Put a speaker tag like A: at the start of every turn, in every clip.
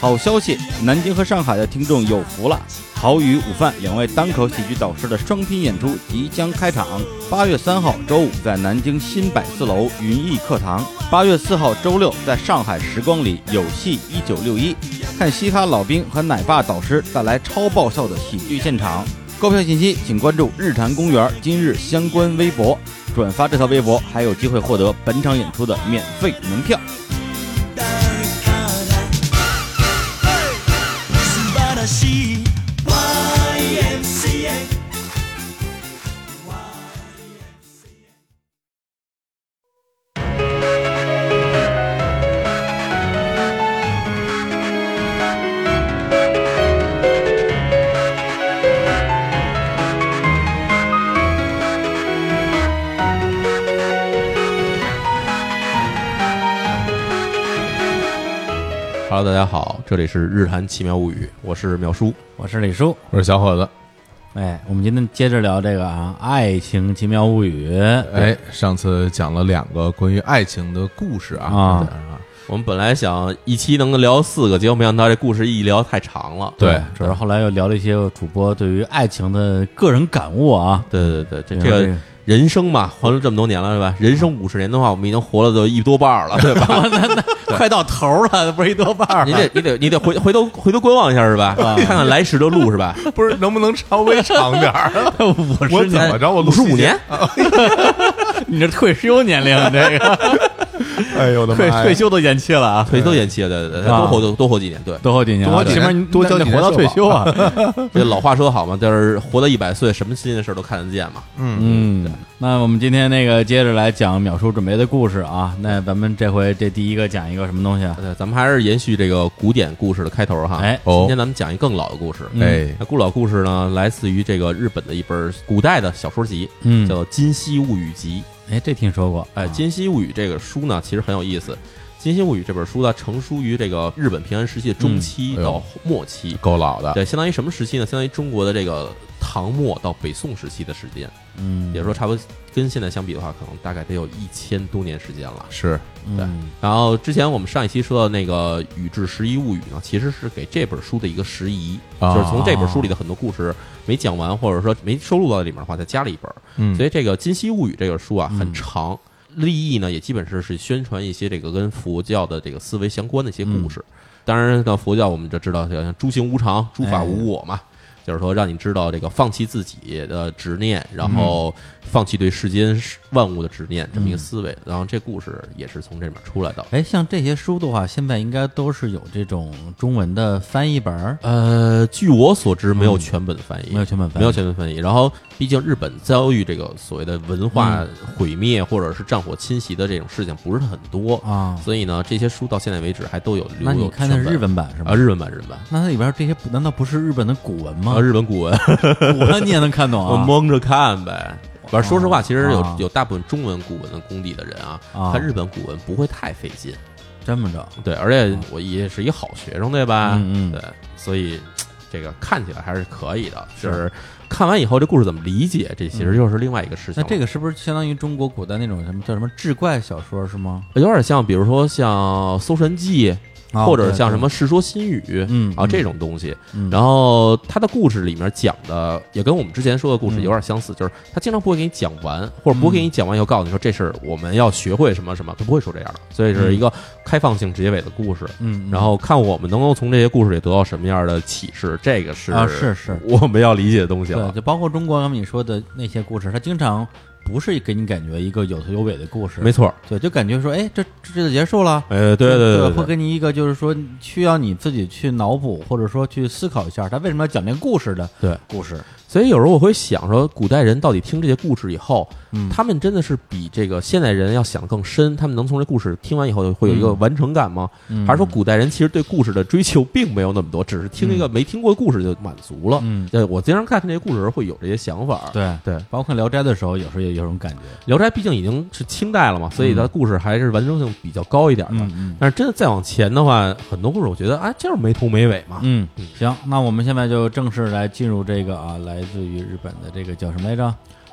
A: 好消息，南京和上海的听众有福了！郝宇、午饭两位单口喜剧导师的双拼演出即将开场，八月三号周五在南京新百四楼云逸课堂，八月四号周六在上海时光里有戏一九六一，看嘻哈老兵和奶爸导师带来超爆笑的喜剧现场。购票信息请关注日坛公园今日相关微博，转发这条微博还有机会获得本场演出的免费门票。
B: Hello，大家好，这里是《日韩奇妙物语》，我是淼叔，
A: 我是李叔，
C: 我是小伙子。
A: 哎，我们今天接着聊这个啊，《爱情奇妙物语》
C: 哎，上次讲了两个关于爱情的故事啊，
A: 啊
B: 我们本来想一期能聊四个，结果没想到这故事一聊太长了。
C: 对
A: 主要是后来又聊了一些主播对于爱情的个人感悟啊。
B: 对对
C: 嗯
B: 对，这
A: 这
B: 这
A: 个
B: 个人生嘛，活了这么多年了，是吧？人生五十年的话，我们已经活了都一多半 儿了，对吧？
A: 快到头了，不是一多半儿
B: 你
A: 了。
B: 得你得你得回回头回头观望一下，是吧？看看来时的路，是 吧？
C: 不是能不能稍微长点儿？
A: 五
C: 我
A: 十
C: 怎
A: 年，
C: 么着？我
B: 五
C: 录啊
B: 十五
C: 期间
B: 年，
A: 你这退休年龄，这个
C: 哎呦我的妈
A: 退
C: 呀！
A: 退休都延期了啊，
B: 退休延期了，对对对，
A: 啊
B: 多活多多活几年。对，
A: 多活几年啊，
C: 多
A: 起
C: 几
A: 码
C: 年多交
A: 你
C: 几
A: 活
C: 年
A: 到退
C: 社保
A: 休啊。
B: 这老话说得好嘛，就是活到一百岁，什么新鲜事儿都看得见嘛。
A: 嗯，那我们今天那个接着来讲淼叔准备的故事啊。那咱们这回这第一个讲一个什么东西啊？
B: 对，咱们还是延续这个古典故事的开头哈。哦
A: 哎
C: 哦
B: 今天咱们讲一更老的故事。
A: 嗯
C: 哎，
B: 那古老故事呢，来自于这个日本的一本古代的小说集，
A: 嗯
B: 叫，做《金溪物语集》。
A: 哎，这听说过，
B: 哎，《金溪物语》这个书呢，其实很有意思。《金溪物语》这本书呢，成书于这个日本平安时期的中期
C: 嗯哎呦
B: 到末期，
C: 够老的，
B: 对，相当于什么时期呢？相当于中国的这个唐末到北宋时期的时间，
A: 嗯，
B: 也就是说，差不多跟现在相比的话，可能大概得有一千多年时间了。
C: 是
A: 嗯
B: 然后之前我们上一期说到那个《宇治十一物语》呢，其实是给这本书的一个拾遗，
C: 啊
B: 就是从这本书里的很多故事没讲完，或者说没收录到里面的话，再加了一本。
C: 嗯
B: 所以这个《金溪物语》这本书啊，
A: 嗯
B: 很长，立意呢也基本是是宣传一些这个跟佛教的这个思维相关的一些故
A: 嗯
B: 事。当然，呢，佛教我们就知道，像诸行无常，诸法无我
A: 哎
B: 嘛。就是说，让你知道这个放弃自己的执念，然后
A: 嗯
B: 放弃对世间万物的执念这么一个思维。然后这故事也是从这里面出来的。
A: 哎，像这些书的话，现在应该都是有这种中文的翻译本儿，
B: 呃，据我所知，没有全本翻译，
A: 嗯没有全本翻译
B: 没有全本翻译。然后，毕竟日本遭遇这个所谓的文化
A: 嗯
B: 毁灭或者是战火侵袭的这种事情不是很多，
A: 啊。
B: 所以呢，这些书到现在为止还都有留有
A: 那你看的是
B: 全
A: 日文版是吧？
B: 啊，日文版，日文版
A: 那它里边这些不难道不是日本的古文吗
B: 啊，？日本古文，
A: 古文你也能看懂
B: 我
A: 啊？
B: 蒙着看呗。反正说实话，其实
A: 啊
B: 有有大部分中文古文的功底的人啊
A: 啊，
B: 看日本古文不会太费劲。
A: 这么着，
B: 对，而且我也是一好学生，对吧？
A: 嗯嗯
B: 啊对，所以这个看起来还是可以的，就是看完以后这故事怎么理解，这其实又是另外一个事情
A: 嗯那
B: 了。
A: 这个是不是相当于中国古代那种什么叫什么志怪小说是吗？
B: 有点像，比如说像《搜神记》
A: 啊
B: 或者
A: 对
B: 像
A: 对
B: 什么《世说新语》
A: 嗯
B: 啊
A: 嗯
B: 这种东西。
A: 嗯
B: 然后它的故事里面讲的也跟我们之前说的
A: 嗯
B: 故事有点相似，就是他经常不会给你讲完，或者不会给你讲完以后告诉你说这事儿我们要学会什么什么，他不会说这样的，所以是一个开放性结尾的故事。
A: 嗯嗯，嗯
B: 然后看我们能够从这些故事里得到什么样的启示，这个是
A: 啊是是
B: 我们要理解的东西
A: 对，
B: 了。
A: 就包括中国刚才你说的那些故事，它经常不是给你感觉一个有头有尾的故事，
B: 没错，
A: 对，就感觉说，哎，这这就结束了。
B: 呃，对对
A: 吧
B: 对
A: 会
B: 对对，
A: 给你一个就是说需要你自己去脑补，或者说去思考一下，他为什么要讲这个故事的
B: 对
A: 故事。
B: 所以有时候我会想说，古代人到底听这些故事以后，
A: 嗯
B: 他们真的是比这个现代人要想得更深，他们能从这故事听完以后会有一个
A: 嗯
B: 完成感吗？
A: 嗯
B: 还是说古代人其实对故事的追求并没有那么多，只是听一个没听过的故事就满足了？呃
A: 嗯，
B: 对，我经常看这些故事的时候会有这些想法。
A: 对
B: 对，
A: 包括《聊斋》的时候，有时候也有种感觉。
B: 聊斋毕竟已经是清代了嘛，所以它故事还是完整性比较高一点的。
A: 嗯嗯
B: 但是真的再往前的话，很多故事我觉得啊，就是没头没尾嘛。
A: 嗯，行，那我们现在就正式来进入这个啊，来自于日本的这个叫什么来着？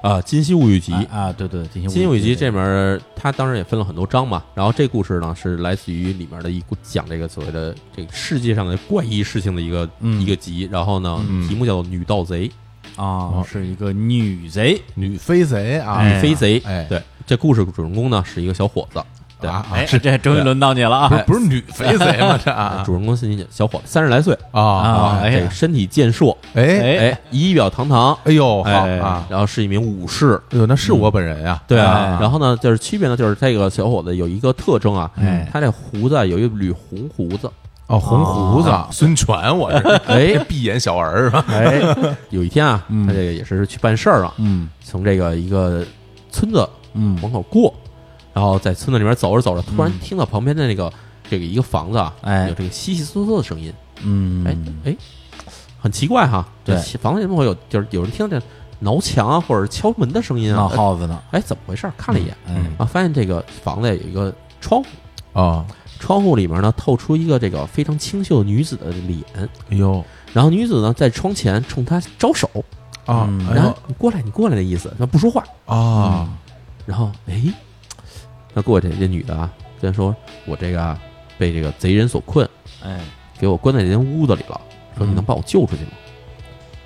B: 啊，《金溪物语集》
A: 啊啊，对对，
D: 哎
A: 金
B: 《金
A: 星
B: 溪物语集》
A: 这
B: 这面儿它当然也分了很多章嘛，然后这故事呢是来自于里面的一个讲这个所谓的这个世界上的怪异事情的一个、
A: 嗯
B: 一个集，然后呢、
C: 嗯
B: 题目叫做《女盗贼》。
A: 啊
C: 哦
A: 是一个女贼，
C: 女飞贼啊，
A: 哎
B: 飞贼，
C: 哎
B: 对，这故事主人公呢是一个小伙子，对，哎
C: 啊啊
A: 哎，这终于轮到你了
C: 不是
A: 啊
C: 不是女飞贼 吗？这啊
B: 主人公是一小伙子，三十来岁，
C: 啊
A: 啊！
C: 啊
A: 哎
B: 这
A: 呀，
B: 身体健硕，
C: 哎
A: 哎
B: 哎，仪表堂堂，
C: 哎呦好
B: 哎
C: 啊，
B: 然后是一名武士，
C: 哎呦那是我本人呀，
B: 对
A: 啊
B: 然后呢，就是区别呢，就是这个小伙子有一个特征啊，
A: 哎
B: 他这胡子啊有一缕红胡子，
C: 哦红胡子孙权我 是
B: 哎
C: 这闭眼小儿是吧？
B: 哎，有一天啊，
A: 嗯
B: 他这个也是去办事儿啊，
A: 嗯
B: 从这个一个村子
A: 嗯
B: 门口过，然后在村子里面走着走着，突然听到旁边的那个这个一个房子啊，
A: 哎
B: 有这个窸窸窣窣的声音，
A: 嗯，
B: 哎哎，很奇怪哈，
A: 对
B: 这房子里面会有就是有人听到这挠墙啊或者敲门的声音
A: 闹
B: 啊，
A: 耗子呢，
B: 哎，怎么回事儿？看了一眼
A: 哎
C: 嗯
B: 啊，发现这个房子有一个窗户。
C: 啊，
B: 窗户里面呢透出一个这个非常清秀女子的脸，
C: 哎呦
B: 然后女子呢在窗前冲他招手，
C: 啊
A: 嗯，
C: 哎
B: 然
C: 呦
B: 后嗯你过来，你过来的意思，那不说话。
C: 啊
B: 然后哎，那过去这女的啊，跟她说我这个啊被这个贼人所困，
A: 哎
B: 给我关在这间屋子里了，说你能把我救出去吗？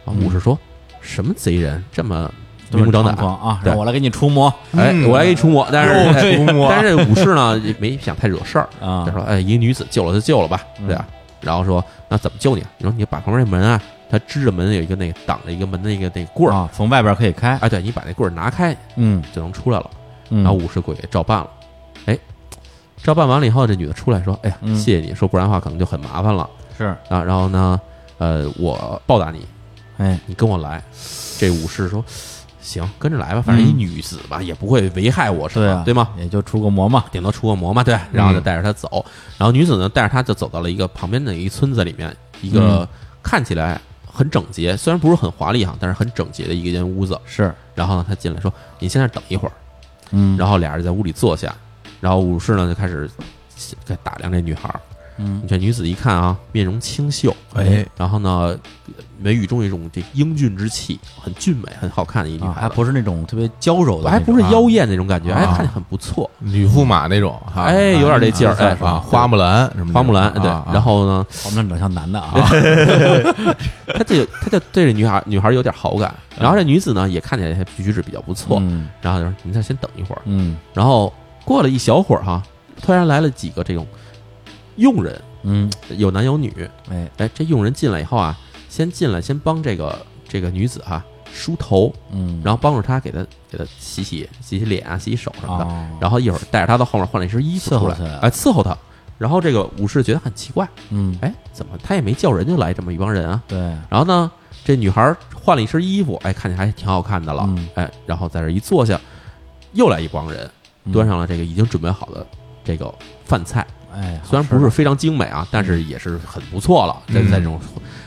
B: 啊，
A: 嗯
B: 武士说什么贼人这么
A: 都是
B: 明目张胆
A: 猖？狂啊，
B: 对
A: 让我来给你除魔
B: 哎，
C: 嗯
B: 我来给你除魔，但
C: 又
B: 是哎
C: 出没
B: 但是这武士呢也没想太惹事儿，
A: 啊
B: 他，说：“哎，一个女子救了就救了吧，对吧？”然后说：“那怎么救你啊？”你说：“你把旁边那门啊，他支着门有一个那个挡着一个门的一个那个棍儿，
A: 啊，从外边可以开，
B: 哎，对你把那棍儿拿开
A: 嗯
B: 就能出来了。”
A: 嗯，
B: 然后武士鬼照办了，哎，照办完了以后，这女的出来说：“哎呀，
A: 嗯
B: 谢谢你，说不然的话可能就很麻烦了
A: 是
B: 啊。”然后呢，呃，我报答你，
A: 哎
B: 你跟我来。这武士说：“行，跟着来吧，反正一
A: 嗯
B: 女子吧，也不会危害我什
A: 对啊嗯
B: 么，对吗？”
A: 也就除个魔嘛，
B: 顶多出个魔嘛，对，然后就带着他走，然后女子呢带着他就走到了一个旁边的一个村子里面，
A: 嗯
B: 一个看起来很整洁，虽然不是很华丽哈，但是很整洁的一间屋子。
A: 是
B: 然后呢，他进来说：“你先在这儿等一会儿。”
A: 嗯，
B: 然后俩人在屋里坐下，然后武士呢就开始在打量这女孩儿。
A: 嗯，
B: 这女子一看啊，面容清秀，
C: 哎，
B: 然后呢，眉宇中有一种这英俊之气，很俊美，很好看的一女
A: 啊
B: 孩
A: 还
B: 子，
A: 不是那种特别娇柔的那种啊，
B: 还不是妖艳那种感觉，哎，
C: 啊
B: 看着很不错，
C: 女驸马那种哈，
B: 哎，有点这劲儿，哎，
C: 啊，花木兰什么的
B: 花木兰，对，
C: 啊啊
B: 然后呢，
A: 我们长像男的啊，
B: 他就他就对这女孩女孩有点好感，然后这女子呢也看起来举止比较不错，
A: 嗯
B: 然后就说你再先等一会儿，
A: 嗯
B: 然后过了一小会儿哈，突然来了几个这种佣人，
A: 嗯，
B: 有男有女，
A: 哎
B: 哎，这佣人进来以后啊，先进来先帮这个这个女子哈、梳头，
A: 嗯，
B: 然后帮助她给她给她洗洗洗洗脸啊，洗洗手什么的，
A: 哦
B: 然后一会儿带着她到后面换了一身衣服
A: 伺
B: 出
A: 候
B: 来
A: 起来，
B: 哎，伺候她。然后这个武士觉得很奇怪，
A: 嗯，
B: 哎，怎么他也没叫人就来这么一帮人啊？
A: 对，
B: 然后呢，这女孩换了一身衣服，哎，看起来还挺好看的了，
A: 嗯
B: 哎，然后在这一坐下，又来一帮人，
A: 嗯
B: 端上了这个已经准备好的这个饭菜，
A: 哎，
B: 虽然不是非常精美啊，
A: 嗯
B: 但是也是很不错了。在
C: 嗯
B: 在这种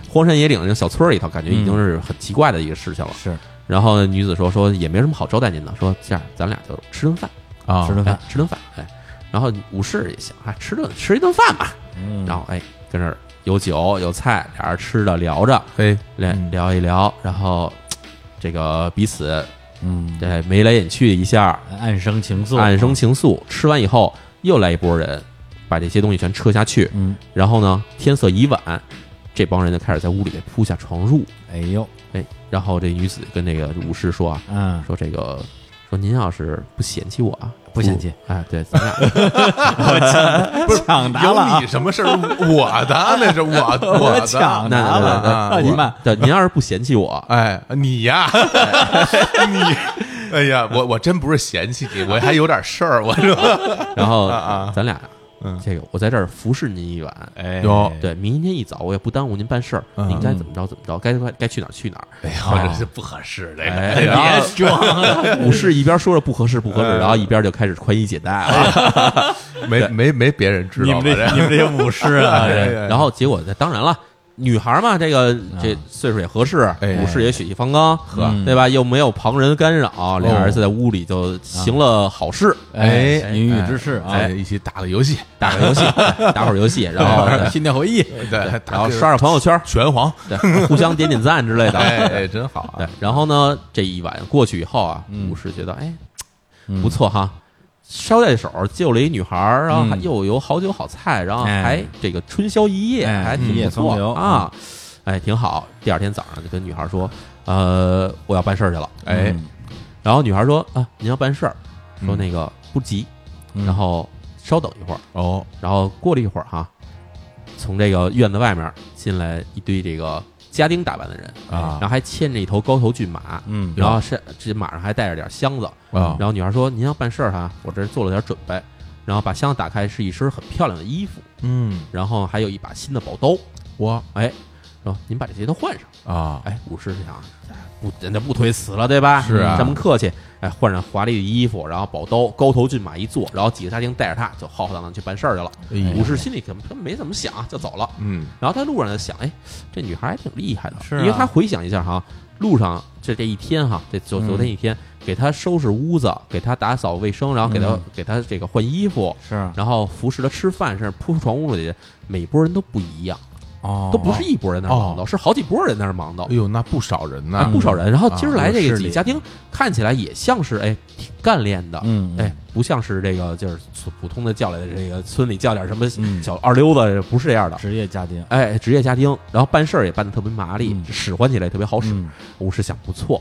B: 荒山野岭的这个小村儿里头，感觉
A: 嗯
B: 已经是很奇怪的一个事情了。
A: 是
B: 然后女子说说也没什么好招待您的，说这样咱俩就吃顿饭，
C: 啊
A: 吃顿
B: 哎
A: 饭，，
B: 吃顿饭，哎，然后武士也想啊，吃顿吃一顿饭吧，
A: 嗯
B: 然后哎跟这儿有酒有菜，俩人吃着聊着。
C: 哎，
B: 来
C: 嗯
B: 聊一聊，然后这个彼此
A: 嗯，
B: 这眉来眼去一下，
A: 暗生情愫，
B: 暗生情愫。吃完以后，又来一波人，把这些东西全撤下去。
A: 嗯，
B: 然后呢，天色已晚，这帮人就开始在屋里给铺下床褥。
A: 哎呦，
B: 哎，然后这女子跟这个武士说啊，
A: 嗯，
B: 说这个。说您要是不嫌弃我啊，
A: 不嫌弃，
B: 哎，对，咱俩
A: 不是抢答了
C: 有
A: 啊
C: 你，什么事儿？我的 那是我我
A: 抢
C: 的，
B: 那
A: 答了
B: 那
A: 啊，
C: 那那那
A: 你慢，
B: 对，您要是不嫌弃我，
C: 哎，你呀，你，哎呀，我我真不是嫌弃你，我还有点事儿，我说，
B: 然后
C: 啊
B: 咱俩
C: 嗯
B: 这个我在这儿服侍您一晚，
A: 哎
C: 有
B: 对，明天一早我也不耽误您办事儿，
C: 嗯
B: 您该怎么着怎么着，该该该去哪儿去哪儿。
C: 哎呀，我这不合适，这个
B: 哎然后
A: 装了，
B: 武士一边说着不合适不合适，
C: 哎
B: 然后一边就开始宽衣解带了。
C: 没没没别人知
A: 你
C: 道吧
A: 们？这你们这些武士啊，
C: 哎
A: 这
C: 呀
B: 然后结果，当然了，女孩嘛，这个这岁数也合适，
C: 哎哦
B: 武士也血气方刚，
C: 嗯
B: 对吧？又没有旁人干扰，俩人在屋里就行了好事，
C: 哎
A: 哎，云雨之事啊，
C: 哎，一起打个游戏，
B: 打个游戏， 打会儿游戏，然 后对
A: 心跳回忆，
C: 对，打
B: 然后
C: 个
B: 刷刷朋友 圈，
C: 拳皇，
B: 对，互相点点赞之类的，
C: 哎哎，真好啊
B: 对，，然后呢，这一晚过去以后啊，
C: 嗯
B: 武士觉得哎
A: 嗯
B: 不错哈，捎带手救了一女孩儿，然后还
A: 嗯
B: 又有好酒好菜，然后
A: 哎
B: 还这个春宵一夜，
A: 哎
B: 还
A: 一
B: 挺
A: 夜
B: 不
A: 风流
B: 错啊，哎挺好。第二天早上就跟女孩说，呃，我要办事儿去了。
C: 哎，
A: 嗯
B: 然后女孩说啊，您要办事儿，说
C: 嗯
B: 那个不急，
A: 嗯
B: 然后稍等一会儿。
C: 哦，
B: 然后过了一会儿哈，从这个院子外面进来一堆这个家丁打扮的人
C: 啊
B: 然后还牵着一头高头骏马，
A: 嗯
B: 然后是这马上还带着点箱子
C: 啊
B: 然后女孩说：“您要办事儿哈，我这儿做了点准备。”然后把箱子打开，是一身很漂亮的衣服，
C: 嗯，
B: 然后还有一把新的宝刀。
C: 我
B: 哎，说您把这些都换上。
C: 啊，
B: 哎，武士想，不，人家不推辞了，对吧？
C: 是啊
B: 咱们客气。哎，换上华丽的衣服，然后宝刀，高头骏马一坐，然后几个家丁带着他就浩浩荡荡去办事儿去了。
C: 哎呦
B: 武士心里可能没怎么想，就走了。
C: 嗯，
B: 然后在路上就想，哎，这女孩还挺厉害的，
A: 是啊
B: 因为她回想一下哈，路上这这一天哈，这
A: 嗯
B: 昨昨天一天，给她收拾屋子，给她打扫卫生，然后给她、
A: 嗯
B: 给她这个换衣服，
A: 是啊
B: 然后服侍她吃饭，甚至铺床褥里，每拨人都不一样，
A: 哦
B: 都不是一拨人在那儿忙叨，
C: 哦
B: 是好几拨人在那儿忙叨
C: 哎。呦，那不少人
B: 啊
C: 呐，
B: 不少人，然后今儿来这
A: 有
B: 个
A: 势
B: 几
A: 力
B: 家丁看起来也像是哎挺干练的，
A: 嗯
B: 哎不像是这个就是普通的叫来的这个村里叫点什么
A: 嗯
B: 小二溜子，不是这样的，
A: 职业家庭，
B: 哎，职业家丁，然后办事儿也办得特别麻利，
A: 嗯
B: 使唤起来也特别好使。
A: 嗯
B: 武士想不错，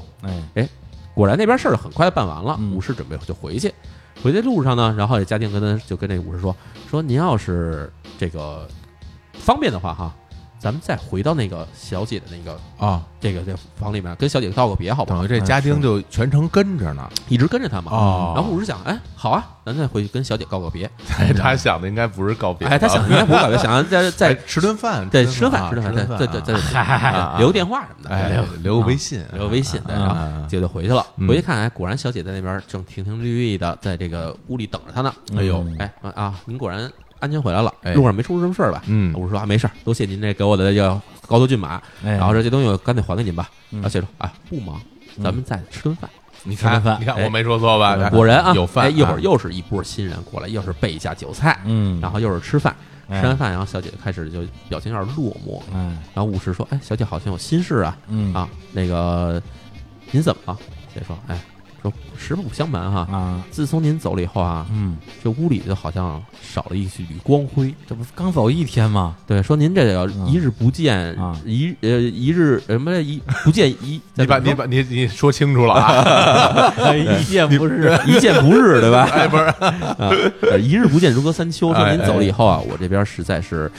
A: 哎
B: 果然那边事儿很快办完了，
A: 嗯
B: 武士准备就回去。回去路上呢，然后这家丁跟他就跟这个武士说：“说您要是这个方便的话哈，咱们再回到那个小姐的那个
C: 啊，
B: 这个这房里面，跟小姐道个别，好不好
C: 等于这家丁就全程跟着呢，？”
B: 一直跟着他嘛。
C: 哦
B: 然后武士想：“哎，好啊，咱再回去跟小姐告个别。
C: 哎，他想的应该不是告别吧，
B: 哎，他想应该不是告别，想再
C: 哎
B: 再
C: 吃顿饭，
B: 对
C: 吃
B: 吃
C: 顿
B: 顿
C: 饭啊，
B: 饭，吃顿
C: 吃
B: 饭，再
C: 顿
B: 再
C: 饭
B: 再
C: 啊，
B: 再留个电话什么的，
C: 哎，留个微信，
B: 留微信，对，
C: 啊
B: 然
C: 啊
B: 后
C: 啊
B: 就就回去了。
C: 嗯
B: 回去看，哎，果然小姐在那边正亭亭玉立的，在这个屋里等着他呢。
C: 哎呦，
B: 哎啊啊，您果然安全回来了
C: 哎，
B: 路上没出什么事儿吧？
C: 嗯
B: 我说啊，没事儿，多谢您这给我的这个高头骏马，
A: 哎
B: 然后说这东西我干脆还给您吧。
A: 嗯
B: 然后姐说啊，不忙，
C: 嗯
B: 咱们再吃顿饭。
C: 你
A: 吃顿
C: 看，
A: 饭
C: 哎你看我没说错吧？
B: 果然啊，
C: 有饭啊，
B: 哎，一会儿又是一波新人过来，又是备一下酒菜，
A: 嗯
B: 然后又是吃饭。吃
A: 哎
B: 完饭，然后小姐开始就表情有点落寞。
A: 哎
B: 然后武士说：“哎，小姐好像有心事啊。”
A: 嗯
B: 啊，那个您怎么了？姐说，哎，说实不相瞒哈，
A: 啊
B: 自从您走了以后啊，
A: 嗯，
B: 这屋里就好像少了一缕光辉。
A: 这不是刚走一天吗？
B: 对，说您这个
A: 嗯
B: 一日不见，
A: 啊
B: 一呃一日呃什么一不见一，
C: 你把你把你你说清楚了啊！
A: 哎一见不 是啊
B: 一见不日，对吧？
C: 哎，不是，
B: 啊，呃一日不见如隔三秋。说
C: 哎
B: 您走了以后啊，我这边实在是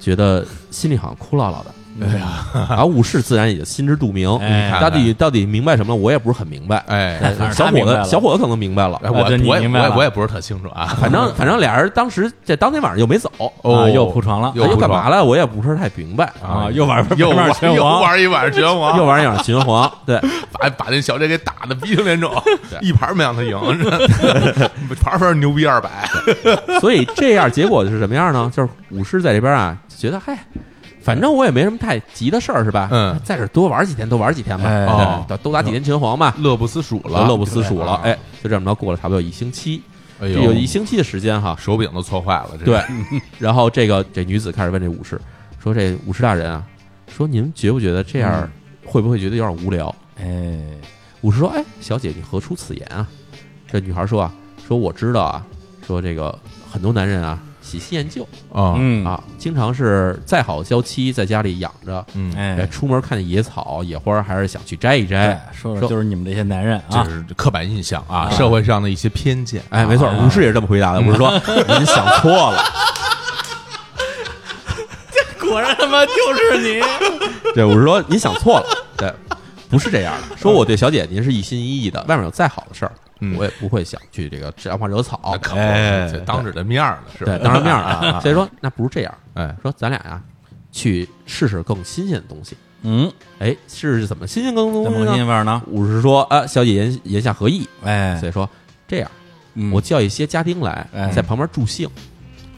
B: 觉得心里好像空落落的。
C: 哎呀，
B: 然 后武士自然也就心知肚明，
A: 哎
B: 到底到底明白什么了，我也不是很明白。
C: 哎，
A: 哎反正
B: 小
A: 他明
B: 伙
A: 白了
B: 子，小伙子可能明白了，
C: 哎我
A: 啊对你
C: 我也
A: 明
C: 我
A: 白
C: 也
A: 了
C: 我也不是特清楚啊。
B: 反正反正俩人当时这当天晚上又没走，
A: 啊
C: 哦，
A: 又铺床了
C: 又
B: 又
C: 铺
B: 干
C: 床
B: 嘛来了，我也不是太明白。
A: 啊，又玩
C: 又
A: 玩
C: 玩
A: 拳
C: 又
A: 王，
C: 玩一晚上拳
B: 又
C: 王，
B: 玩一场秦皇，对，
C: 把把那小姐给打的鼻青脸肿，一盘没让他赢，盘盘牛逼二百，
B: 所以这样结果是什么样呢？就是武士在这边啊，就觉得嗨，反正我也没什么太急的事儿，是吧？
C: 嗯哦
B: 在这儿多玩几天，多玩几天吧，
A: 哎
B: 对都都打几天秦皇吧，
C: 乐不思蜀了，
B: 乐不思蜀了。
C: 对，
B: 哎，
C: 啊
B: 就这么着过了差不多有一星期，
C: 哎
B: 这有
C: 呦，
B: 一星期的时间哈。
C: 手柄都搓坏了，这
B: 对，然后这个这女子开始问这武士说：“这武士大人啊，说您觉不觉得这样会不会觉得有点无聊？”
A: 哎，
B: 武士说：“哎，小姐，你何出此言啊？”这女孩说：“啊，说我知道啊，说这个很多男人啊喜新厌旧
C: 啊，
A: 嗯，
B: 啊，经常是再好的娇妻在家里养着，
C: 嗯，
B: 哎，
A: 哎，
B: 出门看见野草野花，还是想去摘一摘。
A: 哎，说的
B: 说
A: 就是你们这些男人
C: 这
A: 啊，
C: 是刻板印象啊，社会上的一些偏见，
B: 哎，没错，武士也是这么回答的。武士说：“您想 错了。
A: 果然他妈就是你，”
B: 对，武士说：“您想错了。”对，不是这样的。说我对小姐您是一心一意的，外面有再好的事儿，
C: 嗯
B: 我也不会想去这个沾花惹草
C: 那。可
A: 哎
C: 不，当着人面儿了，是
B: 对，
C: 吧？
B: 当着面儿啊。所以说，那不如这样，
C: 哎，
B: 说咱俩呀、去试试更新鲜的东西。
A: 嗯，
B: 哎，试试怎么新鲜更
A: 怎
B: 东西
A: 么个
B: 呢？
A: 新法呢？
B: 武士说：“啊，小姐言言下何意？”
A: 哎
B: 所，以说这样，
A: 嗯
B: 我叫一些家丁来
A: 哎，
B: 在旁边助兴。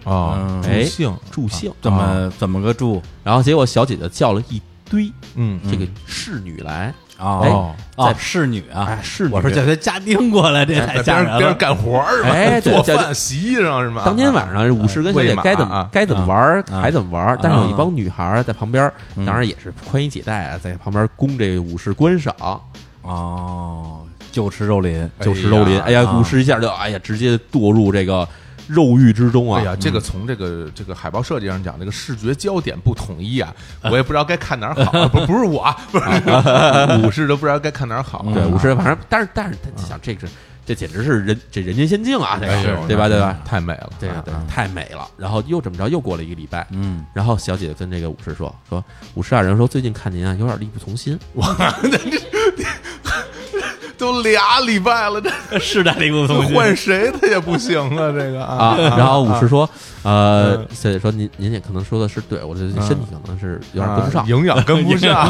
C: 啊，
A: 嗯
C: 助兴，
B: 助兴。
A: 啊
B: 啊
A: 怎么怎么个住
B: 然后结果小姐姐叫了一堆
C: 嗯，
B: 这个侍女来，
A: 啊？
B: 哎
C: 哦，
A: 啊，
B: 在
A: 侍女啊，
B: 哎，侍女，
A: 我说叫他家丁过来，这太
C: 在
A: 吓人
C: 边上边上
A: 了。
C: 干活儿是吧？
B: 哎对
C: 做
B: 叫
C: 饭、洗衣裳是吗？
B: 当天晚上舞狮跟小姐该怎
C: 啊喂马
B: 么
C: 啊嗯
B: 该怎么玩儿
A: 啊
B: 还怎么玩儿，但是有一帮女孩儿在旁边儿，当然也是宽衣解带啊，在旁边供这个舞狮观赏，
A: 哦，就吃肉林，
C: 哎呀
B: 就是肉林。哎呀，
A: 啊
B: 舞狮一下就哎呀，直接堕入这个肉欲之中
C: 哎
B: 啊
C: 呀，！这个从这个这个海报设计上讲，这个视觉焦点不统一啊，我也不知道该看哪儿好。不，不是我啊，不是武士都不知道该看哪儿好。啊
B: 对，舞狮反正，但是但是他想这个是这简直是人这人间仙境啊，这
C: 嗯哎
B: 个
C: 呦
B: 对吧对吧？
C: 太美了，
B: 对
C: 啊
B: 对，太美了。然后又怎么着？又过了一个礼拜，
A: 嗯，
B: 然后小姐姐跟这个武士说说，武士大人说最近看您啊有点力不从心，
C: 都俩礼拜了，这
A: 是的，这个
C: 这换谁他也不行啊，这个
B: 啊，
C: 啊。
B: 然后武士说，呃，小姐说您您也可能说的是对，我这身体可能是有点跟不上
C: 啊。营养跟不 上，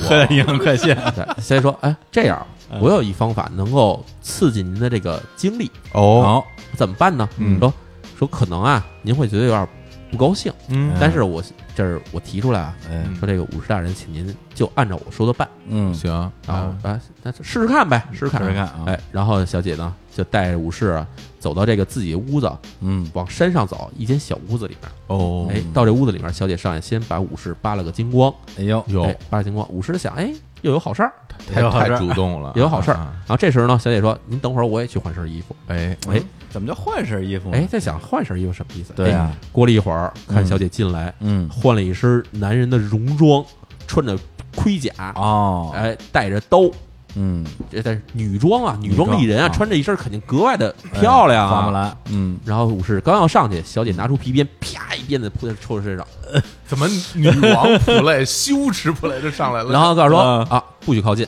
A: 喝点营养快线。
B: 对，小姐说，哎，这样我有一方法能够刺激您的这个精力，
C: 哦，
A: 好，
B: 怎么办呢？
C: 嗯
B: 说说可能啊，您会觉得有点不高兴，
C: 嗯，
B: 但是我这是我提出来啊，
A: 哎，
B: 说这个武士大人，请您就按照我说的办
A: 嗯，
C: 行
B: 啊，啊，那试试看呗，试试看，
A: 试试看啊
B: 哎，然后小姐呢就带着武士啊走到这个自己屋子，
A: 嗯，
B: 往山上走，一间小屋子里面。
C: 哦
B: 哎，到这屋子里面，小姐上来先把武士扒了个精光，
A: 哎呦，
C: 哟
B: 哎，扒了精光。武士想，哎，又有好事儿，
C: 太
A: 有好事
C: 太
A: 儿
C: 主动了，
B: 又有好事儿。
C: 啊
B: 然后这时候呢，小姐说：“您等会儿，我也去换身衣服。
C: 哎，
B: 哎
A: 嗯，怎么叫换身衣服？
B: 哎，，在想换身衣服什么意思？
A: 哦对啊
B: 哎过了一会儿，看
A: 嗯
B: 小姐进来，
A: 嗯，
B: 换了一身男人的戎装，穿着盔甲，
A: 哦，
B: 哎，带着刀。
A: 嗯，
B: 这但是女装啊，女装
A: 装
B: 丽人啊，
A: 啊哎
B: 穿着一身肯定格外的漂亮
A: 花木
B: 啊。
A: 兰，嗯，
B: 然后武士刚要上去，小姐拿出皮鞭，啪一鞭子扑在抽在身上，
C: 怎么女王 play 羞耻 play 就上来了？
B: 然后告诉说
A: 嗯
B: 啊，不许靠近，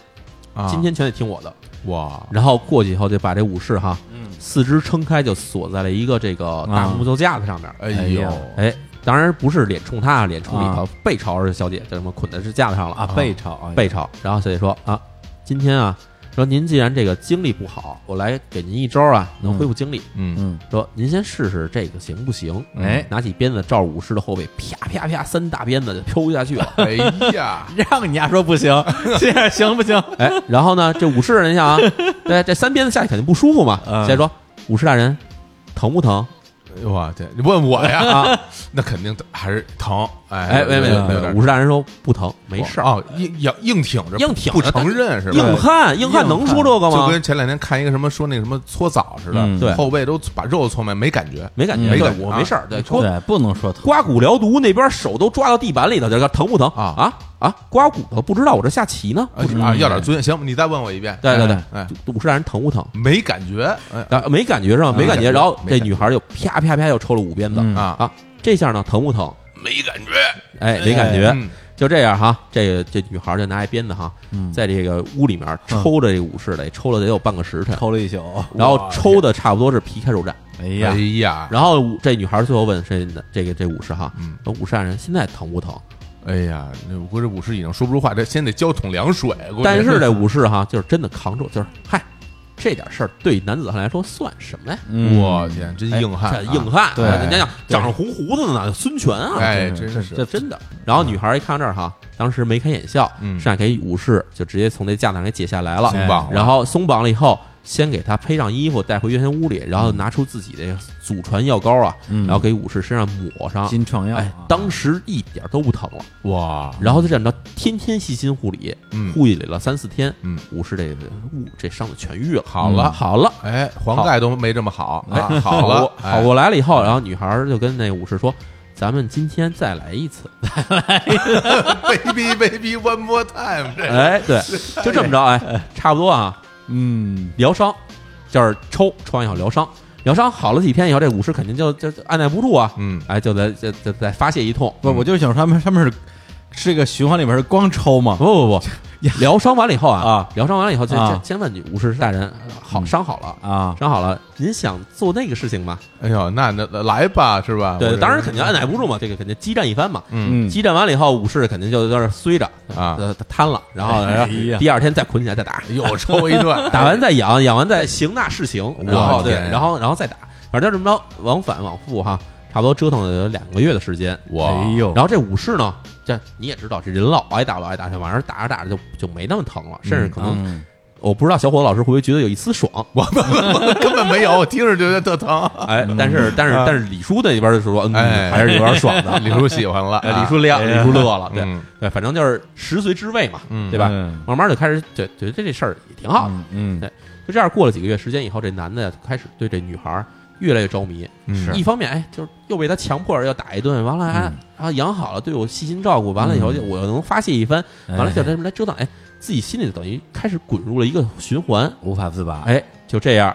C: 啊
B: 今天全得听我的。
C: 哇，
B: 然后过去以后就把这武士哈，四肢撑开就锁在了一个这个大木头架子上面。
C: 哎
A: 哎
C: 呦
A: 呀，
B: 哎，当然不是脸冲他，脸冲里头
A: 啊，
B: 背朝着小姐，就这么捆在这架子上了
A: 啊，背朝，哎呀
B: 背朝。然后小姐说啊，今天啊，说您既然这个精力不好，我来给您一招啊，能恢复精力。
C: 嗯，
A: 嗯，
B: 说您先试试这个行不行？
A: 哎
B: 拿起鞭子照着武士的后背，啪啪啪，三大鞭子就飘下去了。
C: 哎呀，
A: 让你丫说不 行，这样行不 行？
B: 哎，然后呢，这武士人家 啊，对，这三鞭子下去肯定不舒服嘛。
A: 嗯
B: 先说武士大人疼不疼？
C: 哇，这你问我呀？
B: 啊，
C: 那肯定还是疼。哎
B: 哎，没没
C: 有点有
B: 没，
C: 点
B: 武士大人说不疼，没事儿，
C: 哦，硬硬硬挺着，
B: 硬挺
C: 不
B: 着
C: 承认是吧？
B: 硬汉，硬汉能说这个
C: 就
B: 吗？
C: 跟前两天看一个什么说那个什么搓澡似
A: 嗯
C: 的，
B: 对
C: 后背都把肉搓没，没感觉。
B: 没感觉，
A: 没
B: 对
C: 感觉
B: 我
C: 啊
B: 没事儿，对，刮
A: 对，不能说疼，
B: 刮骨疗毒那边手都抓到地板里头，这个疼不疼
C: 啊
B: 啊啊！刮骨头不知道我这下棋呢，
C: 哎啊，要点尊严。行，你再问我一遍。
B: 对对对
C: 哎，哎，
B: 武士大人疼不疼？
C: 没感觉。哎
B: 啊，没感觉是吧？没感觉，
C: 没感觉
B: 然后这
C: 没感觉
B: 女孩就啪啪啪又抽了五鞭子
A: 嗯
C: 啊，
B: 啊，这下呢疼不疼？
C: 没感觉。
B: 哎，没感觉，
C: 嗯
B: 就这样哈。这个这女孩就拿一鞭子哈，在这个屋里面抽着这个武士得抽了得有半个时辰，
A: 抽了一宿，
B: 然后抽的差不多是皮开肉绽。
A: 哎
C: 哎
A: 呀，
C: 呀，
B: 然后武这女孩最后问这这个这武士哈
C: 嗯，
B: 说武士大人现在疼不疼？
C: 哎呀，那我估计武士已经说不出话，这先得浇桶凉水。估计
B: 但是这武士哈就是真的扛住，就是嗨，这点事儿对男子汉来说算什么呀？
A: 嗯
C: 我天，真
B: 哎
C: 硬汉啊，
B: 这硬汉，
A: 对
B: 人家讲长着红胡子呢，孙权啊，
C: 哎，
A: 这
C: 真
A: 这
C: 是
A: 这
B: 真的。然后女孩一看到这儿哈，当时眉开眼笑，
C: 嗯
B: 上来给武士就直接从这架子上给解下来了，
A: 松
C: 棒了
B: 然后松绑了以后，先给他披上衣服，带回原先屋里，然后拿出自己的祖传药膏啊，
A: 嗯
B: 然后给武士身上抹上。
C: 嗯
A: 金创药啊
B: 哎，当时一点都不疼了，
C: 哇，
B: 然后就这样着，天天细心护理，
C: 嗯
B: 护理了三四天，
C: 嗯
B: 武士这个物这伤就痊愈了，
C: 好了
B: 嗯好了，
C: 哎，黄盖都没这么好
B: 哎
C: 啊，好
B: 好
C: 了
B: 过，
C: 哎
B: 好过来了以后，然后女孩儿就跟那武士说：“咱们今天再来一次。
C: ，baby baby one more time，”这
B: 哎，对，就这么着，哎，差不多啊，
A: 嗯，
B: 疗伤，就是抽抽完以后疗伤，疗伤好了几天以后，这武士肯定就就就按耐不住啊，
C: 嗯
B: 哎，就得就就再发泄一通。
A: 不，我就想说他们他们是这个循环里边是光抽吗？
B: 不不不，疗伤完了以后啊
A: 啊，
B: 疗伤完了以后，就
A: 啊
B: 就先问你武士大人，好伤好了，
A: 啊，
B: 伤好了，您想做那个事情吗？
C: 哎呦，那那那来吧，是吧？我
B: 对，
C: 这
B: 当然肯定按耐不住嘛，这个肯定激战一番嘛。
C: 嗯
B: 激战完了以后，武士肯定就在那儿衰着
C: 啊
B: 呃瘫了，然后
A: 哎呀
B: 第二天再捆起来再打，
C: 又抽一顿，
B: 打完再养，养完再行那是行，然后对，
C: 天呀
B: 然后然后再打，反正就这么着往返往复哈，差差不多折腾了有两个月的时间。
C: 哇
A: 哎呦，
B: 然后这武士呢，这你也知道，这人老挨打，老挨打，这玩意儿打着打着就就没那么疼了，甚至可能、
A: 嗯，
B: 我不知道小伙子老师会不会觉得有一丝爽，
C: 根本没有，我听着就觉得特疼。
B: 哎，但是但是但是李叔那边就说，嗯，
C: 哎
B: 还是有点爽的。
C: 李叔喜欢 了，啊
B: 哎李叔亮，
A: 哎
B: 李叔乐了，对
C: 嗯
B: 对，反正就是食髓知味嘛，
C: 嗯
B: 对吧？
A: 嗯
B: 慢慢就开始觉觉得这事儿也挺好的，
A: 嗯，
B: 对，就这样过了几个月时间以后，这男的开始对这女孩儿越来越着迷。
C: 是
B: 一方面，哎，就是又被他强迫着要打一顿，完了哎，啊养好了，对我细心照顾，完了以后就我又能发泄一番，
A: 嗯
B: 完了就这么来折腾，哎，自己心里等于开始滚入了一个循环，
A: 无法自拔，
B: 哎，就这样，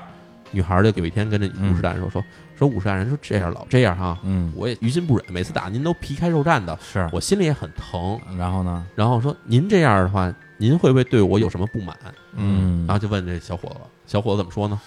B: 女孩儿就有一天跟这武士大人说说说武士大人说这样老这样哈，
A: 嗯，
B: 我也于心不忍，每次打您都皮开肉绽的，
A: 是，
B: 我心里也很疼。
A: 然后呢，
B: 然后说您这样的话，您会不会对我有什么不满？
A: 嗯
B: 然后就问这小伙子了，小伙子怎么说呢？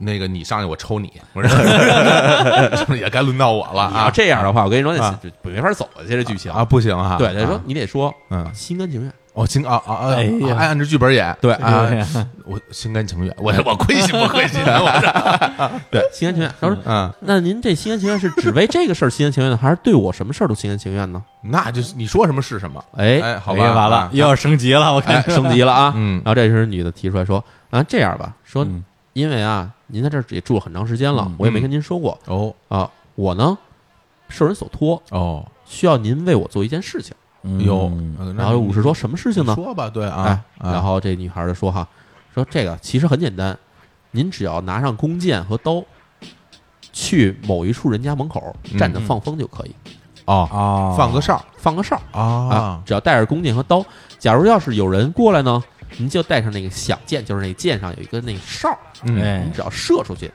C: 那个你上去我 抽你，我说 也该轮到我了
B: 你要
C: 啊
B: 这样的话，我跟你说，那
C: 啊
B: 就就没法走下去这剧情
C: 啊，。不行啊，
B: 对，他说
C: 啊，
B: 你得说
C: 嗯，
B: 心甘情愿。
C: 我心啊啊啊，
A: 哎呀
C: 啊按着剧本演，
B: 对哎
C: 啊，
A: 嗯
C: 我心甘情愿，我我亏心不 亏心，我这
B: 对，心甘情愿。他说，
C: 嗯，
B: 那您这心甘情愿是只为这个事儿心甘情愿呢，还是对我什么事儿都心甘情愿呢？
C: 那就是你说什么是什么，
B: 哎，
C: 哎，好
A: 哎
C: 吧，
A: 呀完了，又要升级了，我 看，
B: 升级了啊。
C: 嗯
B: 然后这时候女的提出来说，啊，这样吧，说
A: 嗯
B: 因为啊，您在这儿也住了很长时间了
A: 嗯，
B: 我也没跟您说过
C: 哦
B: 啊，我呢受人所托，
C: 哦，
B: 需要您为我做一件事情。
C: 有，
A: 嗯
C: 嗯
B: 然后武士说什么事情呢？
C: 说吧，对
B: 哎
C: 啊，，啊
B: 然后这女孩儿就说哈，说这个其实很简单，您只要拿上弓箭和刀，去某一处人家门口
C: 嗯
B: 站着放风就可以，
C: 哦，
A: 哦，
C: 放个哨
B: 放个哨啊
C: 啊，，
B: 只要带着弓箭和刀。假如要是有人过来呢，您就带上那个响箭，就是那箭上有一个那哨，
C: 嗯，
A: 哎
B: 您，只要射出去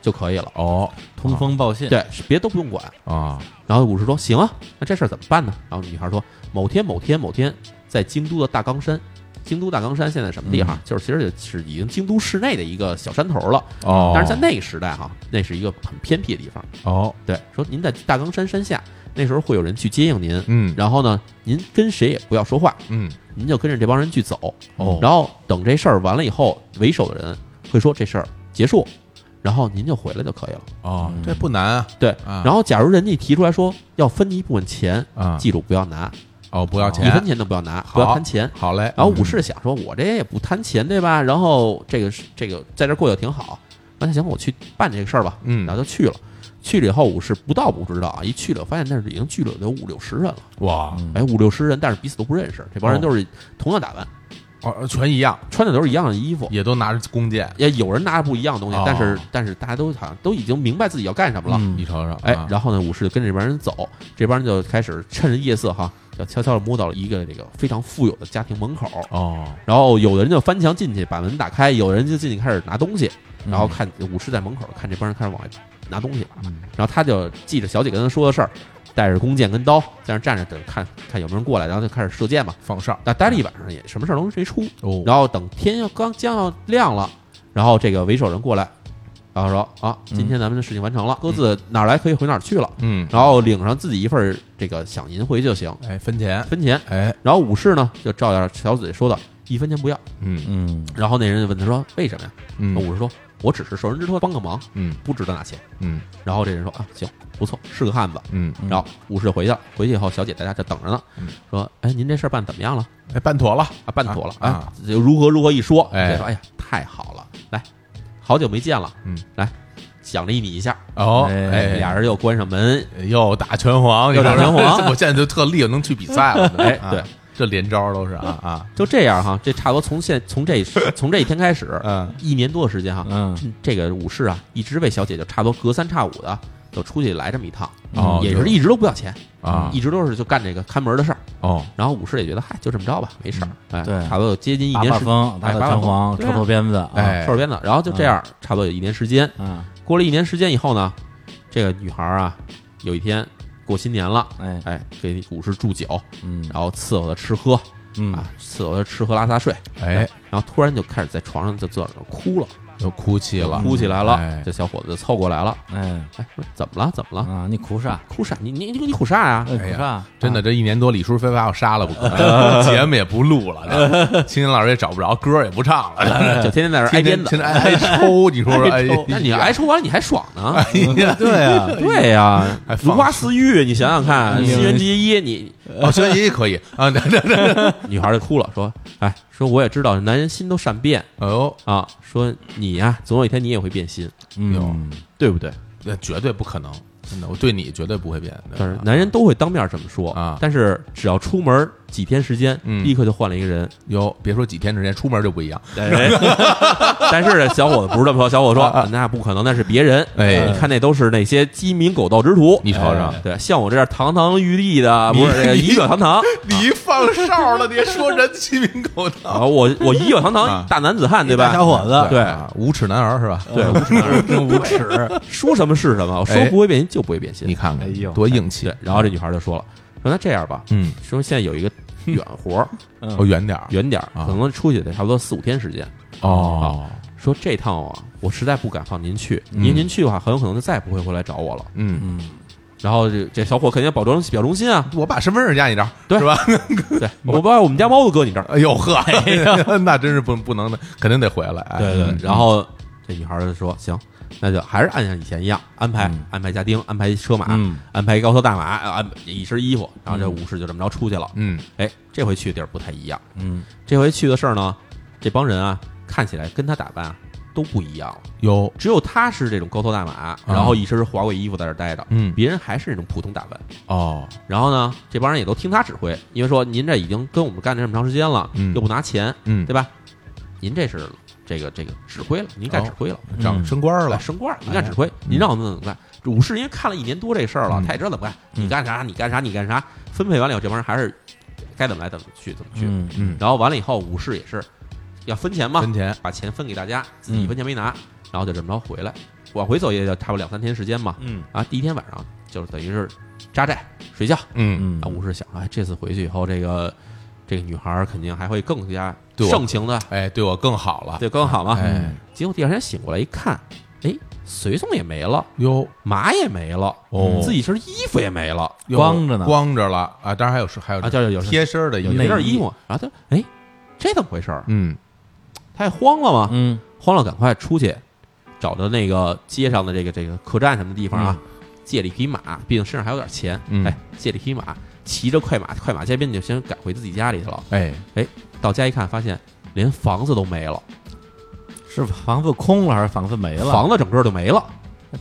B: 就可以了。
C: 哦
A: 通风报信，
B: 对，别都不用管。
C: 啊，
B: 然后武士说：“行啊，那这事儿怎么办呢？”然后女孩说：“某天某天某天，在京都的大冈山，京都大冈山现在什么地
C: 嗯
B: 方？就是其实就是已经京都市内的一个小山头了。
C: 哦，
B: 但是在那个时代哈、那是一个很偏僻的地方。
C: 哦，
B: 对，说您在大冈山山下，那时候会有人去接应您。
C: 嗯
B: 然后呢，您跟谁也不要说话，
C: 嗯，
B: 您就跟着这帮人去走。
C: 哦
B: 然后等这事儿完了以后，为首的人会说这事儿结束，然后您就回来就可以了。
C: 哦，这不难啊，
B: 对，
C: 啊
B: 然后假如人家提出来说要分你一部分钱，
C: 啊，
B: 记住不要拿
C: 哦，不要
B: 一分
C: 钱，
B: 钱都不要拿，
C: 好嗯
B: 不要贪钱。啊
C: 好嘞，
B: 然后武士想说，我这也不贪钱，对吧？然后这个是这个在这儿过得挺好，那行，我去办这个事儿吧。
C: 嗯
B: 然后就去了。去了以后，武士不到不知道啊，一去了发现那儿已经聚了有五六十人了，
C: 哇，
B: 哎，五六十人，但是彼此都不认识，这帮人
C: 哦
B: 都是同样打扮，
C: 哦，全一样，
B: 穿的都是一样的衣服，
C: 也都拿着弓箭，
B: 也有人拿着不一样的东西
C: 哦，
B: 但是但是大家都好像都已经明白自己要干什么了。
A: 嗯
C: 你瞅瞅，
B: 哎
C: 啊，
B: 然后呢，武士就跟着这帮人走，这帮人就开始趁着夜色哈，就悄悄的摸到了一个这个非常富有的家庭门口，
C: 哦，
B: 然后有的人就翻墙进去把门打开，有的人就进去开始拿东西，
C: 嗯
B: 然后看武士在门口看这帮人开始往外拿东西了，然后他就记着小姐跟他说的事儿，带着弓箭跟刀在那儿站着等看看有没有人过来，然后就开始射箭嘛。
C: 放哨，
B: 那待了一晚上也什么事儿都没出，
C: 哦，
B: 然后等天要刚将要亮了，然后这个为首人过来，然后说啊，今天咱们的事情完成了，各自哪儿来可以回哪儿去了。
C: 嗯，
B: 然后领上自己一份儿这个响银回就行，
C: 哎，分钱，
B: 分钱。
C: 哎，
B: 然后武士呢，就照样小嘴说的，一分钱不要。
C: 嗯
A: 嗯，
B: 然后那人就问他说：“为什么呀？”那
C: 嗯
B: 武士说：“我只是受人之托，帮个忙，
C: 嗯
B: 不值得拿钱。
C: 嗯”
B: 然后这人说：“啊，行，不错，是个汉子。
C: 嗯”，
A: 嗯
B: 然后武士就回去了，回去以后，小姐在家就等着呢
C: 嗯，
B: 说：“哎，您这事儿办得怎么样了？
C: 哎，办妥了，
B: 啊，办妥了
C: 啊
B: 啊，就如何如何一说，
C: 哎
B: 这说哎呀，太好了，来，好久没见了，
C: 嗯，
B: 来，想着你一下，
C: 哦，
A: 哎
C: 哎，
B: 俩人又关上门，
C: 又打拳皇，
B: 又打拳皇
C: 你知道吗 我现在就特厉害，能去比赛了，
B: 哎
C: 啊
B: 对，
C: 这连招都是啊啊，
B: 就这样哈，这差不多从现从这从这一天开始，
C: 嗯，
B: 一年多的时间哈，
A: 嗯
B: 这这个武士啊，一直为小姐就差不多隔三差五的就出去来这么一趟，
C: 哦
B: 也
C: 就是
B: 一直都不要钱
C: 啊
B: 嗯一直都是就干这个看门的事儿。
C: 哦，
B: 然后武士也觉得嗨，就这么着吧，没事儿，
C: 嗯
B: 哎，
A: 对
B: 差不多有接近一
A: 打
B: 年
A: 把
B: 时，
A: 风，打
B: 哎
A: 打
B: 把把
A: 拳
B: 风
A: 皇，
B: 对
A: 抽
B: 啊
A: 抽鞭子，啊
C: 哎
B: 事儿编的，然后就这样，差不多有一年时间。
A: 嗯，
B: 过了一年时间以后呢，这个女孩儿啊，有一天过新年了，
C: 嗯
A: 哎，
B: 哎，给武士祝酒，
A: 嗯
B: 然后伺候他吃喝啊
A: 嗯
B: 啊，伺候他吃喝拉撒睡，
C: 哎，
B: 然后突然就开始在床上就坐着哭了，
C: 又哭泣了，
B: 哭起来
C: 嗯
B: 了，
A: 哎
B: 这小伙子就凑过来了，
A: 哎
B: 哎，说怎么了？怎么
C: 嗯
B: 了？
A: 啊，你哭啥？
B: 哭啥？你你你你哭啥呀、
A: 哎
C: 哎
A: 哭
C: 呀
A: 啥？
C: 真的，
A: 啊，
C: 这一年多，李叔非把我杀了不 可，节目也不录了，真的青青老师也找不着，歌也不唱了，
B: 哎就天天在这儿挨鞭
C: 天天天
B: 子。
C: 天挨挨抽，你说说，哎，
B: 那你挨抽嗯完你还爽呢？
A: 对啊，
B: 对呀
C: 还，放哎
B: 如花似玉，你想想看，新垣结衣，你
C: 哦，学习可以啊，这这这，
B: 女孩就哭了，说：“哎，说我也知道男人心都善变
C: 哎呦，
B: 啊，说你呀、总有一天你也会变心，
A: 嗯，
B: 对不对？
C: 那绝对不可能，真的，我对你绝对不会变，真的
B: 但是男人都会当面这么说
C: 啊
B: 但是只要出门几天时间，
C: 嗯
B: 立刻就换了一个人。
C: 哟，别说几天之前，出门就不一样，
B: 哎但是呢小伙子不是这么说，小伙子说那不可能，那是别人。
C: 啊哎
B: 你看那都是那些鸡鸣狗盗之徒，
C: 你瞅瞅
B: 哎对，像我这样堂堂玉立的，不是这个仪表堂 堂。”
C: 你放哨了，你说人鸡鸣狗盗，
B: 啊，我我仪表堂
C: 啊
B: 堂大男子汉，对
A: 大
B: 吧？
A: 小伙子，
B: 对
C: 啊无耻男儿是吧？
B: 对，
A: 真无耻，
B: 说什么是什么，我说
C: 哎
B: 不会变心就不会变心
C: 你。看
A: 哎呦
C: 看，多硬气
B: 对，，然后这女孩就说了，说那这样吧，
C: 嗯，
B: 说现在有一个远 活儿，
A: 嗯
C: 我远点儿，
B: 远点儿，
C: 啊
B: 可能出去得差不多四五天时间。
C: 哦，
B: 说这趟啊，我实在不敢放您去，
A: 嗯
B: 您您去的话，很有可能就再也不会回来找我了。
C: 嗯，
B: 然后这这小伙肯定保证表忠 心啊，
C: 我把身份证加你这儿，
B: 对
C: 是吧？
B: 对，我把我们家猫都搁你这儿，
C: 哎呦呵，那真是不不能的，肯定得回来。哎
B: 对对。
C: 嗯
B: 然后这女孩就说行，那就还是按像以前一样安排
A: 嗯
B: 安排家丁，安排车马，
A: 嗯
B: 安排高头大马，呃安一身衣服，然后这武士就这么着出去了。
C: 嗯，
B: 哎，这回去的地儿不太一样。
A: 嗯，
B: 这回去的事儿呢，这帮人啊，看起来跟他打扮啊都不一样了。
C: 有，啊
B: 只有他是这种高头大马，然后一身华贵衣服在这儿待着，
C: 嗯
B: 别人还是那种普通打扮。
C: 哦，
B: 然后呢，这帮人也都听他指挥，因为说您这已经跟我们干这么长时间了，
C: 嗯
B: 又不拿钱，
C: 嗯，
B: 对吧？您这是这个这个指挥了，
C: 哦
B: 您干指挥了，
C: 长升官儿
B: 哎
C: 了，
B: 升官了，您干指挥，您让我们怎么干？这武士因为看了一年多这事儿了，
C: 嗯
B: 他也知道怎么干，你干啥你干啥你干啥，分配完了以后，这帮人还是该怎么来怎么去怎么去。
A: 嗯
C: 嗯，
B: 然后完了以后，武士也是要分钱嘛，
C: 分钱，嗯
B: 把钱分给大家，自己一分钱没拿，然后就这么着回来，往回走也就差不多两三天时间嘛。
A: 嗯
B: 啊，第一天晚上就是等于是扎寨睡觉。
C: 嗯，
A: 嗯
B: 啊，武士想，哎，这次回去以后，这个这个女孩儿肯定还会更加
C: 对我
B: 盛情的，
C: 哎，对我更好了，
B: 对，更啊嗯好嘛。
C: 哎
B: 结果第二天醒过来一看，哎，随从也没了，
C: 哟，
B: 马也没了，
C: 哦
B: 自己身衣服也没了，
C: 哟
A: 光着呢
C: 光着了啊！当然还有是还有
B: 啊，叫有有
C: 贴身儿的衣
B: 有
C: 服，
B: 那件
A: 内衣
B: 衣服，然后他，哎，这怎么回事儿？
C: 嗯，
B: 他也慌了嘛，
A: 嗯
B: 慌了，赶快出去找到那个街上的这个这个客栈什么地方啊，借了一匹马，毕竟身上还有点钱，
C: 嗯
B: 哎，借了一匹马，骑着快马，快马加鞭就先赶回自己家里去了。
C: 哎，
B: 到家一看，发现连房子都没了，
A: 是房子空了还是房子没了？
B: 房子整个就没了。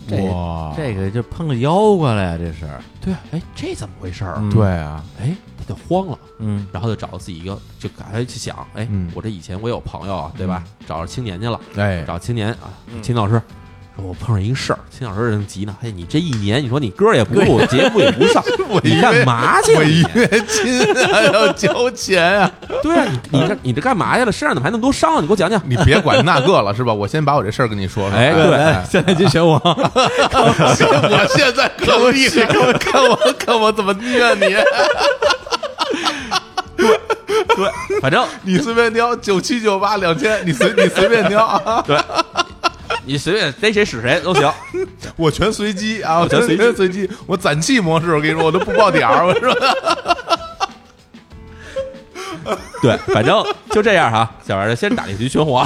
A: 这
C: 哇，
A: 这个就碰着妖怪了呀，这是。
B: 对啊，哎，这怎么回事儿？
A: 嗯
C: 对啊，
B: 哎，他就慌了，
A: 嗯
B: 然后就找到自己一个，就赶快去想，哎
C: 嗯，
B: 我这以前我有朋友啊，对吧？找着青年去了，
C: 哎，
B: 找青年啊，秦老师。说我碰上一个事儿，秦老师正急呢。哎，你这一年，你说你歌也不录，节目也不 上，你干嘛去了？
C: 违
B: 你
C: 约金啊，要交钱啊！
B: 对啊，你你这你这干嘛去了？身上怎么还那么多伤啊？你给我讲讲。
C: 你别管那个了，是吧？我先把我这事儿跟你说说。
B: 哎对
A: 哎，现在就选我，
C: 我现在可 厉害，看我看我怎么虐你！
B: 对， 反正
C: 你随便挑，九七九八两千，你随你随便挑啊，
B: 你随便逮谁使谁都行。
C: 我全随机啊，我
B: 全随机
C: 全随机，我攒气模式，我跟你说，我都不报点儿，我 说
B: 对，反正就这样哈、小孩儿先打了一局拳 皇，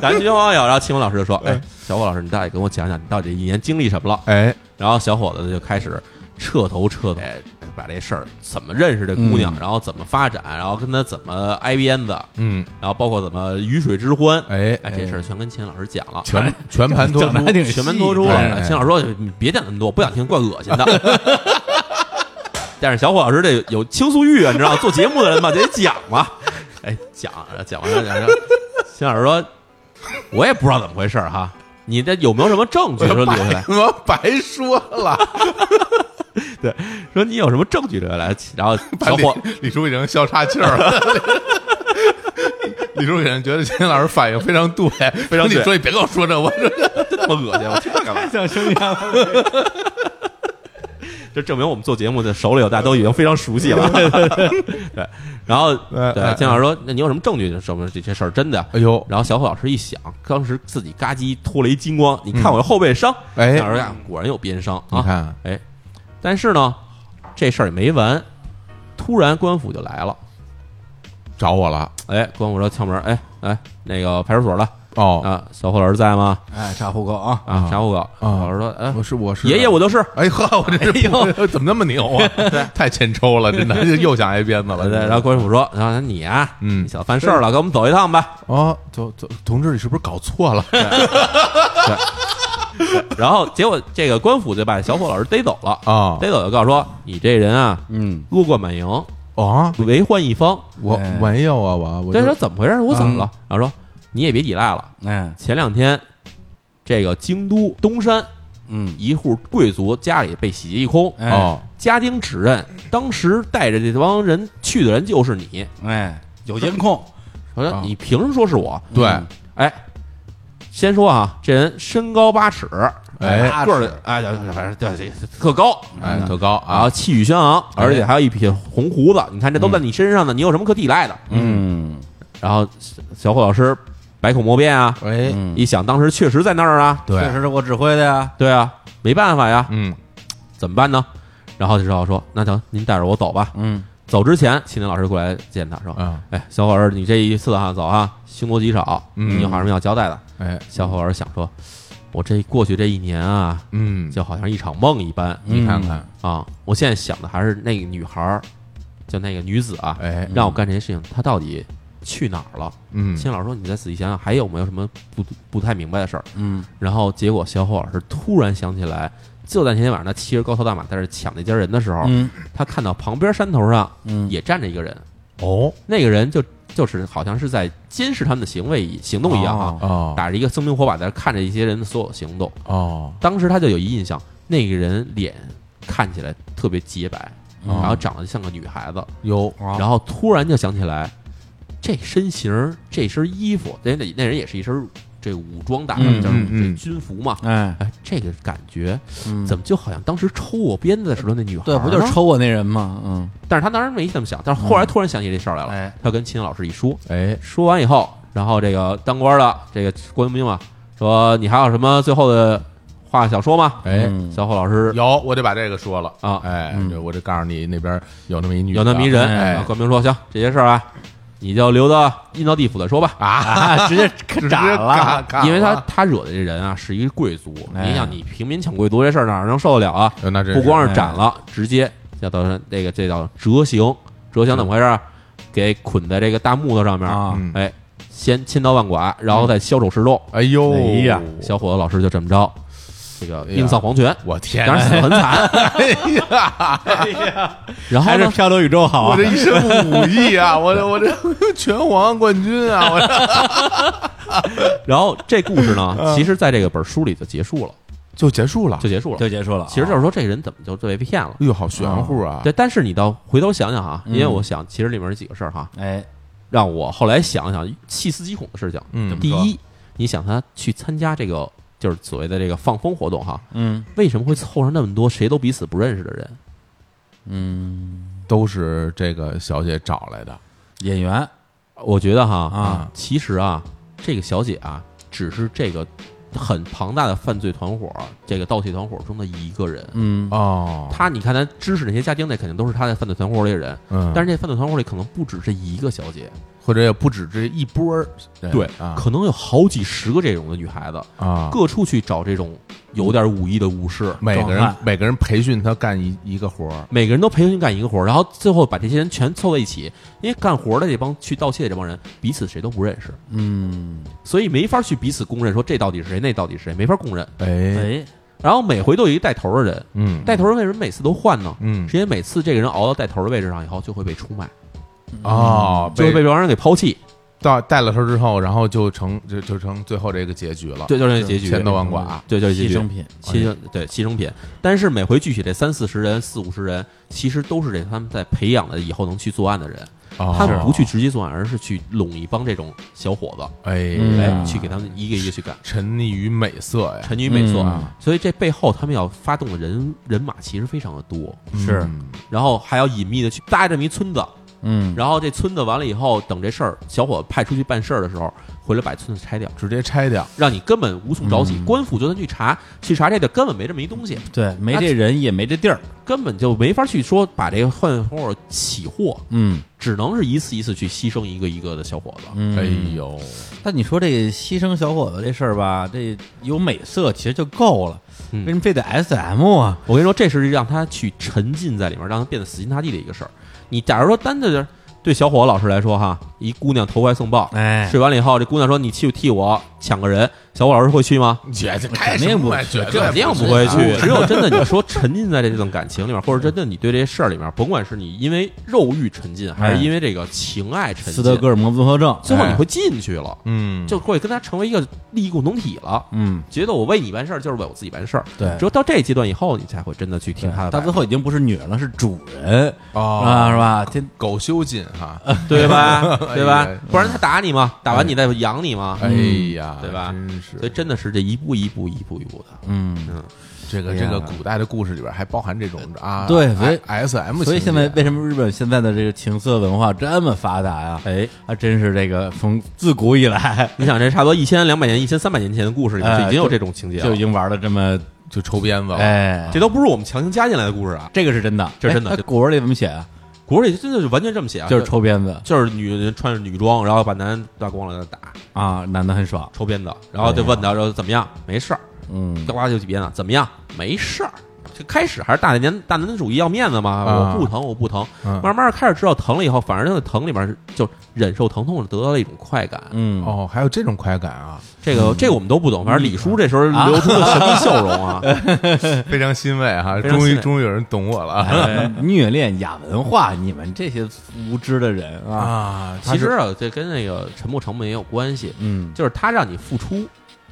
B: 打一局拳皇以后，然后秦文老师就说：“哎，小伙老师，你到底跟我讲讲，你到底一年经历什么了
C: 哎，？”
B: 然后小伙子就开始彻头彻尾
C: 哎
B: 把这事儿怎么认识这姑娘，然后怎么发展，然后跟她怎么挨鞭子，
C: 嗯，
B: 然后包括怎么鱼水之欢，
C: 哎
B: 哎，这事儿全跟秦老师 讲了。
C: 全全盘托
A: 讲的
C: 出
A: 还，挺
B: 全盘托出
A: 细
C: 哎
B: 啊了。秦老师说：“你别讲那么多，不想听，怪恶心的。” 但是小伙老师这有倾诉欲啊，你知道，做节目的人嘛，得讲嘛。哎，讲讲完了，讲完了。秦老师说：“我也不知道怎么回事儿哈，你这有没有什么证据说留下来？
C: 怎么 白说了？
B: 说你有什么证据留下来？”然后
C: 把
B: 小
C: 李
B: 伙
C: 李叔已经消岔气儿 了。李叔已经觉得秦老师反应非常对，非
B: 常对
C: 你说你别跟我说这，我说
B: 真他妈恶心，我听他干嘛？
A: 想生涯了。
B: 这证明我们做节目的手里有大家都已经非常熟悉 了。对，然后
C: 哎
B: 对
C: 哎
B: 金老师说：“那你有什么证据？什么这些事儿真的呀？”啊
C: 哎呦，
B: 然后小伙老师一想，当时自己嘎叽脱了一精光，你看我这后背伤，
C: 嗯哎
B: 小伙说呀，果然有鞭伤
C: 你
B: 啊。
C: 看，
B: 哎，但是呢，这事儿也没完，突然官府就来了。
C: 找我了
B: 哎，官府说敲门，哎哎，那个派出所的
C: 哦
B: 啊，小伙老师在吗？
A: 哎，查户口啊，
B: 啊，查户口。
C: 啊
B: 老师说，哎，
C: 我是我是
B: 爷爷，我就是。
C: 哎呵， 我这这怎么那么牛 啊？太欠抽了，真 的又想挨鞭子了。
B: 对，然后官府说，然后你啊，
C: 嗯
B: 你小子犯事儿了，跟我们走一趟吧。
C: 哦，走走，同志，你是不是搞错 了？
B: 然后结果这个官府就把小伙老师逮走了，
C: 啊
B: 逮走就告诉说，你这人啊，
A: 嗯，
B: 恶贯满盈，
C: 啊，
B: 为患一方。
C: 我
A: 哎
C: 没有啊，我我
B: 对，
C: 就
B: 说怎么回事？我怎么了？
A: 嗯
B: 然后说你也别抵赖了。
A: 哎，
B: 前两天，这个京都东山
A: 嗯，
B: 一户贵族家里被洗劫一空，
A: 哎
C: 哦，
B: 家丁指认当时带着这帮人去的人就是你。
A: 哎，有监控，
B: 我说
A: 哦
C: 啊
B: 你凭什么说是我？
C: 对，
A: 嗯
B: 哎，先说啊，这人身高八尺，
C: 哎
B: 个儿哎，反正对对特高，
C: 哎，特高
B: 然后
C: 啊，
B: 气宇轩昂，而且还有一匹红胡子。你看这都在你身上呢，你有什么可抵赖的？
A: 嗯
B: 然后小小伙老师百口莫辩啊，
C: 哎，
A: 嗯，
B: 一想当时确实在那儿啊，
C: 对，
A: 确实是我指挥的呀，
B: 对啊，没办法呀，
C: 嗯，
B: 怎么办呢？然后就只好说，那成，您带着我走吧。
A: 嗯
B: 走之前，秦岭老师过来见他说
C: 啊，：“
B: 哎，小伙儿，你这一次啊，走啊，凶多吉少，
C: 嗯
B: 你有什么要交代的
C: 哎，？”
B: 小伙儿想说：“我这过去这一年啊，
C: 嗯，
B: 就好像一场梦一般
A: 嗯
C: 你看看，
B: 啊！我现在想的还是那个女孩儿，就那个女子啊，
C: 哎，
B: 让我干这些事情，她到底去哪儿了？”
C: 嗯，
B: 秦老师说：“你再仔细想想，还有没有什么不不太明白的事儿？”
A: 嗯，
B: 然后结果小伙老师突然想起来，就在那天晚上，他骑着高头大马在这抢那家人的时候，
A: 嗯
B: 他看到旁边山头上
A: 嗯，
B: 也站着一个人，
C: 哦，
B: 那个人就就是好像是在监视他们的行为行动一样啊，
C: 哦，
B: 打着一个生明火把在那看着一些人的所有行动。
C: 哦，
B: 当时他就有一印象，那个人脸看起来特别洁白，
A: 哦
B: 然后长得像个女孩子，
C: 有，
A: 哦
B: 然后突然就想起来，这身形、这身衣服，那那那人也是一身这武装打扮，
A: 嗯
B: 就是这
C: 嗯嗯
B: 军服嘛。
A: 哎，
B: 哎，这个感觉
A: 嗯
B: 怎么就好像当时抽我鞭子的时候那女孩
A: 对，不
B: 就
A: 就是？抽我那人吗？嗯，
B: 但是他当时没这么想，但是后来突然想起这事儿来了，
A: 哎
B: 他跟秦老师一说，
C: 哎，
B: 说完以后，然后这个当官的这个官兵啊，说你还有什么最后的话想说吗？
C: 哎，
A: 嗯
B: 小伙老师
C: 有，我得把这个说了
B: 啊
C: 哎，
A: 嗯
C: 这我这告诉你，那边有那么一女的，
B: 有那么一人，
C: 哎
B: 啊官兵说行，这些事儿啊，你就留到阴道地府再说吧。
C: 啊，
A: 啊，直 接
C: 直接
A: 斩了，
C: 嘎，嘎
B: 因为他
C: 了
B: 他惹的这人啊是一个贵族，
A: 哎
B: 你想你平民抢贵族这事儿哪能受得了啊？
C: 呃那这
B: 不光
A: 哎
B: 是斩了，直接叫到那个这叫折刑，折刑怎么回事啊？给捆在这个大木头上面，
A: 啊
C: 嗯
B: 哎，先千刀万剐，然后再削手示众。
C: 哎呦，
A: 哎呀
B: 小伙子老师就这么着，这个
C: 哎呀哎
B: 命丧黄泉，
C: 我天
B: 当然死
C: 哪，
B: 得很惨。
C: 哎 呀，
B: 然后
A: 还是
B: 呢，
A: 漂流宇宙好
B: 哦
C: 我
A: 啊
C: 这！一身武艺啊，我这我这 拳皇冠军啊，我这
B: 然后这故事呢，其实在这个本书里就结束了，
C: 就结束了
B: 就。结束 了。
A: 就结束了啊，
B: 其实就是说，这人怎么就被骗了？
C: 哎呦，好玄乎啊！
B: 对，但是你到回头想想啊，因为
A: 嗯
B: 我想，其实里面有几个事儿哈，
A: 哎，
B: 让我后来想想细思极恐的事情。
C: 嗯
B: 第一，你想他去参加这个就是所谓的这个放风活动哈，
A: 嗯
B: 为什么会凑上那么多谁都彼此不认识的人？
A: 嗯，
C: 都是这个小姐找来的。
A: 演员
B: 我觉得哈
A: 啊
B: 其实啊，这个小姐啊，只是这个很庞大的犯罪团伙，这个盗窃团伙中的一个人。
A: 嗯
C: 哦，
B: 她，你看她支持那些家丁，那肯定都是她在犯罪团伙里的人。
C: 嗯，
B: 但是这犯罪团伙里可能不止这一个小姐，
C: 或者也不止这一波儿
B: 哎
C: 人，啊
B: 可能有好几十个这种的女孩子，
C: 啊，
B: 各处去找这种有点武艺的武士，
C: 每个
A: 壮
C: 人
A: 汉
C: 每个人培训他干一一个活儿，
B: 每个人都培训干一个活儿，然后最后把这些人全凑在一起，因为干活的这帮去盗窃的这帮人彼此谁都不认识，
A: 嗯，
B: 所以没法去彼此公认说这到底是谁，那到底是谁，没法公认。
C: 哎，
A: 哎，
B: 然后每回都有一个带头的人，
C: 嗯
B: 带头人为什么每次都换呢？
C: 嗯
B: 是因为每次这个人熬到带头的位置上以后，就会被出卖，
C: 哦，
B: 就会被这帮人给抛弃，
C: 到带了头之后，然后就成就就成最后这个结局了，
B: 对，就是这结局，
C: 千刀万剐，
B: 对，就是结
A: 牺
B: 局
A: 牲，品，
B: 牺牲对牺牲品。但是每回聚起这三四十人、四五十人，其实都是这他们在培养的以后能去作案的人，
C: 哦
B: 他
D: 啊
B: 不去直接作案，而是去拢一帮这种小伙子，
C: 哎，
D: 嗯
B: 来
D: 啊
B: 去给他们一个一个去干，
C: 沉溺于美色呀，
B: 沉溺于美色
D: 嗯啊。
B: 所以这背后他们要发动的人人马其实非常的多，
D: 是
C: 嗯
B: 然后还要隐秘的去搭这么一村子，
D: 嗯，
B: 然后这村子完了以后，等这事儿小伙派出去办事儿的时候，回来把村子拆掉，
C: 直接拆掉，
B: 让你根本无从找
D: 嗯
B: 起。官府就算去查，去查这个根本没这么一东西，
D: 对，没这人也没这地儿，
B: 根本就没法去说把这个换货起货，
D: 嗯
B: 只能是一次一次去牺牲一个一个的小伙子。
D: 嗯，
C: 哎。呦，
D: 但你说这牺牲小伙子这事儿吧，这有美色其实就够了，
B: 嗯
D: 为什么非得 S M 啊？
B: 我跟你说，这是让他去沉浸在里面，让他变得死心塌地的一个事儿。你假如说单的对小伙老师来说哈，一姑娘投怀送抱，
D: 哎，
B: 睡完了以后，这姑娘说你去替我抢个人，小伙老师会去吗？
C: 姐这开
D: 肯
C: 什
D: 定不
C: 么玩
D: 去
C: 绝对
B: 肯定
C: 不
B: 不会
C: 去
B: 去。只有真的你说沉浸在这段感情里面，或者真的你对这些事儿里面，甭管是你因为肉欲沉浸，还是因为这个情爱沉
D: 斯德哥
B: 浸，
D: 尔摩综合症，哎
B: 最后你会进去了，
C: 嗯，
B: 就会跟他成为一个利益共同体了。
D: 嗯，
B: 觉得我为你办事儿就是为我自己办事儿，
D: 对
B: 只有到这阶段以后，你才会真的去听
D: 对
B: 他的
D: 到
B: 摆
D: 最
B: 布，
D: 后已经不是女人了，是主人啊，
A: 哦
C: 啊
D: 是？吧？这
C: 狗修禁哈，
B: 对吧？对吧
C: 哎呀？
B: 不然他打你嘛，打完你再养你嘛，
C: 哎呀，
B: 对吧
C: 真是
B: 所以真的是这一步一步一步一步的，
D: 嗯，
B: 嗯，
C: 这个
D: 哎
C: 这
D: 呀
C: 个古代的故事里边还包含这种啊，
D: 对所以
C: S
A: 啊
C: M，
D: 所以现在为什么日本现在的这个情色文化这么发达呀？
B: 哎。
D: 还真是这个从自古以来
B: 你想，这差不多一千两百年、一千三百年前的故事里面，
D: 哎
B: 就已经有
D: 就
B: 这种情节了，
D: 就已经玩的这么，
C: 就抽鞭子了，
D: 哎，
B: 这都不是我们强行加进来的故事啊，
D: 这个是真的，
B: 这是真的
D: 哎
B: 这
D: 那古文里怎么写啊？
B: 古人里真的是完全这么写啊，
D: 就是抽鞭子
B: 就是女人穿着女装，然后把男人打光了给他打
D: 啊，男的很爽，
B: 抽鞭子，然
D: 哎
B: 后就问他说怎么样？没事儿，
D: 嗯
B: 呱呱就几鞭子，怎么样？没事儿。就开始还是大男人大男子主义要面子嘛，
C: 啊
B: 我不疼我不疼，
C: 嗯
B: 慢慢开始知道疼了以后，反而他的疼里面就忍受疼痛得到了一种快感。
D: 嗯，
C: 哦，还有这种快感啊，
B: 这个这个我们都不懂，反正李叔这时候流出了神秘笑容啊，
C: 非常欣慰哈，
B: 非常
C: 终
B: 欣
C: 于
B: 慰
C: 终于有人懂我了啊
D: 哎虐恋亚文化，你们这些无知的人啊，
C: 啊
B: 其实啊，这跟那个沉没成本也有关系，
D: 嗯
B: 就是他让你付出，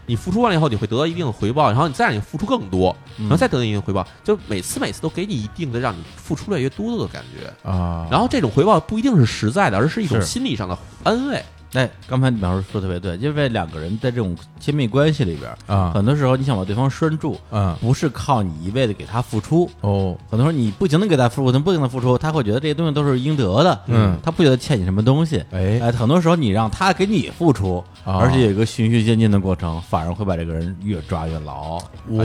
B: 你付出完了以后，你会得到一定的回报，然后你再让你付出更多，然后再得到一定的回报，就每次每次都给你一定的让你付出越来越多的感觉。
C: 啊，
B: 然后这种回报不一定是实在的，而是一种
D: 是
B: 心理上的安慰。
D: 哎，刚才你描述说得特别对，因为两个人在这种亲密关系里边儿，
C: 啊
D: 很多时候你想把对方拴住，
C: 嗯
D: 不是靠你一味的给他付出，
C: 哦，
D: 很多时候你不停的给他付出，他不停的付出，他会觉得这些东西都是应得的，
C: 嗯
D: 他不觉得欠你什么东西。
C: 哎
D: 哎，很多时候你让他给你付出，
C: 啊
D: 而且有一个循序渐进的过程，反而会把这个人越抓越牢。
C: 哇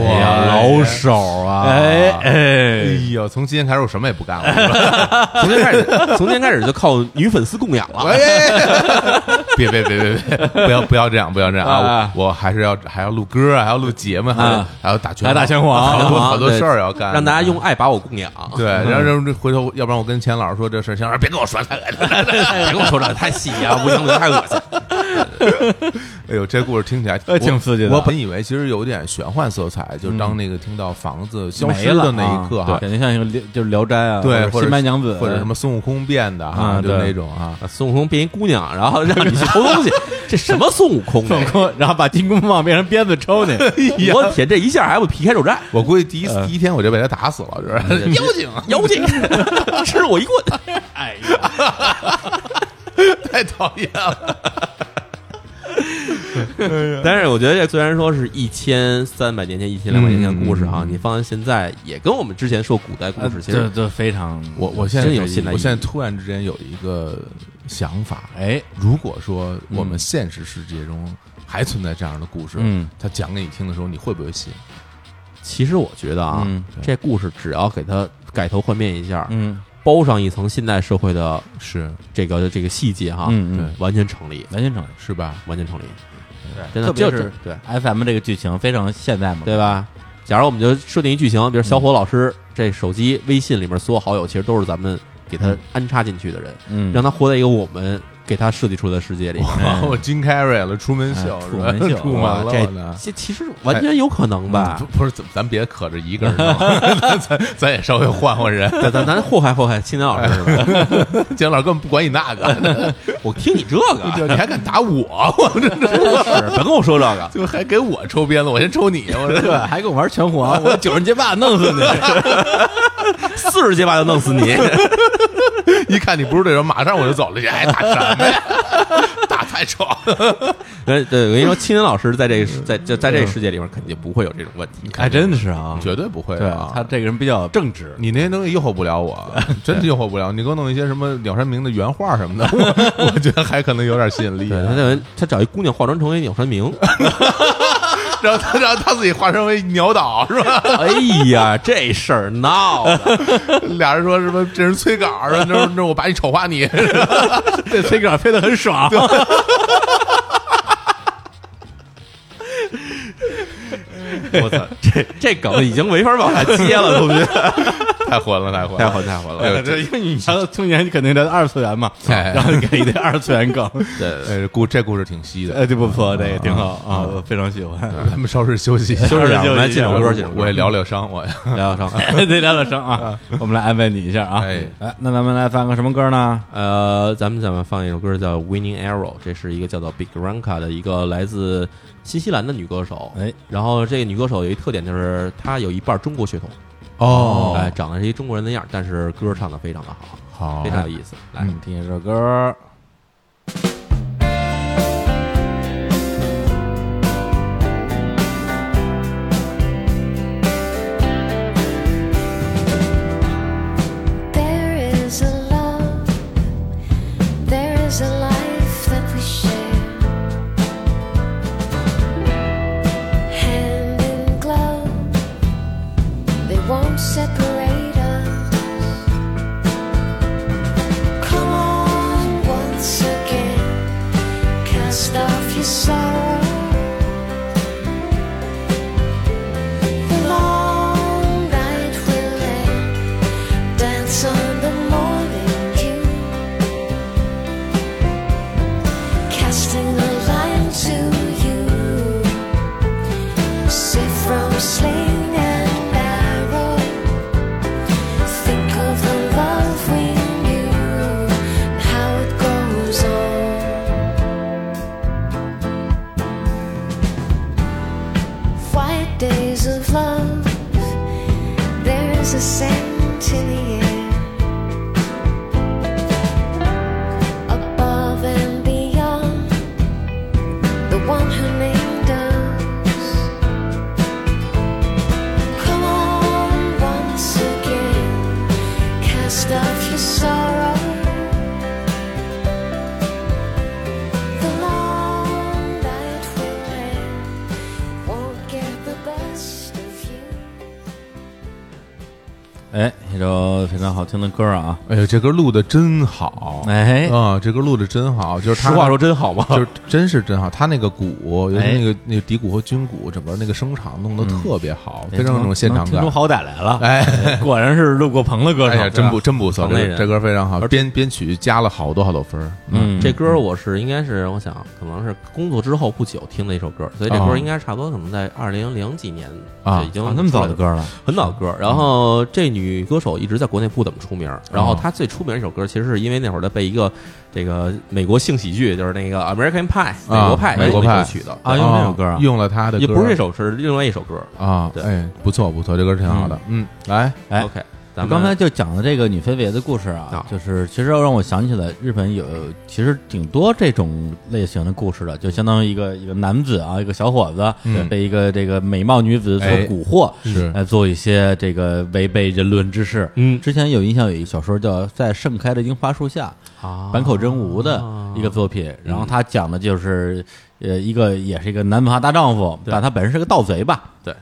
D: 哎呀老手啊！哎
C: 哎
D: 哎，
C: 呦，从今天开始我什么也不干了，
B: 从今天开始，从今天开始就靠女粉丝供养了。
C: 哎，别别别别别，不要不要这样，不要这样啊
D: 啊！
C: 我我还是要还要录歌啊，还要录节目，还要
D: 啊
C: 还要打拳，
D: 还打拳皇
C: 好多
B: 啊
C: 好多
B: 对
C: 事儿要干，
B: 让大家用爱把我供 养，
C: 对，然后然后这回头，要不然我跟钱老师说这事儿，钱老师别跟我说了。
B: 别哎跟我说这太细啊，不行不行，太恶心。
C: 哎呦，这故事听起来
D: 呃挺刺激的
C: 我。我本以为其实有点玄幻色彩，就是当那个听到房子消失的那一刻
D: 啊对
C: 哈，
D: 感觉像一个聊就是《聊斋》啊，
C: 对，
D: 或者
C: 或者
D: 新白娘子，
C: 或者什么孙悟空变的哈，
D: 啊
C: 就
D: 对
C: 那种哈。
B: 啊孙悟空变一姑娘，然后让你去偷东西， 这什么孙悟空啊？
D: 孙悟空， 然后把金箍棒变成鞭子抽 你。
B: 我天，这一下还不皮开肉绽？
C: 我估计第一次第一天我就被他打死了，就是
B: 妖精， 妖精，吃我一棍！
D: 哎呀，
C: 太讨厌了。
B: 但是我觉得这虽然说是一千三百年前、一千两百年前的故事啊哈，你放在现在也跟我们之前说古代故事其
D: 这
B: 实
D: 这非常
C: 我我现在
B: 真有信赖意义
C: 我现在突然之间有一个想法，
D: 哎，
C: 如果说我们现实世界中还存在这样的故事，
D: 嗯，
C: 他讲给你听的时候，你会不会信？
B: 其实我觉得啊
D: 嗯，
B: 这故事只要给它改头换面一下，
D: 嗯
B: 包上一层现代社会的
C: 是
B: 这个这个细节哈，
D: 嗯
C: 对
D: 嗯，
B: 完全成立，
D: 完全成立。
C: 是吧？
B: 完全成立，
D: 对
B: 真的
D: 特别
B: 就是对
D: FM 这个剧情非常现代嘛，
B: 对吧？假如我们就设定一剧情，比如小伙老师这手机微信里面所有好友，其实都是咱们给他安插进去的人，
D: 嗯，
B: 让他活在一个我们给他设计出的世界里。
C: 哇，
B: 哎
C: 我金凯瑞了，出门秀
D: 哎
C: 是吧？
D: 出门秀
C: 出 门了
B: 这哎啊
C: 我呢。
B: 这其实完全有可能吧
C: 不？不是，咱咱别可着一个人弄， 咱咱咱也稍微换换人。
B: 咱咱咱祸害祸害青年老师是吧？
C: 姜老师根本不管你那个，
B: 我听你这个，
C: 对 你还敢打我？我这
B: 是别跟我说这 个。
C: 就还给我抽鞭子，我先抽你，我这
D: 对，还跟我玩拳皇，我 九人街霸弄死你，
B: 四十街霸就弄死你，
C: 一看你不是对手，马上我就走了。你还打什么呀？ 打太丑。
B: 对对，我跟你 说，青年老师在这个在在在这个世界里面肯定不会有这种问题。
D: 还真的是 啊，
C: 绝对不会
D: 对
C: 啊！
D: 他这个人比较正 直，
C: 你那些东西诱惑不了我，真的诱惑不了。你给我弄一些什么鸟山明的原画什么的，我我觉得还可能有点吸引力。啊
B: 对他在他找一姑娘化妆成为鸟山明，
C: 然后他然后他自己化身为鸟岛是吧？
B: 哎呀，这事儿闹的，
C: 俩人说什么这人催稿儿，然后那那我把你丑化你，
D: 这催稿飞得很 爽，
B: 我操，这这梗已经没法往下接了，都觉得
C: 太混了，太混了，
B: 太混太混了。
C: 哎
D: 对，因为你想中年肯定得二次元嘛，
C: 哎
D: 然后给一堆二次元 梗，
B: 对对对，
C: 哎，故这故事挺稀的。
D: 哎，这不错，
C: 嗯
D: 这个挺好啊，我非常喜欢。
C: 咱们稍事休息一下，
B: 休息一下，我们来进
D: 我
B: 首歌，进首
C: 我
B: 歌
C: 也，疗疗伤，我
B: 聊 聊上。
D: 得聊聊声啊，我们来安慰你一下啊。
C: 嗯哎
D: 来，那咱们来放个什么歌呢？
B: 呃，咱们咱们放一首歌叫《Winning Arrow》，这是一个叫做 Big Ranka 的一个来自新西兰的女歌手。
D: 哎，
B: 然后这个女歌手有一特点，就是她有一半中国血统，
C: 哦
B: 哎，长得是一中国人的样儿，但是歌唱的非常的好，
C: 好
B: 非常有意思。来，
D: 嗯，听一首歌。
E: There is a love, there is a life that we share. Hand in glove, they won't separate us. Come on once again, cast off your sorrow. The long night will end dance on the morning dew, casting a line to you, sit from sling and arrow. Think of the love we knew and how it goes on. White days of love. There is a scent in the air above and beyond the one who named us. Come on once again, cast off your sorrow. The long night will end, won't get the best of you.
D: 哎，一首非常好听的歌啊。
C: 哎呦，这歌录的真好，
D: 哎，
C: 啊，这歌录的真好，就是
B: 实
C: 他
B: 话说真好吗？
C: 就是真是真好，他那个鼓，尤其
D: 哎嗯
C: 那个那个底鼓和军鼓，整个那个声场弄得特别好，非常有那种
D: 哎能
C: 现场
D: 能听
C: 感
D: 出。好歹来了。
C: 哎，
D: 果然是路过棚的歌
C: 哎呀，
D: 手，
C: 真不真不错，
B: 行内
C: 这
B: 人
C: 这歌非常好，编编曲加了好多好多分儿。
D: 嗯，
B: 这歌我是应该是我想可能是工作之后不久听的一首歌，所以这
C: 哦
B: 歌应该差不多可能在二零零几年
C: 啊
B: 就已经
D: 啊那么早的歌
C: 嗯
D: 了。
B: 很早的歌。然后这女歌手一直在国内不怎么出名儿，然后她最出名一首歌，其实是因为那会儿她被一个这个美国性喜剧，就是那个 American Pie 啊美国派
C: 美国
B: 那首
C: 派
B: 曲的
D: 啊用这首歌啊
C: 嗯哦用了他的歌，
B: 也不是这首，是另外一首歌。
C: 啊，
B: 对
C: 哎，不错不错，这歌挺好的。嗯，来，
D: 哎
B: OK，咱们
D: 刚才就讲的这个女飞碟的故事啊
B: 啊，
D: 就是其实要让我想起来，日本有其实挺多这种类型的故事的，就相当于一个一个男子啊，一个小伙子、
C: 嗯
D: 被一个这个美貌女子所
C: 哎
D: 蛊惑，
C: 是
D: 来做一些这个违背人伦之事。
B: 嗯
D: 之前有印象有一个小说叫《在盛开的樱花树下》，
B: 啊
D: 坂口真吾的一个作品，然后他讲的就是呃一个也是一个男文化大丈夫，但他本身是个盗贼吧。
B: 对。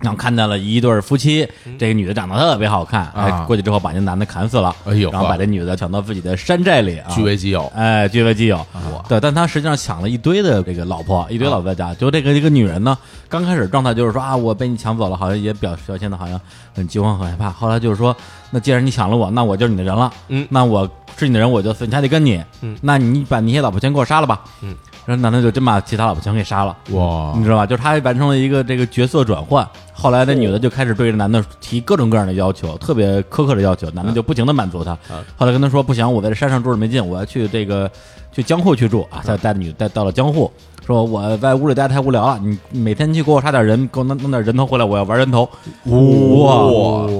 D: 然后看到了一对儿夫妻，这个女的长得特别好看，哎，过去之后把那男的砍死了，
C: 啊哎呦
D: 然后把这女的抢到自己的山寨里啊，
C: 据为己有。
D: 哎，据为己有。对，但他实际上抢了一堆的这个老婆，一堆老婆在
B: 啊
D: 家。就这个这个女人呢，刚开始状态就是说啊，我被你抢走了，好像也表表现的好像很惊慌、很害怕。后来就是说，那既然你抢了我，那我就是你的人了。
B: 嗯
D: 那我是你的人，我就死，你还得跟你。
B: 嗯
D: 那你把你那些老婆全给我杀了吧。
B: 嗯，
D: 然后男的就真把其他老婆全给杀了。
C: 哇
D: 你知道吧？就是他完成了一个这个角色转换。后来那女的就开始对这男的提各种各样的要求，特别苛刻的要求，男的就不停的满足她。后来跟他说不行，我在这山上住着没劲，我要去这个去江户去住啊。他带着女带到了江户，说我在屋里待太无聊了，你每天去给我杀点人，给我弄弄点人头回来，我要玩人头。哇！
C: 哦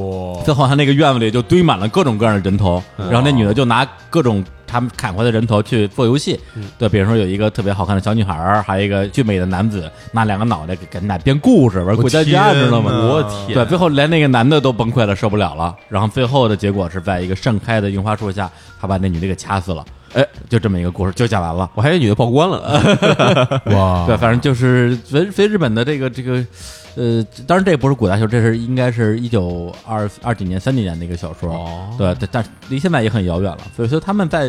D: 最后他那个院子里就堆满了各种各样的人头，
C: 嗯
D: 然后那女的就拿各种他们砍回来的人头去做游戏，
C: 嗯
D: 对，比如说有一个特别好看的小女孩儿，还有一个俊美的男子，拿两个脑袋给给俩编故事玩过家家，
C: 天
D: 知道吗？
C: 哪我
B: 天
D: 对，最后连那个男的都崩溃了，受不了了，然后最后的结果是在一个盛开的樱花树下，他把那女的给掐死了。哎，就这么一个故事就讲完了。
B: 我还以为女的报官了呢，啊
C: 哇
D: 嗯对，反正就是随随日本的这个这个，呃，当然这不是古代小说，这是应该是一九二二几年、三几年的一个小说。
B: 哦
D: 对，但但是离现在也很遥远了。所以说他们在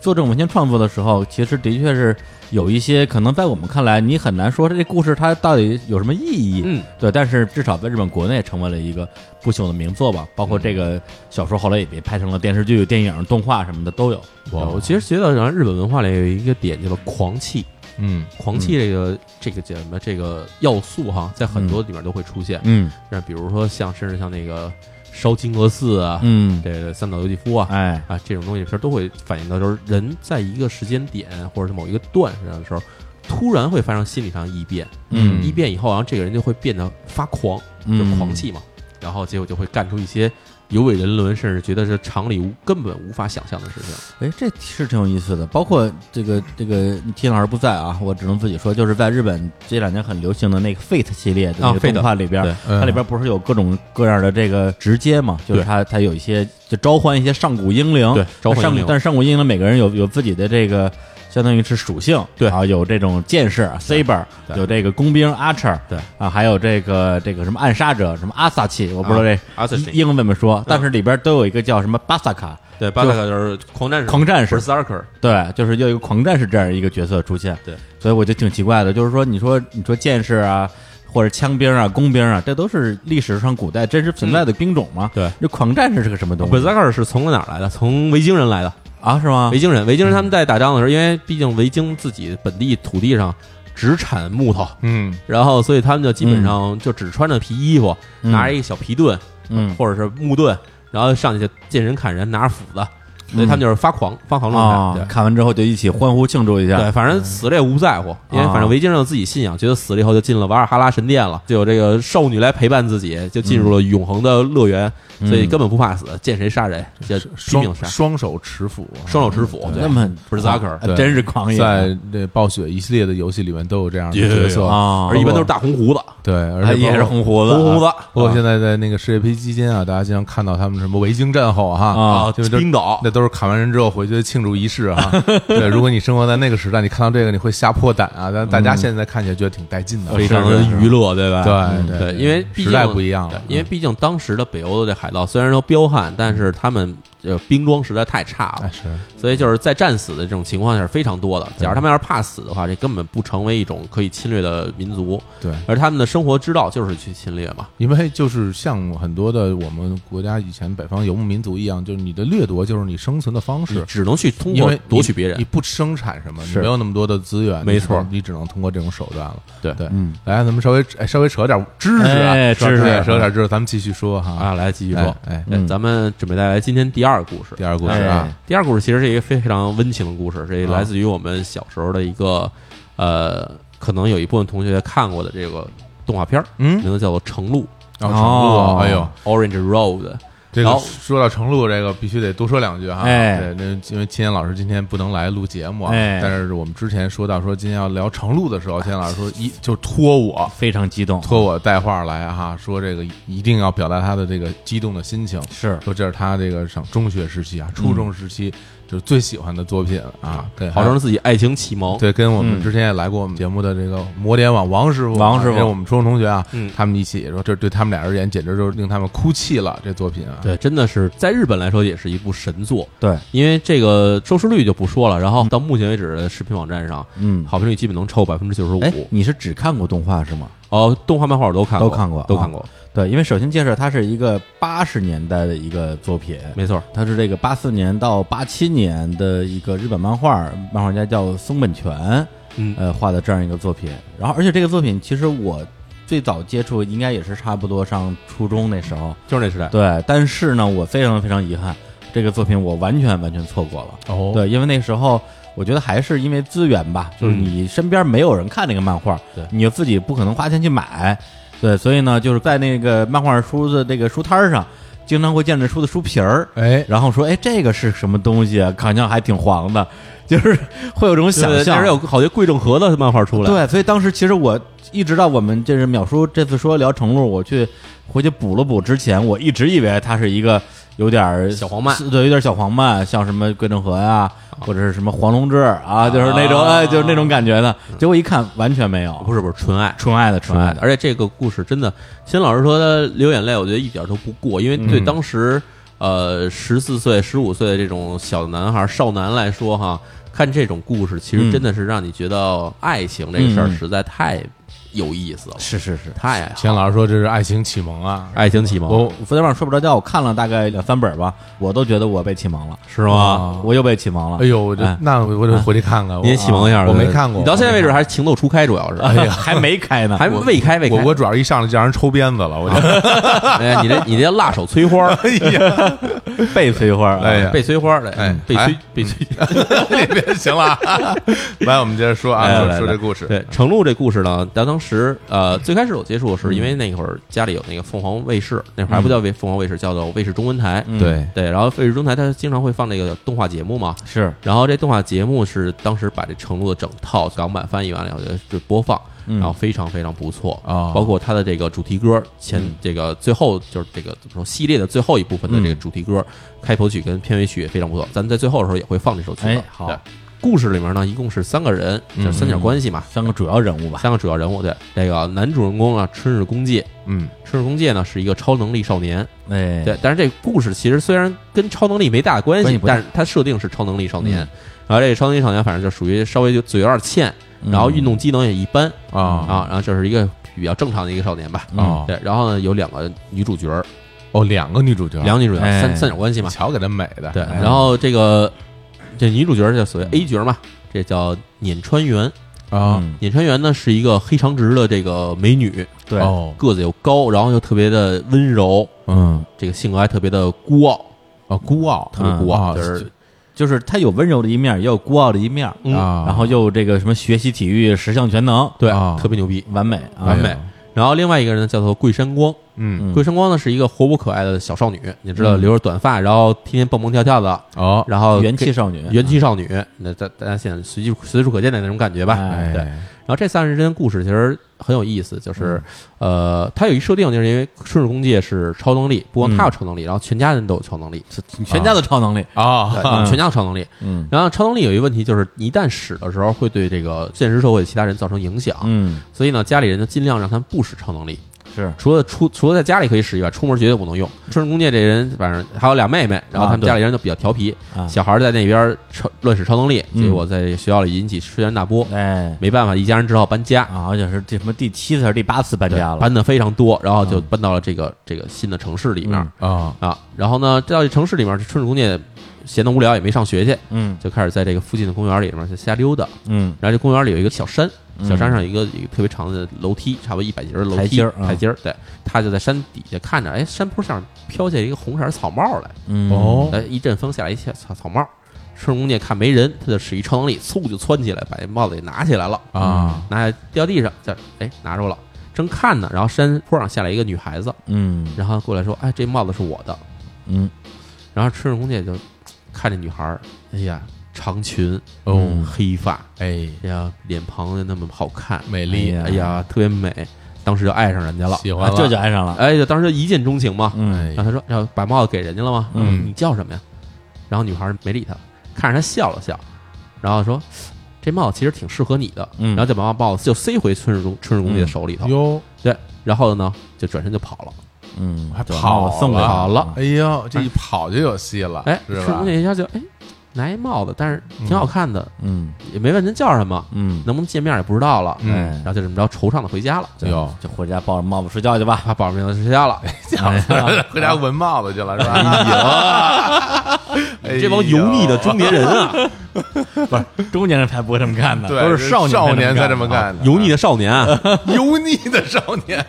D: 做这种文献创作的时候，其实的确是有一些可能在我们看来，你很难说这故事它到底有什么意义。
B: 嗯，
D: 对。但是至少在日本国内成为了一个不朽的名作吧。包括这
B: 嗯
D: 个小说后来也被拍成了电视剧、电影、动画什么的都有。
B: 我其实觉得，然后日本文化里有一个点叫做狂气，
C: 嗯，
B: 狂气这个、这个叫什么这个要素哈，在很多里面都会出现。
D: 嗯
B: 那、比如说像甚至像那个烧金阁寺啊，
D: 嗯，
B: 这个三岛由纪夫啊。
D: 哎，
B: 啊，这种东西其实都会反映到，就是人在一个时间点或者是某一个段上的时候，突然会发生心理上异变，
D: 嗯
B: 异变以后，然后这个人就会变得发狂，就
D: 嗯
B: 是狂气嘛，然后结果就会干出一些有违人伦，甚至觉得是常理无根本无法想象的事情。
D: 哎，这是挺有意思的。包括这个这个田老师不在啊，我只能自己说，就是在日本这两年很流行的那个 Fate 系列的那
B: 啊
D: 个
B: Fate
D: 动画里边，
B: 对
C: 嗯
D: 它里边不是有各种各样的这个直接嘛？就是
B: 对
D: 它它有一些就召唤一些上古英灵，
B: 对召唤
D: 上
B: 英灵
D: 但是上古英灵每个人有有自己的这个。相当于是属性，
B: 对
D: 啊，有这种剑士啊 Saber，
B: 对
D: 有这个工兵 Archer，
B: 对
D: 啊，还有这个这个什么暗杀者，什么阿萨奇，我不知道这
B: 阿萨奇
D: 英文怎么说，但是里边都有一个叫什么巴萨卡，
B: 对，巴萨克就是狂战士，
D: 狂战士
B: 不是 Berserker，
D: 对，就是又有一个狂战士这样一个角色出现，
B: 对，
D: 所以我就挺奇怪的，就是说，你说你说剑士啊，或者枪兵啊、工兵啊，这都是历史上古代真实存在的兵种吗？
B: 嗯对
D: 这狂战士是个什么东西
B: Berserker 是从哪儿来的？从维京人来的。
D: 啊？是吗
B: 维？京人，维京人他们在打仗的时候，因为毕竟维京自己本地土地上只产木头，
C: 嗯，
B: 然后所以他们就基本上就只穿着皮衣服，拿着一个小皮盾，
D: 嗯
B: 或者是木盾，然后上去就见人砍人，拿着斧子，所以他们就是发狂发狂状态。
D: 啊，
B: 对
D: 看完之后就一起欢呼庆祝一下，
B: 对，反正死了也无在乎，因为
D: 啊
B: 反正维京人有自己信仰，觉得死了以后就进了瓦尔哈拉神殿了，就有这个少女来陪伴自己，就进入了永恒的乐园，所以根本不怕死，见谁杀谁，就拼命
C: 双
B: 杀，
C: 双手持斧啊，
B: 嗯双手持斧，对
D: 那么
B: 不是 Zucker，
D: 啊真是狂野
C: 在这暴雪一系列的游戏里面都有这样的
B: 有
C: 角
B: 有
C: 色
B: 有
D: 啊
B: 而一般都是大红胡子，
C: 对，而
D: 他
C: 且
D: 哎也
C: 包
D: 是
C: 括
D: 红胡子，啊
B: 红胡子，
C: 包括现在在那个世界杯期间啊，大家经常看到他们什么维京战后哈
D: 啊
C: 就是这
B: 冰岛
C: 那都是砍完人之后回去的庆祝仪式 啊。对，如果你生活在那个时代，你看到这个你会吓破胆啊。但大家现在看起来觉得挺带劲的，
B: 嗯非常的娱乐，对吧？
C: 对
B: 嗯对，因为毕
C: 时
B: 竟
C: 代不一样
B: 对
C: 了，
B: 因为毕竟当时的北欧的这海盗虽然说彪悍，但是他们呃兵装实在太差了
C: 哎，嗯是
B: 所以就是在战死的这种情况下是非常多的。假如他们要是怕死的话，这根本不成为一种可以侵略的民族，
C: 对。
B: 而他们的生活之道就是去侵略嘛。
C: 因为就是像很多的我们国家以前北方游牧民族一样，就是你的掠夺就是你生存的方
B: 你
C: 式，
B: 只能去通
C: 因
B: 过
C: 为
B: 夺取别
C: 你
B: 人，
C: 不生产什么，你
D: 是
C: 没有那么多的资源，
B: 没错
C: 你只能你只能通过这种手段了。
B: 对
C: 对，
D: 嗯，
C: 来，咱们稍微哎稍微扯点知识啊，
D: 哎
C: 是吧
D: 知识
C: 对扯点知识，咱们继续说哈。
B: 啊，来继续说，
C: 哎哎
D: 嗯
B: 咱们准备带来今天第二个故事。
C: 第二故事啊，
D: 哎
B: 第二故事其实是一个非常温情的故事，这
C: 啊
B: 来自于我们小时候的一个，呃，可能有一部分同学看过的这个动画片儿，
C: 嗯
B: 名字叫做《程璐
C: 然后程璐
D: 哦
C: 啊，哎呦，》
B: （Orange Road）。
C: 这
B: 然
C: 个
B: 后
C: 说到程璐，这个必须得多说两句哈。
D: 哎
C: 对，那因为秦岩老师今天不能来录节目啊，
D: 哎
C: 但是我们之前说到说今天要聊程璐的时候，秦岩老师说一就托我。
D: 非常激动，
C: 托我带话来哈、说这个一定要表达他的这个激动的心情，
D: 是
C: 说这是他这个上中学时期啊，初
B: 嗯
C: 中时期就是最喜欢的作品啊，对，
B: 号称自己爱情启蒙，
C: 对，跟我们
D: 嗯
C: 之前也来过我们节目的这个魔点网王师傅啊，
D: 王师傅
C: 也是我们初中同学啊
B: 嗯，
C: 他们一起说，这对他们俩而言简直就是令他们哭泣了。这作品啊，
B: 对，真的是在日本来说也是一部神作，
D: 对，
B: 因为这个收视率就不说了，然后到目前为止的视频网站上，
D: 嗯，
B: 好评率基本能超过百分之九十
D: 哎，
B: 五。
D: 你是只看过动画是吗？
B: 哦，动画漫画我都看过，
D: 都看过啊
B: 都看过，
D: 对，因为首先介绍它是一个八十年代的一个作品，
B: 没错。
D: 他是这个八四年到八七年的一个日本漫画，漫画家叫松本泉。
B: 嗯
D: 呃，画的这样一个作品。然后，而且这个作品其实我最早接触应该也是差不多上初中那时候，
B: 就是那时代，
D: 对。但是呢，我非常非常遗憾，这个作品我完全完全错过了。
B: 哦
D: 对，因为那时候我觉得还是因为资源吧，就是
B: 嗯
D: 你身边没有人看那个漫画，
B: 对
D: 你自己不可能花钱去买，对，所以呢，就是在那个漫画书的这个书摊儿上，经常会见着书的书皮儿，
C: 哎
D: 然后说，哎，这个是什么东西啊？好像还挺黄的，就是会有这种想
B: 对那
D: 象
B: 时候。有好些桂正和的漫画出来，
D: 对，所以当时其实我一直到我们这是淼叔这次说聊程璐，我去回去补了补之前，我一直以为它是一个有点儿
B: 小黄漫
D: 对，有点小黄漫，像什么桂正和呀、啊或者是什么黄龙志啊，就是那种、哎，就是那种感觉的。结果一看完全没有，
B: 不是不是纯爱，
D: 纯爱的，纯
B: 纯爱
D: 爱
C: 嗯
D: 的，
B: 的。而且这个故事真的，新老师说他流眼泪，我觉得一点都不过，因为
C: 嗯
B: 对当时、呃十四岁、十五岁的这种小男孩、少男来说，哈，看这种故事，其实
D: 嗯
B: 真的是让你觉得爱情这个事儿
D: 嗯
B: 实在太有意思了，
D: 是是是。
B: 太
C: 钱老师说这是爱情启蒙啊，
B: 爱情启蒙
D: 我昨天晚上睡不着觉，我看了大概两三本吧，我都觉得我被启蒙了，
B: 是
C: 哦
B: 吗？
D: 我又被启蒙了。
C: 哎呦，我这那我我得回去看看。我啊
B: 你哎也启蒙一下，
C: 哦我没看过。
B: 你到现在为止还是情窦初开，主要是。
D: 哎呀， 还没开呢，
B: 还未开未开，
C: 我我主要一上来就让人抽鞭子了，我就
B: 哎，你这你这辣手摧花儿，
D: 被催花儿。 啊
C: 哎呀，
B: 被催花儿的，
C: 哎
B: 被催
C: 哎
B: 被催。
C: 那边行了啊。 来，我们接着说
B: 来
C: 啊，
B: 来
C: 说
B: 来
C: 这故事。
B: 对，程璐这故事呢，当当时呃，最开始我接触的时候，因
D: 嗯
B: 为那会儿家里有那个凤凰卫视，那会儿还不叫卫凤凰卫视，叫做卫视中文台。
D: 嗯
C: 对
B: 对，然后卫视中文台它经常会放那个动画节目嘛，
D: 是
B: 然后这动画节目是当时把这程璐的整套港版翻译完了以后就播放，
D: 嗯
B: 然后非常非常不错
C: 哦
B: 包括它的这个主题歌前
D: 嗯
B: 这个最后就是这个怎么说系列的最后一部分的这个
D: 嗯
B: 主题歌、开头曲跟片尾曲也非常不错，咱们在最后的时候也会放这首曲子。
D: 哎好嗯
B: 对，故事里面呢一共是三个人，就是三角关系嘛，
D: 三个主要人物吧？
B: 三个主要人物。对，这个男主人公啊春日公介，
C: 嗯，
B: 春日公介呢是一个超能力少年，
D: 哎，
B: 对，但是这个故事其实虽然跟超能力没大关
D: 关系
B: 系，
D: 不大
B: 但是它设定是超能力少年
D: 嗯，
B: 然后这个超能力少年反正就属于稍微就嘴有点欠，
D: 嗯，哦
B: 然后运动机能也一般
C: 啊
B: 啊，然后就是一个比较正常的一个少年吧。
D: 嗯
C: 哦
B: 对，然后呢有两个女主角，
C: 哦，两个女主角，
B: 两个女主角
D: 哎
B: 三三角关系嘛，
C: 瞧给她美的。
B: 对，
C: 哎
B: 然后这个这女主角叫所谓 A 角嘛，这叫碾川原，
C: 啊，
D: 嗯
B: 碾川原呢是一个黑长直的这个美女，
D: 对，
C: 哦，
B: 个子又高，然后又特别的温柔，
D: 嗯，
B: 这个性格还特别的孤傲，
C: 啊，孤傲，
B: 特别孤傲，嗯就是
D: 啊就是他有温柔的一面，也有孤傲的一面，
B: 嗯
C: 啊，
D: 然后又这个什么学习体育十项全能，
B: 对，
C: 啊
B: 特别牛逼，
D: 完美啊，
B: 完美。然后另外一个人呢，叫做桂山光。
C: 嗯，
D: 嗯
B: 桂山光呢是一个活泼可爱的小少女，你知道，
D: 嗯
B: 留着短发，然后天天蹦蹦跳跳的，
C: 哦，
B: 然后
D: 元气少女，
B: 元气少女，那大大家现在随处随处可见的那种感觉吧。
D: 哎
B: 对。然后这三人之间的故事其实很有意思，就是、
D: 嗯
B: 呃，它有一设定，就是因为顺日公介是超能力，不光
D: 嗯
B: 他有超能力，然后全家人都有超能力，
D: 全家的超能力，
B: 对
C: 啊，
B: 全家有超能力。
D: 嗯
B: 然后超能力有一个问题，就是一旦使的时候会对这个现实社会的其他人造成影响，
D: 嗯，
B: 所以呢，家里人就尽量让他们不使超能力。
D: 是嗯
B: 除了出除了在家里可以使以外，出门绝对不能用。春日公介这人，反正还有俩妹妹，然后他
D: 啊
B: 们
D: 对
B: 家里人就比较调皮，
D: 啊
B: 小孩儿在那边儿超乱使超能力，
D: 嗯
B: 结果在学校里引起轩然大波。
D: 哎
B: 没办法，一家人只好搬家，
D: 啊，而且是这什么第七次还是第八次搬
B: 对
D: 家了，
B: 搬的非常多，然后就搬到了这个这个新的城市里面
D: 嗯
C: 啊，
B: 啊。然后呢，到这城市里面，春日公介闲得无聊也没上学去，
D: 嗯
B: 就开始在这个附近的公园里面就瞎溜达。
D: 嗯
B: 然后这公园里有一个小山，小山上有一个有一个特别长的楼梯，差不多一百级的楼梯
D: 台阶儿啊
B: 台阶儿对，他就在山底下看着，哎，山坡上飘下一个红色儿草帽来，
D: 嗯，
C: 哦，
B: 哎，一阵风下来一下草草帽，春公介看没人，他就使一超能力，嗖就窜起来，把这帽子给拿起来了
C: 啊，
B: 拿下来掉地上，这哎拿住了，正看呢，然后山坡上下来一个女孩子，
D: 嗯
B: 然后过来说，哎，这帽子是我的，
D: 嗯
B: 然后春公介就看这女孩儿，哎呀，长裙，嗯
C: 哦，
B: 黑发，
C: 哎，
B: 哎呀，脸庞又那么好看，
C: 美丽
B: 哎呀，
C: 嗯
B: 特别美，当时就爱上人家了，
C: 喜
D: 啊
C: 欢了，
D: 这就爱上了，
B: 哎，就当时就一见钟情嘛。
D: 嗯
C: 哎
B: 然后他说要把帽子给人家了吗？
D: 嗯
B: 你叫什么呀？然后女孩没理他，看着他笑了笑，然后说这帽子其实挺适合你的，
D: 嗯
B: 然后就把帽子就塞回春日公春日公介的手里头，
C: 嗯哟，啊
B: 对，然后呢就转身就跑了。
D: 嗯，
C: 还
D: 对
C: 跑
D: 那我送给
C: 了
D: 他
B: 跑了
C: 哎呦，这一跑就有戏了，
B: 啊哎，
C: 是
B: 春日
C: 吧
B: 公？介一下就哎拿一帽子，但是挺好看的，
D: 嗯
B: 也没问人叫什么，
D: 嗯，
B: 能不能见面也不知道了。
C: 嗯
D: 哎
B: 然后就这么着惆怅的回家了，
C: 哎呦，
D: 就回家抱着帽子睡觉去吧。
B: 把保命的睡觉了。
C: 哎 回家闻帽子去了是吧？哎
B: 你哎这帮油腻的中年人啊，
D: 中年人才不会这么干的，
C: 对
D: 都
C: 这
D: 是少
C: 少年才
D: 才
C: 这
D: 这
C: 么
D: 么
C: 干的，
B: 油腻的少年 啊，
C: 油腻的少 年，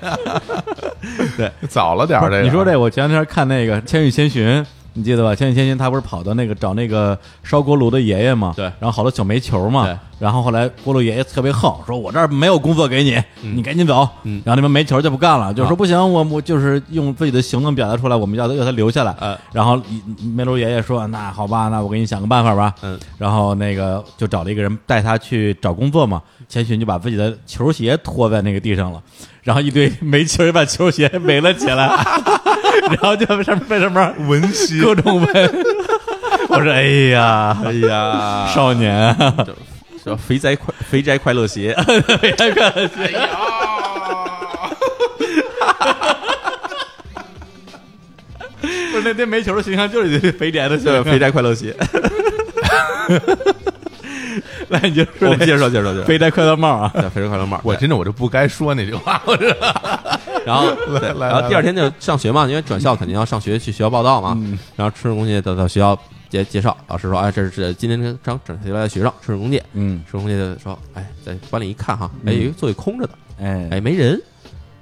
D: 对，
C: 早了点儿
D: 不
C: 这
D: 是
C: 个。
D: 你说这，我前两天看那个《千与千寻》，你记得吧？《千与千寻》他不是跑到那个找那个烧锅炉的爷爷嘛？
B: 对
D: 然后好多小煤球
B: 对
D: 嘛。然后后来锅炉爷爷特别横，说我这儿没有工作给你，你赶紧走。
B: 嗯
D: 然后那边煤球就不干了，就
B: 啊
D: 说不行，我我就是用自己的行动表达出来，我们要他要他留下来。
B: 呃
D: 然后煤炉爷爷说：“那好吧，那我给你想个办法吧。”
B: 嗯，
D: 然后那个就找了一个人带他去找工作嘛。千寻就把自己的球鞋拖在那个地上了，然后一堆煤球儿把球鞋 围了起来，然后就被上面被上面
C: 文熙
D: 各 种问。我说：“哎呀，
B: 哎呀，
D: 少年，啊
B: 叫肥宅快肥宅快乐鞋，
D: 不是那那煤球的形象就是肥宅的形
B: 对，
D: 象。
B: 肥宅快 乐鞋。
D: 来，你就
B: 我
D: 说
B: 们接
D: 这
B: 着说，接着说，接着说。
D: 肥宅快乐帽啊。
B: 对，肥宅快乐帽。
C: 我真的我就不该说那句话，我这
B: 然后，
C: 来来，嗯
B: 然后第二天就上学嘛，因为转校肯定要上学去学校报道嘛。然后春日公介到到学校介介绍，老师说：“哎，这是这今天这刚转学来的学生春日公介。”
D: 嗯，
B: 春日公介就说：“哎，在班里一看哈，
C: 嗯
B: 哎，有一个座位空着的，
D: 哎
B: 哎，没人。”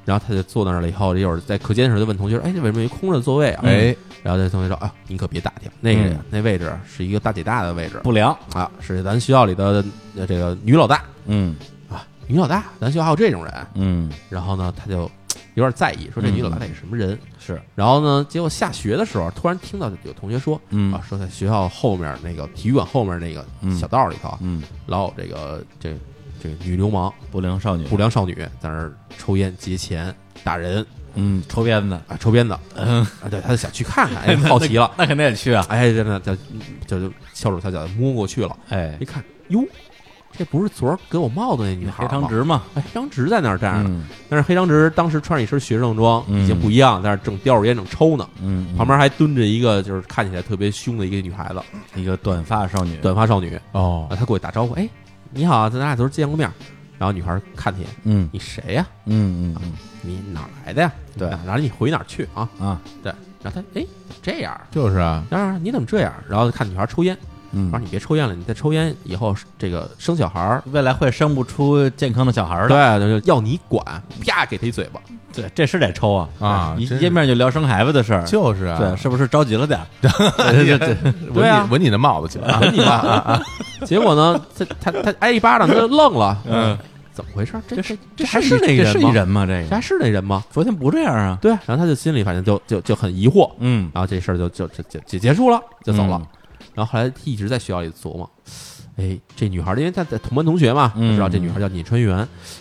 B: 然后他就坐那儿了，以后一会儿在课间的时候就问同学：“哎，这为什么有一空着的座位啊？”
C: 哎，
B: 然后这同学说：“啊，您可别打听，那个
D: 嗯
B: 那位置是一个大姐大的位置，
D: 不良，
B: 啊，是咱学校里的呃这个女老大
D: 嗯
B: 啊，女老大，咱学校还有这种人。
D: 嗯，
B: 然后呢，他就有点在意，说这女老大到底什么人？
D: 是，
B: 然后呢，结果下学的时候，突然听到有同学说，
D: 嗯
B: 啊，说在学校后面那个体育馆后面那个小道里头啊，
D: 嗯，
B: 老有这个这这个女流氓、
D: 不良少女
B: 不，良少女在那儿抽烟、劫钱、打人
D: 嗯，抽鞭子，
B: 啊，抽鞭子。
D: 嗯
B: 啊，对，他就想去看 看，哎，好奇了，
D: 那肯定得去啊。
B: 哎，真的，就就就翘手翘脚地摸过去了。
D: 哎
B: 一，看，哟，这不是昨儿给我帽子那女孩
D: 黑
B: 儿
D: 长
B: 吗？
D: 直嘛，
B: 哎，黑长直在那儿站着呢。
D: 嗯
B: 但是黑长直当时穿着一身学生装，
D: 嗯
B: 已经不一样，但是正叼着烟正抽呢，
D: 嗯，
B: 旁边还蹲着一个就是看起来特别凶的一个女孩子，
D: 嗯一个短发少女，
B: 短发少女
D: 哦
B: 啊，，她过去打招呼，哎，你好，咱俩都是见过面儿。然后女孩看她一眼，
D: 嗯
B: 你谁呀、
D: 嗯嗯
B: 你哪儿来的呀？
D: 对
B: 哪然后你回哪儿去啊？
D: 嗯啊，
B: 对，然后她哎这样儿，
C: 就是啊，
B: 然后你怎么这样儿？然后看女孩抽烟，
D: 嗯
B: 然后你别抽烟了，你再抽烟以后这个生小孩儿
D: 未来会生不出健康的小孩儿的，
B: 对，就是要你管，啪给他一嘴巴。
D: 对，这是得抽啊
C: 啊
D: 一
C: 真是
D: 见面就聊生孩子的事儿，
C: 就是啊，
D: 对，是不是着急了点儿？
C: 对对
B: 对啊
C: 闻你闻你的帽子去了，
B: 闻你吧。 结果呢，他他他挨一巴掌，他就愣了。嗯，怎么回事？这这这还是那
D: 这
B: 人
D: 是
B: 吗
D: 一？人吗？这
B: 这
D: 个
B: 还是那人吗？
D: 昨天不这样啊，
B: 对啊，然后他就心里反正就就就很疑惑，
D: 嗯
B: 然后这事儿就就就就就结束了，就走了。然后后来一直在学校里琢磨，哎，这女孩儿，因为她在同班同学嘛，就
D: 嗯
B: 知道这女孩儿叫尹川源，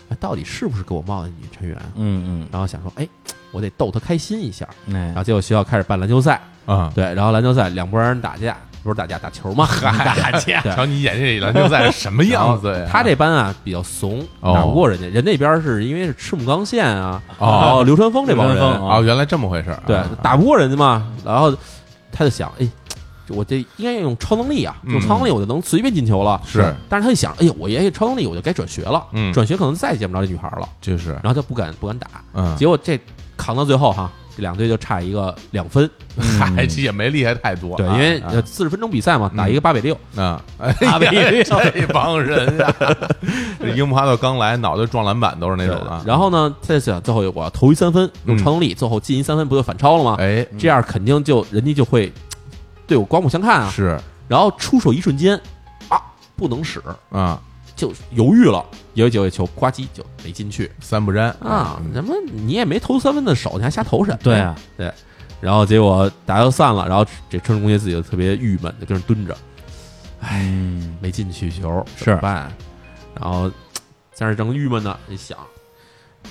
B: 哎到底是不是给我冒的尹川源？
D: 嗯
B: 然后想说，哎，我得逗她开心一下。
D: 嗯，
B: 然
D: 哎
B: 后结果学校开始办篮球赛，
C: 啊，
B: 对，然后篮球赛两拨人打架，不是打架打球嘛， 打架
C: 瞧你演这篮球赛是什么样子呀？
B: 他这班啊比较怂，
C: 哦
B: 打不过人家，人那边是因为是赤木刚宪啊，
C: 哦
B: 然后流川枫这帮
D: 流川
B: 人
D: 枫，
C: 啊，原来这么回事儿啊，
B: 对，打不过人家嘛，然后他就想，哎，我这应该要用超能力啊，
C: 嗯
B: 用超能力我就能随便进球了。
C: 是，
B: 但是他一想，哎呀，我爷爷超能力，我就该转学了，
C: 嗯
B: 转学可能再也见不着这女孩了，
C: 就是，
B: 然后就不敢不敢打，
C: 嗯，
B: 结果这扛到最后哈，这两队就差一个两分，
C: 嗨，这也没厉害太多啊，
B: 嗯对，因为呃
C: 啊
B: 四十分钟比赛嘛，打一个
C: 嗯
B: 八比 六，
C: 啊， 哎
D: 阿
C: 呀
D: 伟
C: 这帮人啊，这樱木花道刚来，脑袋撞篮板都是那种啊，
B: 然后呢，他就想最后我要投一三分，用超能力，最后进一三分不就反超了吗？
C: 哎，
B: 这样肯定就人家就会嘖对我刮目相看啊。
C: 是
B: 然后出手一瞬间啊，不能使，
C: 啊，
B: 就犹豫了，有九个球呱唧就没进去
C: 三不沾
B: 啊。怎么你也没投三分的手，你还瞎投什么？
D: 对啊，
B: 对。然后结果大家都散了，然后这春日公爵自己就特别郁闷，就跟那蹲着，哎
D: 嗯
B: 没进去球，
D: 是
B: 怎么办？然后嘖在那儿正郁闷呢，一想，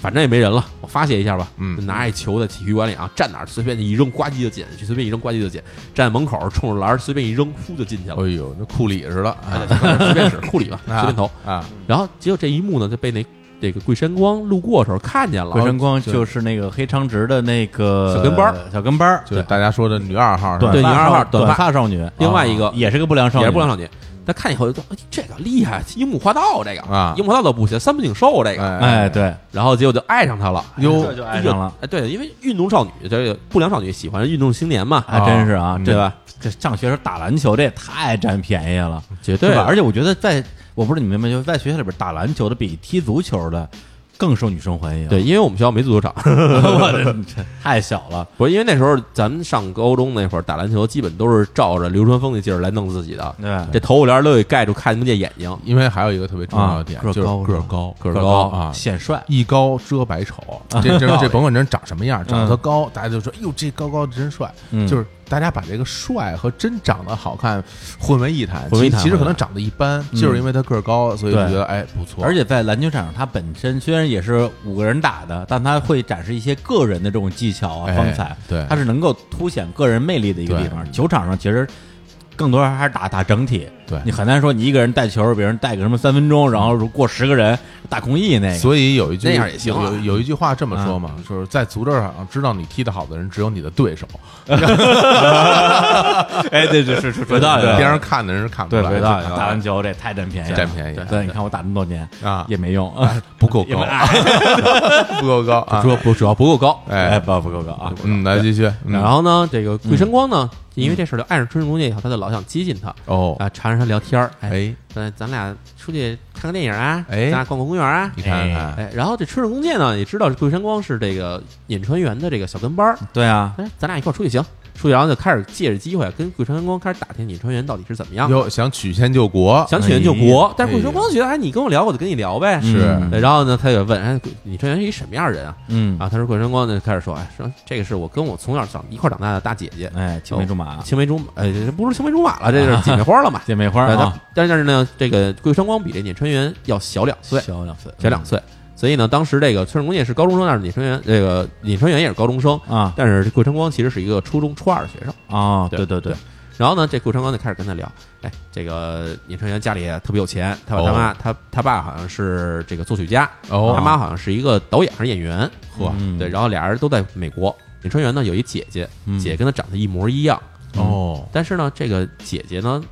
B: 反正也没人了，我发泄一下吧。
C: 嗯
B: 就拿一球在体育馆里啊，站哪儿随便一扔，呱唧就捡进去，随便一扔，呱唧就捡，站门口冲着篮儿随便一扔，呼就进去了
C: 哎。呦，那库里似的啊
B: 哎随便使库里吧，随
C: 啊
B: 便投。
C: 啊，
B: 然后结果这一幕呢，就被那这个桂山光路过的时候看见了，
D: 桂山光就是那个黑长直的那个
B: 小跟班儿，
D: 小跟班儿，对
C: 就是大家说的女二号，
D: 短
B: 对
D: 发
B: 女二
D: 少
B: 号短
D: 短发少女，
B: 另外一个
D: 啊也是个不良少女，
B: 也是不良少女。他看以后就说：“哎这个厉害，樱木花道这个
C: 啊
B: 樱木花道都不行，三不井寿这个。
C: 哎
D: 哎，对，
B: 然后结果就爱上他了，
D: 哟这就爱上了
B: 哎，对，因为运动少女，这个不良少女喜欢运动青年嘛，
D: 还真是啊，这
B: 对吧？
D: 这上学时候打篮球，这也太占便宜了，
B: 绝
D: 对
B: 对
D: 吧？而且我觉得在，我不知道你们有没有，在学校里边打篮球的比踢足球的更受女生欢迎。
B: 对，，因为我们学校没足球场，
D: 我的 太小了，
B: 不是因为那时候咱们上高中那会儿打篮球，基本都是照着流川枫那劲儿来弄自己的，
D: 对
B: 这头发帘儿都给盖住，看不见眼睛。
C: 因为还有一个特别重要的点，
D: 啊个儿
C: 就是
D: 高
C: 个儿
D: 是吧
C: 高，
B: 个儿
C: 儿
B: 高
C: 啊，
D: 显帅，
C: 一高遮百丑，
B: 啊
C: 这这这甭管人长什么样，
B: 嗯
C: 长得高，大家就说哟，这高高的真帅。
D: 嗯
C: 就是大家把这个帅和真长得好看混为一谈，
B: 混为一谈
C: 其其实可
B: 混为一谈
C: 能
B: 嗯
C: 长得一般，就是因为他个儿高，所以就
D: 对
C: 觉得哎不错。
D: 而且在篮球场上，他本身虽然也是五个人打的，但他会展示一些个人的这种技巧啊、
C: 哎
D: 风采，
C: 对
D: 他是能够凸显个人魅力的一个地方。球场上其实更多还是打打整体，
C: 对
D: 你很难说你一个人带球，别人带个什么三分钟，然后如过十个人打空翼那个，
C: 所以有一句
B: 那样也行啊嗯
C: 有有有一句话这么说嘛，就是在足球场知道你踢得好的人只有你的对手，
D: 哎，对对是是，回到
C: 边上看的人是看不
D: 对
C: 出来
D: 回
C: 的。啊
D: 到打
C: 看
D: 篮球这太占便宜了，
C: 占便宜
D: 对，你看我打那么多年
C: 啊
D: 也没用，
C: 不够 高，不够高啊！
B: 主不主要不够高，
D: 哎，
C: 哎，
D: 不不够高啊，
C: 嗯，来继续，嗯
B: 然后呢，这个桂生光呢，因为这事儿就爱上春日公介以后，他就老想接近他，
C: 哦，
B: 啊，缠着他聊天儿，哎，
C: 哎，
B: 咱咱俩出去看个电影啊，
C: 哎
B: 咱俩逛逛公园啊。
C: 你看看，
B: 哎，然后这春日公介呢，也知道这桂山光是这个演川原的这个小跟班儿，
D: 对啊，
B: 哎，咱俩一块儿出去行，出去然后就开始借着机会啊跟桂山光开始打听演川原到底是怎么样的，
C: 哟，想曲线救国，
B: 啊想起
D: 哎
B: 人救国，但是桂山光觉得哎，你跟我聊我就跟你聊呗，
D: 是
B: 嗯对然后呢，他也问哎，你川原是一什么样的人啊？
D: 嗯，
B: 啊，他说桂山光呢开始说哎，说这个是我跟我从小长一块儿长大的大姐姐，
D: 哎，青梅竹马，
B: 青梅竹马，哎，这不是青梅竹马了，这是姐妹花 了嘛。
D: 姐妹花
B: 呃
D: 啊，
B: 但但是呢，这个桂山光比这聂川原要小两岁，
D: 小两岁，
B: 小两岁。所以呢，当时这个村上公介是高中生，但是聂川原这个聂川原也是高中生，
D: 啊
B: 但是桂山光其实是一个初中初二的学生。
D: 啊，对
B: 哦对
D: 对对，
B: 然后呢，这桂山光就开始跟他聊，哎，这个聂川原家里也特别有钱，他爸他妈、他他爸好像是这个作曲家，
C: 哦
B: 他妈好像是一个导演还是演员，
C: 呵
D: 嗯
B: 对，然后俩人都在美国。聂川原呢有一姐姐，姐跟他长得一模一样，
C: 哦，
B: 但是呢，这个姐姐呢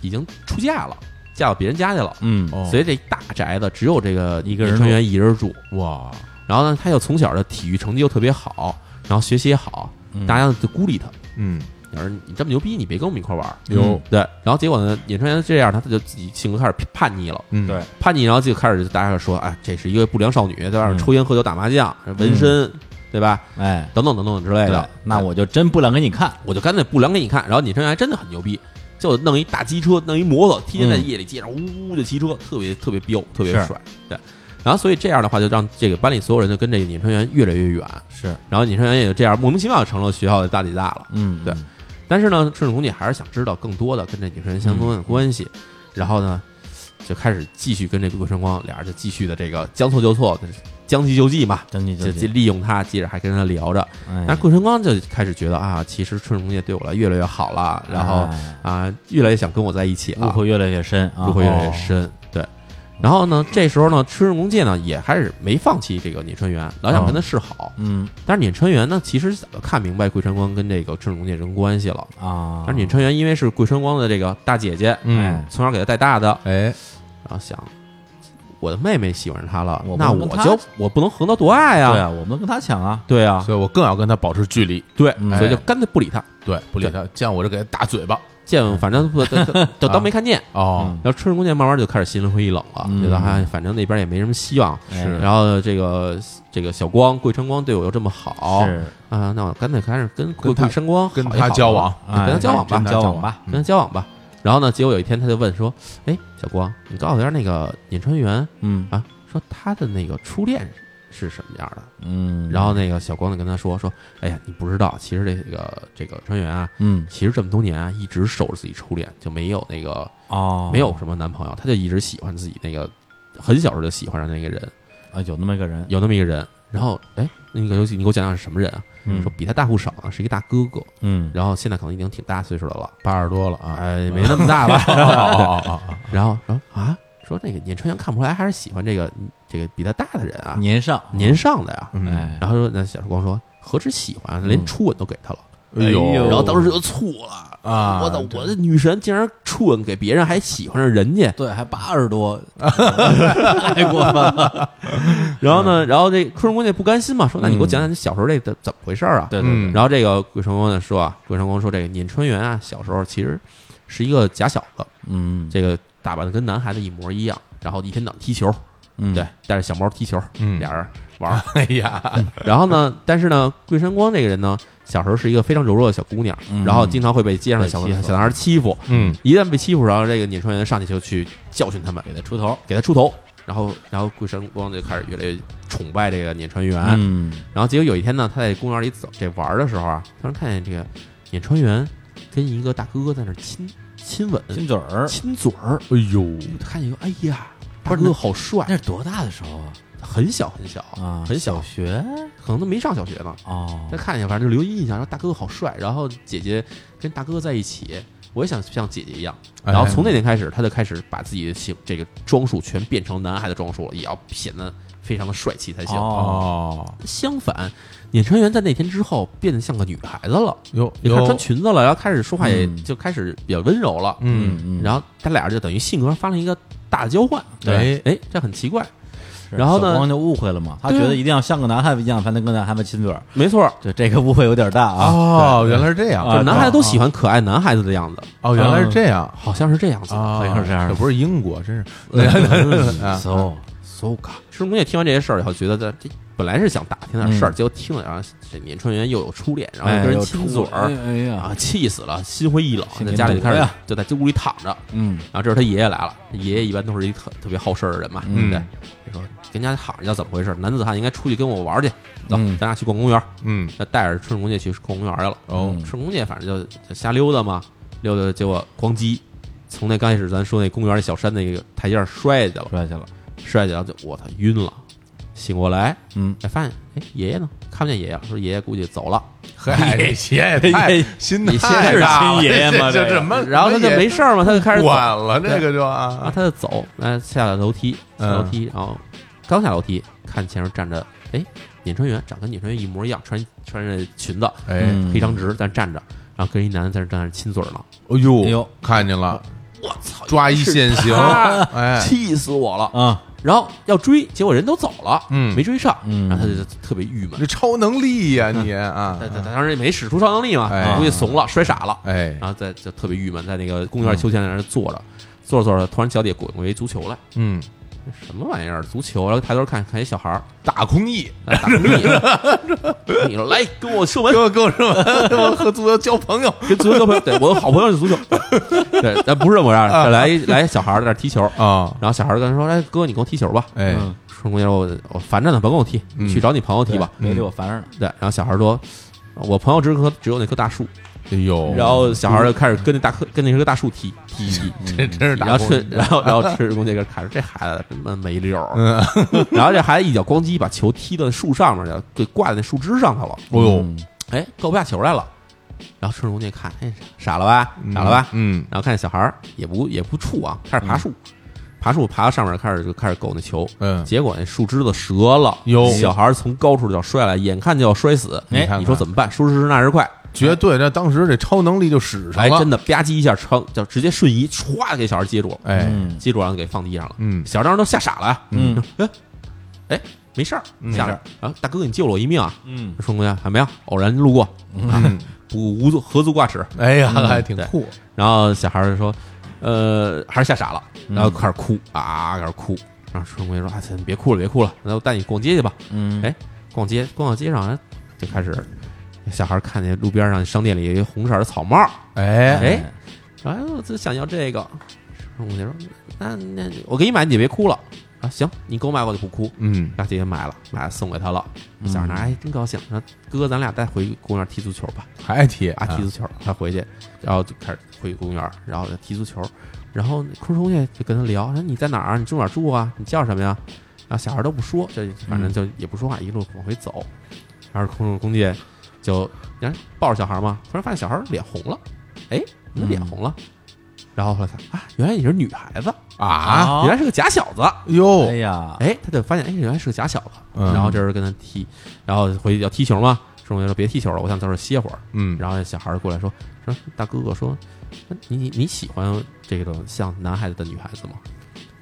B: 已经出嫁了，嫁到别人家去了。
D: 嗯
C: 哦
B: 所以这大宅子只有这个
D: 一个人
B: 野
D: 住
B: 川原一人住。
C: 哇，
B: 然后呢，他又从小的体育成绩又特别好，然后学习也好，大家就孤立他，
C: 嗯，
B: 有人你这么牛逼，你别跟我们一块玩儿。
C: 有，
B: 对，然后结果呢，野川原这样，他就自己性格开始叛逆了。
C: 嗯，
D: 对，
B: 叛逆，然后就开始大家说，哎，这是一个不良少女，在外面抽烟、喝酒、打麻将，纹身，对吧？
D: 哎，
B: 等等等等之类
D: 对
B: 的。，
D: 嗯
B: 哎
D: 那我就真不亮给你看，
B: 我就干脆不量给你看。然后你这人还真的很牛逼，就弄一大机车，弄一摩托，天天在夜里街上呜呜的骑车，特别特别彪，特别
D: 是
B: 帅。对，然后所以这样的话，就让这个班里所有人就跟这个女成员越来越远。
D: 是，
B: 然后女成员也就这样莫名其妙成了学校的大姐大了。
D: 嗯，
B: 对但是呢，顺手公姐还是想知道更多的跟这女成员相关的关系，然后呢，就开始继续跟这个桂春光俩人就继续的这个将错就错，就是将计就计嘛。
D: 真的
B: 就
D: 就哎
B: 就利用他，接着还跟他聊着，
D: 嗯
B: 但是桂春光就开始觉得啊，其实春荣也对我来越来越好了，然后
D: 哎
B: 啊，越来越想跟我在一起
D: 误
B: 了，
D: 会越来越深啊，
B: 入会越来越深。对，然后呢，这时候呢，春日公介呢也还是没放弃这个聂川原，
D: 啊
B: 老想跟他示好。
D: 嗯
B: 但是聂川原呢，其实早就看明白桂川光跟这个春日公介什么关系了。
D: 啊，
B: 但是聂川原因为是桂川光的这个大姐姐，
C: 嗯，
B: 从小给他带大的，
C: 哎，
B: 然后想。我的妹妹喜欢上他了，
D: 我不
B: 那
D: 能
B: 我
D: 跟他
B: 就我不能横刀夺爱
D: 对
B: 呀、
D: 啊，我们跟他抢啊，
B: 对啊，
C: 所以我更要跟他保持距离，
B: 对，
D: 嗯
B: 所以就干脆不理他，
C: 对，不理他，见我就给他大嘴巴，
B: 见 反正不就就就当没看见。
C: 哦，
B: 然后春日公介慢慢就开始心灰意冷了，
D: 啊嗯哎
B: 觉得哎，反正那边也没什么希望。
D: 是
B: 然后这个这个小光桂春光对我又这么好
D: 是
B: 啊，那我干脆开始跟桂
C: 跟他
B: 桂春光
C: 跟
B: 好一好啊
C: 他交往
B: 吧跟他交往吧
D: 哎，交往吧，
B: 跟他交往吧。然后呢，结果有一天他就问说：“哎，小光，你告诉我一下那个尹川原
D: 嗯
B: 啊，说他的那个初恋是什么样的？”
D: 嗯，
B: 然后那个小光就跟他说：“说，哎呀，你不知道，其实这个这个川原啊，
D: 嗯
B: 其实这么多年啊，一直守着自己初恋，就没有那个
D: 哦，
B: 没有什么男朋友，她就一直喜欢自己那个很小时候就喜欢上那个人，
D: 啊，有那么一个人，
B: 有那么一个人。然后，哎，那个游戏你给我讲讲是什么人啊？
D: 嗯
B: 说比他大不少啊呢，是一个大哥哥，
D: 嗯
B: 然后现在可能已经挺大岁数的了，
C: 八十多了啊，
B: 哎，没那么大吧？
C: 哦哦哦哦，
B: 然后，然后啊，说这个年春阳看不出来，还是喜欢这个这个比他大的人啊，
D: 年上，
B: 年上的呀。
C: 嗯
D: 哎，
B: 然后说那小时光说何止喜欢，
D: 嗯
B: 连初吻都给他了。
C: 哎呦
D: 哎呦
B: 然后当时就醋了
C: 啊
B: 我的我的女神竟然初吻给别人，还喜欢上 人家。
D: 对，还八十多，太过分了。
B: 然后
D: 嗯
B: 呢，然后这春姑娘不甘心嘛，说那你给我讲讲你小时候这怎怎么回事儿啊？
D: 对
C: 嗯
B: 然后这个鬼神光呢说啊，鬼神光说这个闫春元啊，小时候其实是一个假小子，
D: 嗯，
B: 这个打扮的跟男孩子一模一样，然后一天到晚踢球，
D: 嗯
B: 对，带着小猫踢球，
C: 嗯
B: 俩人玩 儿。嗯
C: 哎呀，
B: 然后呢，但是呢，桂山光这个人呢，小时候是一个非常柔弱的小姑娘，然后经常会被街上的小
D: 嗯被欺负
B: 小男孩欺负。
C: 嗯，
B: 一旦被欺负，然后这个闫川元上去就去教训他们，
D: 给他出头，
B: 给他出头。然后，然后桂山光就开始越来越崇拜这个闫川元。
D: 嗯，
B: 然后结果有一天呢，他在公园里走这玩儿的时候啊，突然看见这个闫川元跟一个大哥哥在那儿亲亲吻、
D: 金嘴儿，
B: 亲嘴儿。
C: 哎呦，
B: 看见一个，哎呀，
D: 不
B: 大
D: 是
B: 哥好帅，
D: 那是多大的时候啊？
B: 很小很小
D: 啊，
B: 很小，
D: 学
B: 可能都没上小学呢。
D: 哦
B: 再，看一下，反正就留一印象，说大哥哥好帅，然后姐姐跟大哥在一起，我也想像姐姐一样。
C: 哎
B: 然后从那天开始，他就开始把自己的性这个装束全变成男孩的装束了，也要显得非常的帅气才行。
D: 哦，
C: 哦，
B: 相反，碾川原在那天之后变得像个女孩子了，
C: 有
B: 也开始穿
C: 有，
B: 裙子了，然后开始说话也
D: 嗯
B: 就开始比较温柔了。
C: 嗯，
D: 嗯，
B: 然后他俩就等于性格发生一个大的交换。
C: 对
B: 哎，这很奇怪。
D: 是
B: 然后呢
D: 小光就误会了嘛，他觉
B: 对啊
D: 得一定要像个男孩子一样才能跟男孩子亲嘴儿，
B: 没错，
D: 对，这个误会有点大啊。
C: 哦，原来是这样
B: 嗯就是男孩子都喜
C: 欢，
B: 欢可爱男孩子的样子，
C: 哦，原来是这样
B: 好像是这样子的。嗯
C: 啊，
D: 好像是这样的
C: 不是英国，真是 啊
D: so
B: 春宫也听完这些事儿以后，觉得这这本来是想打听点事儿，结果听了，然后这年春元又有初恋，然后又跟人亲嘴
D: 嗯哎
B: 儿，
D: 哎
B: 啊，
D: 呀，
B: 气死了，心灰意冷，
D: 心
B: 在
D: 里
B: 家里就开
D: 堵
B: 始
D: 呀
B: 就在屋里躺着。
D: 嗯，
B: 然后这时候他爷爷来了，爷爷一般都是一特特别好事儿的人
D: 嗯
B: 嘛，嗯
C: 嗯
B: 对不对？就说跟家躺着叫怎么回事？男子汉应该出去跟我玩去，走，
D: 嗯
B: 咱俩去逛公园。
C: 嗯，
B: 那带着春宫介去逛公园去了。
C: 哦
D: 嗯
B: 春宫介反正就就瞎溜达嘛，溜达结果咣叽，从那刚开始咱说那公园那小山那个台阶上摔下去了。
D: 摔下了，
B: 摔下来就我操晕了，醒过来，
D: 嗯，
B: 哎发现哎爷爷呢？看不见爷爷了，说爷爷估计走了，哎
C: 嗨，这鞋也太心
B: 你先
C: 太
B: 是
C: 大了，
D: 亲爷爷吗这
C: 这
D: 个
C: 什么？
B: 然后他就没事儿嘛，他就开始走，
C: 管
B: 然
C: 了，这个就
B: 后
C: 啊，
B: 他就走，哎下了楼梯，下
C: 嗯
B: 楼梯，然后刚下楼梯，看前面站着哎闫春元，长跟闫春元一模一样，穿穿着裙子，
C: 哎，
D: 嗯
B: 黑长直在那站着，然后跟一男的在那站着亲嘴呢，
C: 哎
D: 哎
C: 呦
D: 呦，
C: 看见了，
B: 我操，
C: 抓一现行，
B: 他
C: 哎，
B: 气死我了，
D: 啊，
B: 然后要追，结果人都走了，
C: 嗯
B: 没追上，
D: 嗯
B: 然后他就特别郁闷
C: 你。超能力呀你啊
B: 他，他他当时也没使出超能力嘛，
C: 哎
B: 估计怂了，摔傻了，
C: 哎，
B: 然后在就特别郁闷，在那个公园秋千在那儿坐着，坐着坐着，突然脚底下滚过一足球来，
C: 嗯，
B: 什么玩意儿？足球？然后抬头看看一小孩儿，
C: 打空翼，
B: 哎打空地，你说来跟我射门
C: 跟，我跟我说，我和足球交朋友，
B: 跟足球交朋友，对我有好朋友是足球，对，但不是这么回事儿，再来一来一小孩儿在那儿踢球，
C: 啊，
B: 然后小孩儿跟他说：“哎哥，你跟我踢球吧。”
C: 哎，
B: 春姑娘说，我我烦着呢，甭跟我踢，
C: 嗯
B: 去找你朋友踢吧。
D: 没理我烦着呢，
B: 对，然后小孩儿说：“我朋友只有棵只有那棵大树。”
C: 哎呦，
B: 然后小孩儿就开始跟那大棵跟那棵大树踢踢踢。
C: 嗯这真是
B: 然
C: 打
B: 后
C: 空
B: 春
C: 翼，，
B: 然后然后春日公这个看着这孩子他妈没溜儿，
C: 嗯，
B: 然后这孩子一脚咣叽把球踢到树上面去了，给挂在那树枝上头了，
C: 哦呦，
B: 哎，够不下球来了。然后春日公这看，哎，傻了吧，傻了吧？
C: 嗯，
B: 然后看见小孩儿也不也不怵啊，开始爬树，爬树爬到上面开始就开始够那球，
C: 嗯
B: 结果那树枝子折了，
C: 哟
B: 小孩儿从高处就要摔下来，眼看就要摔死，
C: 哎
B: 你说怎么办？说时迟那时快，
C: 绝对，那当时这超能力就使上
B: 哎，
C: 了，
B: 真的吧唧一下撑，就直接瞬移歘给小孩接住了，
C: 哎，
D: 嗯
B: 接住然后给放地上了。
C: 嗯
B: 小孩当时都吓傻了啊，
D: 嗯
B: 哎，哎，没事儿，吓
C: 没事
B: 着。然后大哥，你救了我一命啊！
D: 嗯，
B: 春姑娘怎么样？偶然路过，
C: 嗯，
B: 不无足何足挂齿。
C: 哎呀，还挺酷，
B: 然后小孩儿就说，呃，还是吓傻了，然后开始哭啊，开始哭。然后春姑娘说：“哎，行你别哭了，别哭了，那我带你逛街去吧。”
D: 嗯，
B: 哎，逛街，逛到街上哎就开始，小孩儿看见路边上商店里有一个红色儿的草帽，
C: 哎，
B: 哎，然后哎我就想要这个，我就说那那我给你买，你也别哭了啊。行，你给我买，我就不哭。
C: 嗯，
B: 大姐姐买了，买了送给他了。小孩拿，哎，真高兴。那哥哥，咱俩再回公园踢足球吧。
C: 还铁
B: 啊，踢足球，他回去，然后就开始回公园，然后就踢足球。然后空中去就跟他聊，说你在哪儿啊？你住哪儿住啊？你叫什么呀？啊，小孩都不说，这反
C: 嗯
B: 正就也不说话，一路往回走。然后空中空姐
C: 嗯
B: 就你看抱着小孩嘛，突然发现小孩脸红了，哎，你的脸红了，然后后来发现啊，原来也是女孩子，
C: 啊，
B: 原来是个假小子。
C: 哟
D: 哎，呀，
B: 哎，他就发现，哎，原来是个假小子。
C: 嗯
B: 然后这人跟他踢，然后回去要踢球嘛，钟杰说别踢球了，我想在这儿歇会儿。
C: 嗯，
B: 然后小孩儿过来说说大哥哥说，你你你喜欢这种像男孩子的女孩子吗？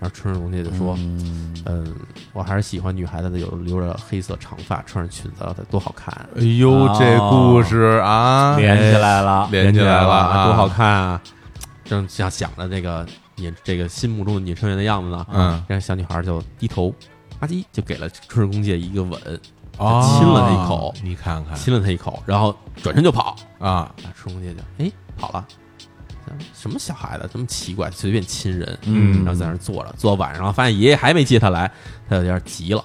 B: 然后春日荣介就说，嗯，我还是喜欢女孩子的，有留着黑色长发，穿着裙子的多好看啊，
C: 哎呦，这故事
B: 哎
C: 啊，
D: 哦连起来了，
C: 连起来了啊，
B: 多好看啊！正想想着这个你这个心目中的女成员的样子呢，
C: 嗯，
B: 让小女孩就低头，吧唧就给了春日公介一个吻，
C: 哦
B: 亲了他一口
C: 你看看
B: 亲了她一口，然后转身就跑。
C: 啊，
B: 啊，春公介就哎跑了，什么小孩子这么奇怪，随便亲人，
C: 嗯
B: 然后在那儿坐着，坐到晚上，发现爷爷还没接他来，他有点急了。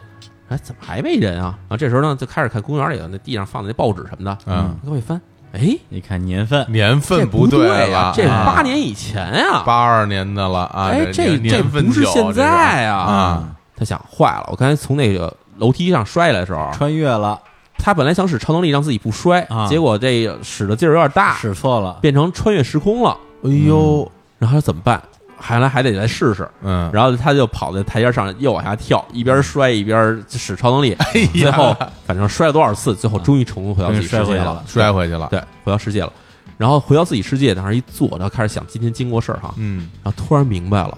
B: 哎，怎么还没人啊？然后这时候呢，就开始看公园里的那地上放的那报纸什么的，
C: 嗯，
B: 各位翻，哎，
D: 你看年份，
B: 这
C: 年份
B: 不
C: 对
B: 呀
C: 了，，
B: 这
C: 啊
B: 八年以前呀，
C: 八二年的了啊，
B: 哎，这
C: 这年份
B: 不是
C: 久
B: 现
C: 这
B: 在啊！
C: 啊，
B: 他想坏了，我刚才从那个楼梯上摔下来的时候，
D: 穿越了，
B: 他本来想使超能力让自己不摔，
D: 啊
B: 结果这个使的劲儿有点大，
D: 使错了，
B: 变成穿越时空了。嗯
C: 哎呦，
B: 然后他怎么办？还来还得来试试。
C: 嗯，
B: 然后他就跑在台阶上又往下跳，一边摔一边使超 能力，
C: 哎
B: 最后反正摔了多少次，最后终于成功回到自己世
D: 哎终于摔回
B: 界
D: 去
B: 了
D: 了，
C: 摔回去了，
B: 对，回到世界了。然后回到自己世界，当时一坐，然后开始想今天经过事儿哈，
C: 嗯，
B: 然后突然明白了，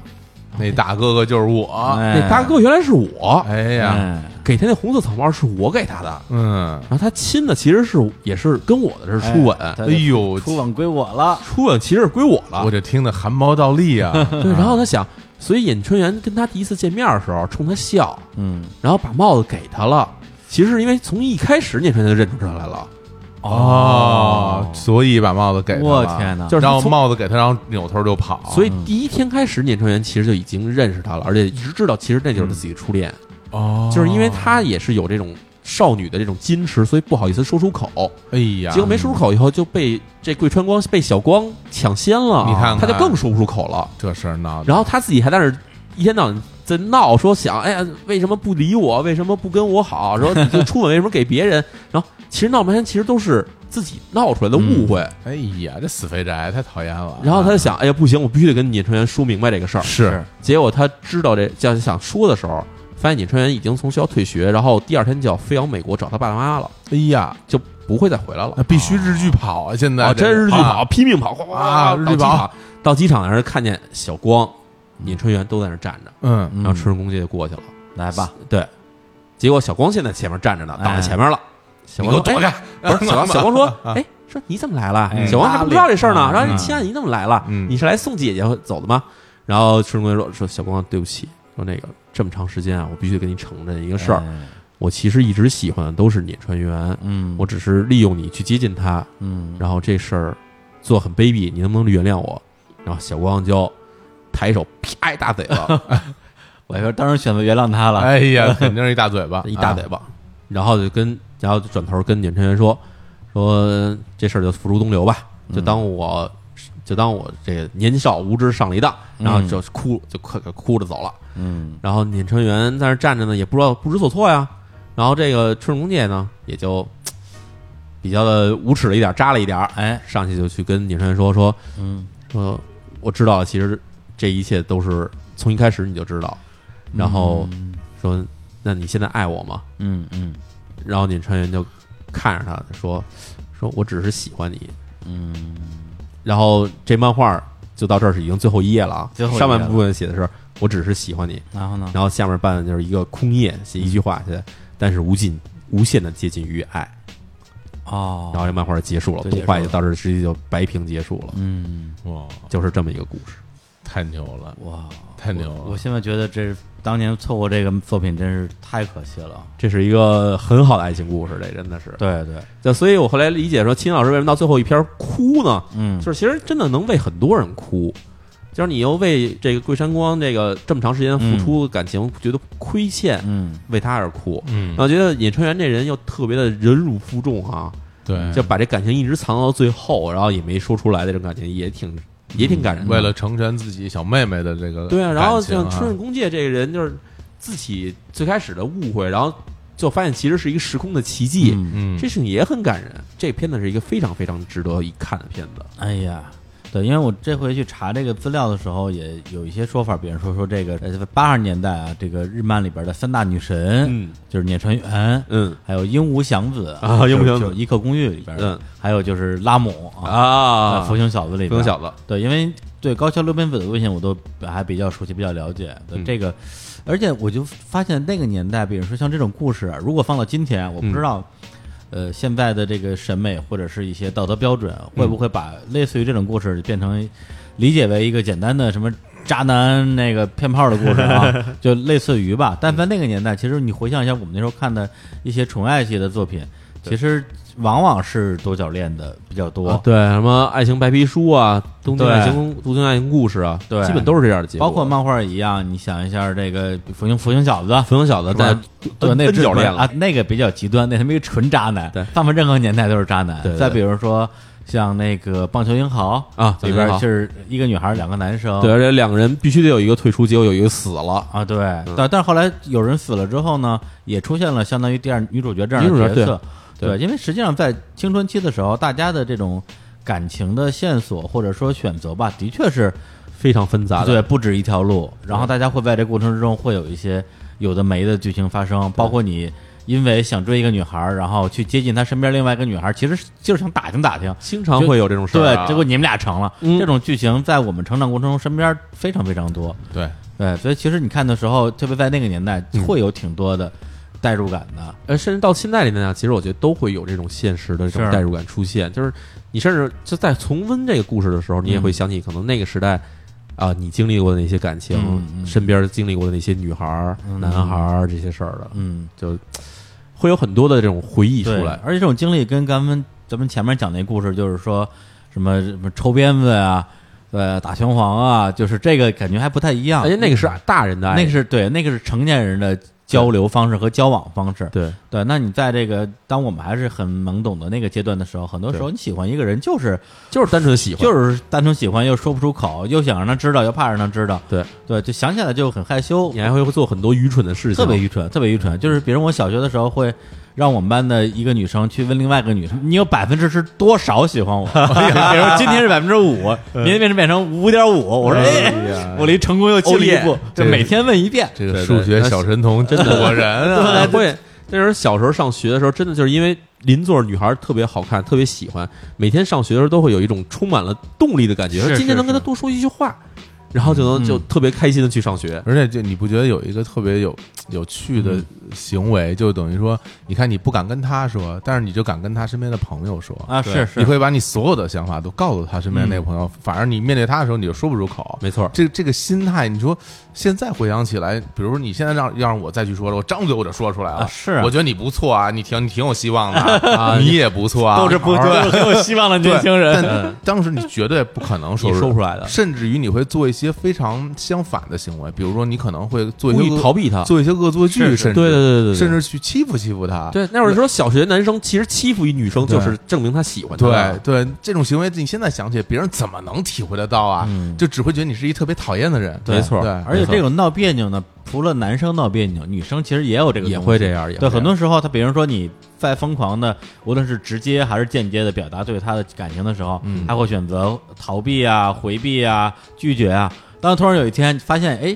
C: 那大哥哥就是我，
D: 哎
B: 那大哥原来是我，
C: 哎呀，
D: 哎，
B: 给他那红色草帽是我给他的，
C: 嗯，
B: 然后他亲的其实是也是跟我的是初吻，
D: 哎
C: 哎呦，
D: 初吻归我了，
B: 初吻其实是归我了
C: 我。这听的汗毛倒立 啊，
B: 对，然后他想，所以尹春元跟他第一次见面的时候冲他笑，
D: 嗯，
B: 然后把帽子给他了。其实是因为从一开始尹春元就认出他来了，
C: 哦，所以把帽子给他了
D: 我天哪
B: 就是
C: 然后
B: 从
C: 帽子给他，然后扭头就跑，
B: 所以第一天开始尹春元其实就已经认识他了，而且一直知道其实那就是他自己的初恋，
C: 哦，
B: 就是因为他也是有这种少女的这种矜持，所以不好意思说出口。
C: 哎呀，
B: 结果没说出口以后就被这桂川光被小光抢先了，
C: 你看看
B: 他就更说不出口了。
C: 这事儿闹的，
B: 然后他自己还在那儿一天到晚在闹，说想哎呀，为什么不理我？为什么不跟我好？说你就初吻为什么给别人？ 然后其实闹半天，其实都是自己闹出来的误会。
C: 哎呀，这死肥宅太讨厌了。
B: 然后他就想，哎呀，不行，我必须得跟尹春元说明白这个事儿。
C: 是
B: 结果他知道这叫想说的时候，发现尹春元已经从学校退学，然后第二天就要飞往美国找他爸爸妈妈了，
C: 哎呀，
B: 就不会再回来了
C: 那。必须日剧跑啊！现在
B: 啊，
C: 这
B: 真是日剧跑，
C: 啊
B: 拼命跑，哗哗
C: 啊
B: 哗，
C: 日
B: 到
C: 剧
B: 机
C: 跑
B: 场，到机场的人看见小光、尹春元都在那儿站着，
C: 嗯，
B: 然后春日公介就过去了。
D: 来吧，
B: 对，结果小光现在前面站着呢，挡在
D: 哎
B: 前面了。小
C: 你给我
B: 光
C: 躲
B: 说：“
C: 开！
B: 哎，不是小
C: ：‘
B: 光，小光说
C: 啊
B: 哎，说你怎么来了？’
D: 哎
B: 小光还不知道这事儿呢，
D: 搭理
B: 然后亲爱的，你怎么来了？
C: 嗯
B: 你是来送姐姐走的吗？”然后春日公介说：“说小光，对不起，说那个这么长时间啊，我必须得跟你承认一个事儿，
D: 哎
B: 我其实一直喜欢的都是聂川原，
D: 嗯，
B: 我只是利用你去接近他，
D: 嗯，
B: 然后这事儿做很卑鄙，你能不能原谅我？”然后小光就抬手啪一大嘴巴，
D: 我要说当时选择原谅他了，
C: 哎 呀，肯定是一大嘴巴，
B: 一大嘴
C: 啊。
B: 巴，然后就跟，然后就转头跟尹成员说，说这事儿就付诸东流吧，
D: 嗯
B: 就当我，就当我这个年少无知上了一当，然后就哭，就哭哭着走了。
D: 嗯，
B: 然后尹成员在那儿站着呢，也不知道不知所措呀。然后这个春宫介呢，也就嘖比较的无耻了一点，渣了一点，
D: 哎，
B: 上去就去跟尹成员说说，
D: 嗯，
B: 说我知道了，其实这一切都是从一开始你就知道，然后说，那你现在爱我吗？
D: 嗯嗯
B: 然后尹川原就看着他说：“说我只是喜欢你。”
D: 嗯，
B: 然后这漫画就到这儿是已经最后一页了啊，
D: 最后一页
B: 上
D: 了嗯
B: 半部分写的是“我只是喜欢你
D: 然后”， 呢？
B: 然后下面半段就是一个空页，写一句话写：“但是无尽无限的接近于爱。”然
D: 哦，
B: 后这漫画就结束了，
D: 就结束
B: 动
D: 了
B: 画也到这儿直接就白屏结束了，
D: 嗯，
C: 哇，
B: 就是这么一个故事。
C: 太牛了，
D: 哇，
C: 太牛
D: 我
C: 了！
D: 现在觉得这当年错过这个作品真是太可惜了。
B: 这是一个很好的爱情故事，这真的是。
D: 对对，
B: 就所以，我后来理解说，秦老师为什么到最后一篇哭呢？
D: 嗯
B: 就是其实真的能为很多人哭，就是你又为这个桂山光这个这么长时间付出感情、觉得亏欠，
D: 嗯，
B: 为他而哭。
C: 嗯
B: 然，后觉得尹成元这人又特别的忍辱负重啊，
C: 对，
B: 就把这感情一直藏到最后，然后也没说出来的这种感情，也挺也挺感人的。
C: 嗯为了成全自己小妹妹的这个
B: 对啊，然后像
C: 感情啊
B: 春日公介这个人，就是自己最开始的误会，然后就发现其实是一个时空的奇迹，
D: 嗯
C: 嗯
B: 这事情也很感人。这片子是一个非常非常值得一看的片子。
D: 哎呀，对，因为我这回去查这个资料的时候，也有一些说法，比如说说这个八十年代啊，这个日漫里边的三大女
C: 哎
D: 神，
B: 嗯，
D: 就是聂传螈，
B: 嗯，
D: 还有鹦鹉祥子
B: 啊
D: 就是
B: 鹦鹉祥子
D: 就是《一刻公寓》里边的，
B: 嗯
D: 还有就是拉姆啊，
B: 啊，
D: 福星小子里边，
B: 福星小子，
D: 对，因为对高桥留美子的作品我都还比较熟悉，比较了解。对
B: 嗯
D: 这个，而且我就发现那个年代，比如说像这种故事啊，如果放到今天，我不知道，呃，现在的这个审美或者是一些道德标准，会不会把类似于这种故事变成理解为一个简单的什么？渣男那个骗炮的故事啊，就类似于吧。但在那个年代，其实你回想一下我们那时候看的一些纯爱系的作品，其实往往是多角恋的比较多。
B: 啊对，什么爱情白皮书啊，东京
D: 对
B: 爱情东京爱情故事啊，
D: 对
B: 基本都是这样的结果。
D: 包括漫画也一样，你想一下这个福星福星小子，
B: 福星小子
D: 是
B: 在
D: 吧对那
B: 奔
D: 至
B: 脚恋
D: 啊，那个比较极端，那他妈一个纯渣男，
B: 对
D: 放在任何年代都是渣男。
B: 对对
D: 再比如说像那个棒球英豪
B: 啊
D: 里
B: 棒球英
D: 边
B: 豪
D: 就是一个女孩两个男生，
B: 对，而且两个人必须得有一个退出，结果有一个死了。
D: 啊，对，
B: 嗯
D: 但但是后来有人死了之后呢，也出现了相当于第二女主角这样
B: 女主
D: 的
B: 角
D: 角色，
B: 对对
D: 因为实际上在青春期的时候，大家的这种感情的线索或者说选择吧，的确是
B: 非常纷杂的，
D: 对，不止一条路。然
B: 嗯
D: 后大家会在这过程之中会有一些有的没的剧情发
B: 嗯
D: 生，包括你因为想追一个女孩儿，然后去接近她身边另外一个女孩儿，其实是就是想打听打听。
B: 经常会有这种事儿、
D: 对
B: 啊。，
D: 结果你们俩成了。
B: 嗯
D: 这种剧情在我们成长过程中身边非常非常多。
C: 对，
D: 对，所以其实你看的时候，特别在那个年代，
B: 嗯
D: 会有挺多的代入感的。
B: 呃，甚至到现在里面呢，其实我觉得都会有这种现实的这种
D: 是
B: 代入感出现。就是你甚至就在重温这个故事的时候，你也
D: 嗯
B: 会想起可能那个时代啊、你经历过的那些感情，
D: 嗯嗯
B: 身边经历过的那些女孩儿、
D: 嗯
B: 男孩儿这些事儿的，
D: 嗯，
B: 就会有很多的这种回忆出
D: 对，
B: 来。
D: 而且这种经历跟咱们咱们前面讲那故事，就是说什么什么抽鞭子啊，呃，打拳皇啊，就是这个感觉还不太一样。
B: 而且哎那个是大人的爱，
D: 那个是对，那个是成年人的交流方式和交往方式。
B: 对
D: 对，那你在这个当我们还是很懵懂的那个阶段的时候，很多时候你喜欢一个人就是
B: 就是单纯喜欢，
D: 就是单纯喜欢，又说不出口，又想让他知道，又怕让他知道。
B: 对
D: 对，就想起来就很害羞
B: 你，还会做很多愚蠢的事情，
D: 特别愚蠢，特别愚蠢。就是比如我小学的时候会。让我们班的一个女生去问另外一个女生：“你有百分之十多少喜欢我？” 比如说今天是百分之 五，
B: 嗯
D: 明天变成变成五点五。我说：“哎，我离成功又近了一步。”就
C: 这个
D: 每天问一遍。
C: 这
B: 哦对
C: 个
B: 对
C: 数学
B: 那
C: 小神童 真的果人啊，
B: 对，会。那时候小时候上学的时候，真的就是因为邻座女孩特别好看，特别喜欢，每天上学的时候都会有一种充满了动力的感觉，
D: 是
B: 说今天
D: 是
B: 能跟她多说一句话，然后就能就特别开心的去上学。
C: 而且就你不觉得有一个特别有有趣
B: 嗯
C: 的行为，就等于说，你看你不敢跟他说，但是你就敢跟他身边的朋友说
D: 啊
C: 对
D: 是是
C: 你会把你所有的想法都告诉他身边那个朋友，反而你面对他的时候你就说不出
B: 嗯
C: 口。
B: 没错，
C: 这这个心态，你说现在回想起来，比如说你现在让要让我再去说了，我张嘴我就说出来了。
D: 啊是啊
C: 我觉得你不错啊，你挺你挺有希 望的
B: 啊
C: 你也不错啊，
D: 都是不
C: 好好
D: 都是很有希望的年轻人。
C: 但当时你绝对不可能说
B: 嗯你说不出来的
C: 甚至于你会做一些非常相反的行为，比如说你可能会做一
B: 故
C: 些
B: 意
C: 恶
B: 逃避她。
C: 做一些恶作剧，
B: 是是
C: 甚至
B: 对对对对对
C: 甚至去欺负欺负他。
B: 对，那会儿说小学男生其实欺负一女生，就是证明他喜欢她
C: 对
B: 了。
C: 对这种行为你现在想起来，别人怎么能体会得到啊？就只会觉得你是一特别讨厌的人。
B: 没错
C: 对，
D: 而且这种闹别扭呢，除了男生闹别扭，女生其实也有这个
B: 也
D: 东
B: 会
D: 西
B: 这样也会
D: 对，
B: 这
D: 很多时候，他比如说你在疯狂的，无论是直接还是间接的表达对他的感情的时候，
B: 嗯
D: 他会选择逃避啊、回避啊、拒绝啊。当突然有一天发现，哎，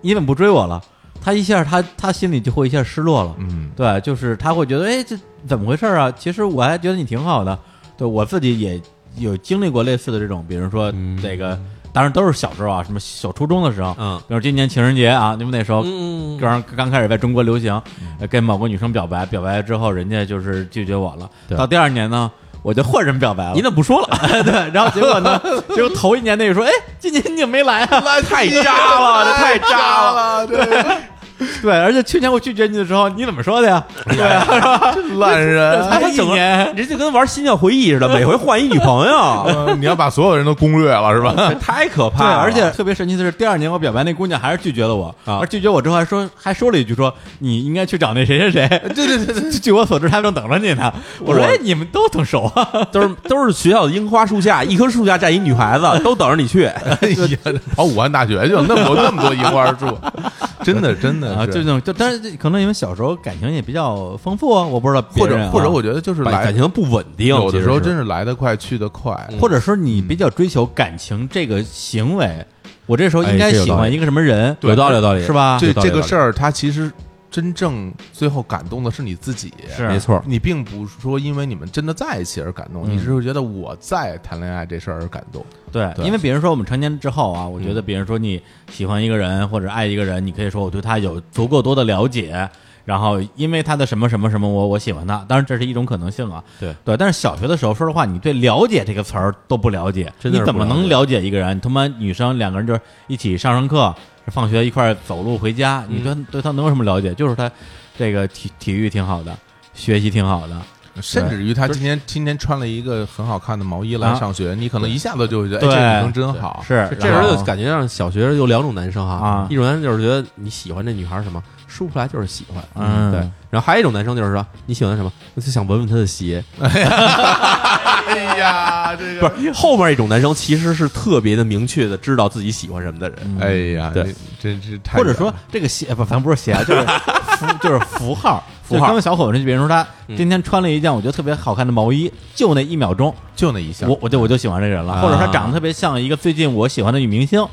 D: 你怎么不追我了？他一下，他他心里就会一下失落了。
C: 嗯，
D: 对，就是他会觉得，哎，这怎么回事啊？其实我还觉得你挺好的。对我自己也有经历过类似的这种，比如说这个，当然都是小时候啊，什么小初中的时候，
B: 嗯
D: 比如今年情人节啊，你们那时候
B: 嗯，
D: 刚刚开始在中国流行，呃跟某个女生表白，表白之后人家就是拒绝我了。
B: 对
D: 到第二年呢，我就换人表白了。
B: 你怎么不说了？
D: 对，然后结果 呢，结果头一年那个说，哎，今年你怎么没来啊？
C: 太渣了，这太渣了，对，
D: 对，而且去年我拒绝你的时候，你怎么说的呀？
B: 哎
D: 对啊，是 吧？
C: 烂人。
D: 哎
B: 他整
D: 一
B: 个
D: 年
B: 这就跟玩心跳回忆似的，每回换一女朋 友，
C: 呃你要把所有人都攻略了是吧？
B: 太可
D: 对，
B: 怕了。
D: 而且特别神奇的是，第二年我表白那姑娘还是拒绝了我，
B: 啊
D: 而拒绝我之后还说还说了一句说你应该去找那谁谁谁。对对对， 据我所知，他们正等着你呢。我说
B: 我
D: 哎，你们都挺熟啊。
B: 都是都是学校的樱花树下，一棵树下站一 女孩子，都等着你去。
C: 哎呀，跑武汉大学去了，那么多那么多樱花树， 真的真的
D: 啊，
C: 是
D: 这种就但是这可能你们小时候感情也比较丰富啊，我不知道别
C: 或
D: 人啊、
C: 者或者我觉得就是
B: 感
C: 来
B: 感情不稳定，
C: 有的时候
B: 其实
C: 真
B: 是
C: 是来得快去得快，
D: 或者说你比较追求感情这个行为，我这时候应该
B: 哎这有
D: 喜
B: 道理
D: 欢一个什么人，
B: 有道理，有道理，
D: 是？吧？
C: 这
B: 有道理
C: 这
B: 有
C: 个
B: 道理
C: 事儿，它其实真正最后感动的是你自己。
D: 是
B: 没错，
C: 你并不是说因为你们真的在一起而感动，
D: 嗯
C: 你是会觉得我在谈恋爱这事儿而感动。
D: 对，
B: 对嗯
D: 因为比如说我们成年之后啊，我觉得比如说你喜欢一个人或者爱一个人，你可以说我对他有足够多的了解，然后因为他的什么什么什么我，我喜欢他。当然这是一种可能性啊。
B: 对
D: 对，但是小学的时候，说实话，你对“了解”这个词儿都不了解，
B: 真的
D: 你
B: 是
D: 怎么
B: 不了
D: 能
B: 解
D: 了解一个人？你他妈女生两个人就是一起上上课，放学一块儿走路回家，
B: 嗯
D: 你对对他能有什么了解？就是他这个体体育挺好的，学习挺好的，
C: 甚至于他今天今天穿了一个很好看的毛衣来
D: 啊
C: 上学，你可能一下子就会觉得，哎，
D: 对
C: 这女生真好。
D: 是
B: 这
D: 然
B: 人
D: 后
B: 就感觉让小学有两种男生哈
D: 啊，
B: 一种男生就是觉得你喜欢这女孩儿什么，说不出来就是喜欢，
D: 嗯
B: 对。然后还有一种男生就是说你喜欢什么，我就想闻闻她的 鞋。
C: 哎呀，这
B: 不是，后面一种男生其实是特别的明确的知道自己喜欢什么的人，
C: 哎呀，
B: 对
C: 这，真是太
D: 或者说这个鞋不，咱不是鞋，啊，就是 符，就是符 号。
B: 符号
D: 就刚才小伙子，就比如说他
B: 嗯
D: 今天穿了一件我觉得特别好看的毛衣，就那一秒钟，
C: 就那一下，
D: 我我就我就喜欢这个人了。
B: 啊
D: 或者说长得特别像一个最近我喜欢的女明星，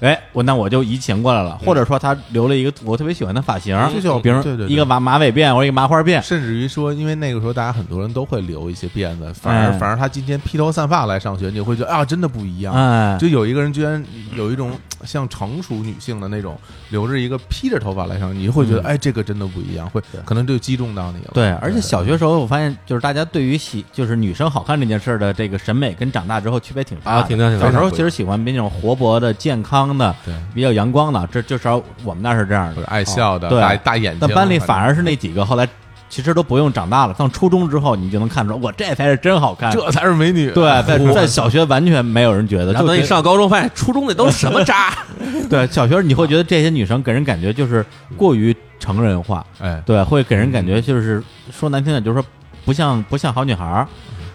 D: 哎，我那我就移情过来了。或者说他留了一个我特别喜欢的发型
C: 这就，
D: 比如
C: 啊对对
D: 说
C: 对
D: 一个马马尾辫或者一个麻花辫，
C: 甚至于说，因为那个时候大家很多人都会留一些辫子，反而、
D: 哎
C: 反而他今天披头散发来上学，你会觉得啊，真的不一样。
D: 哎
C: 就有一个人居然有一种像成熟女性的那种，留着一个披着头发来上学，你会觉得、哎，这个真的不一样，会可能就击中到你了。
D: 嗯对，而且小学时候我发现，就是大家对于喜就是女生好看这件事儿的这个审美，跟长大之后区别挺大
B: 啊
D: 的
B: 挺大挺大
D: 小时候其实喜欢比那种活泼的、健康的、
C: 对
D: 比较阳光的，这至少我们那是这样
C: 或者
D: 的。
C: 爱笑的，
D: 哦对
C: 大大眼睛。
D: 但班里反
C: 正
D: 而是那几个后来其实都不用长大了，上初中之后你就能看出来，我这才是真好看。
C: 这才是美女。
D: 对，在在小学完全没有人觉得，
B: 然后
D: 就
B: 等你
D: 觉
B: 上高中发现初中那都是什么渣，
D: 对小学你会觉得这些女生给人感觉就是过于成人化，
C: 哎，
D: 对，会给人感觉就是说难听点，就是说不像不像好女孩儿，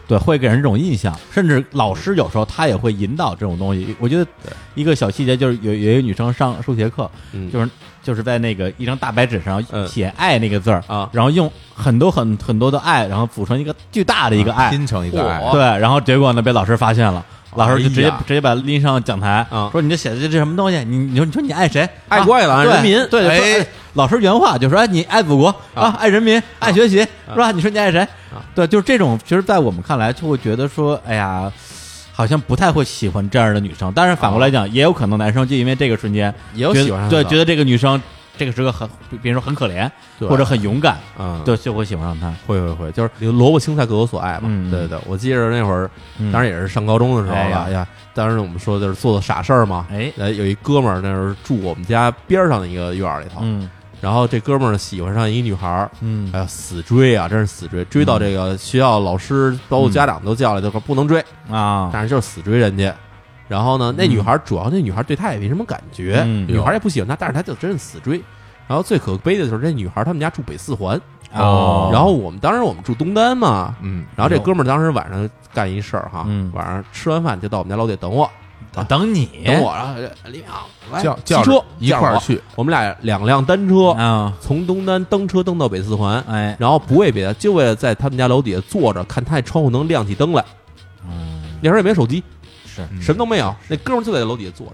D: 对，会给人这种印象。甚至老师有时候他也会引导这种东西。我觉得一个小细节就是有有一个女生上数学课，
B: 嗯
D: 就是就是在那个一张大白纸上
B: 嗯
D: 写“爱”那个字儿、
B: 啊
D: 然后用很多很很多的爱，然后组成一个巨大的一个爱，
C: 拼成一个爱
B: 哇。
D: 对，然后结果呢被老师发现了。老师就直接、
B: 哎呀
D: 直接把拎上讲台，
B: 啊
D: 说你这写的这是什么东西？你你说你说你爱谁？啊
B: 爱国爱党爱
D: 对
B: 人民
D: 对，说
B: 哎
D: 哎老师原话就说哎你爱祖国啊，爱人民，爱学习
B: 啊
D: 是吧？你说你爱谁？对，就是这种，其实在我们看来就会觉得说，哎呀，好像不太会喜欢这样的女生。但是反过来讲，也有可能男生就因为这个瞬间
B: 也有
D: 觉得
B: 啊喜欢上
D: 对，
B: 的
D: 觉得这个女生这个时刻很，比如说很可怜
B: 对
D: 或者很勇敢，
B: 嗯，
D: 对，就会喜欢上她。
B: 会会会，就是萝卜青菜各有所爱嘛。
D: 嗯
B: 对对对，我记着那会儿，
D: 嗯
B: 当然也是上高中的时候
D: 哎
B: 了。
D: 呀
B: 哎呀，当时我们说就是做的傻事儿嘛。
D: 哎
B: 呃，有一哥们儿那时候住我们家边儿上的一个院儿里头，
D: 嗯
B: 然后这哥们儿喜欢上一女孩儿，
D: 嗯
B: 哎呀，死追啊，真是死追，追到这个学校老师包括家长都叫来，就说不能追，
D: 啊，
B: 但是就是死追人家。然后呢，那
C: 嗯
B: 女孩儿主要那女孩儿对他也没什么感觉，
D: 嗯
B: 女孩儿也不喜欢他，但是他就真是死追。然后最可悲的就是这女孩儿他们家住北四环，
D: 哦
B: 然后我们当时我们住东单嘛，
C: 嗯，
B: 然后这哥们儿当时晚上干一事儿哈，
D: 嗯
B: 晚上吃完饭就到我们家楼底等我，
D: 啊等你
B: 等我，然后就李
D: 哎
B: 淼来
C: 哎叫
B: 骑
C: 叫
B: 车
C: 着一块儿，
B: 叫
C: 去嗯
B: 我我们俩两辆单车
D: 啊，
B: 从东单蹬车蹬到北四环，
D: 哎
B: 然后不为别的，就为了在他们家楼底下坐着看他那窗户能亮起灯来。那时候也没手机，
D: 嗯是
C: 嗯
B: 什么都没有，那哥们儿就在楼底下坐着，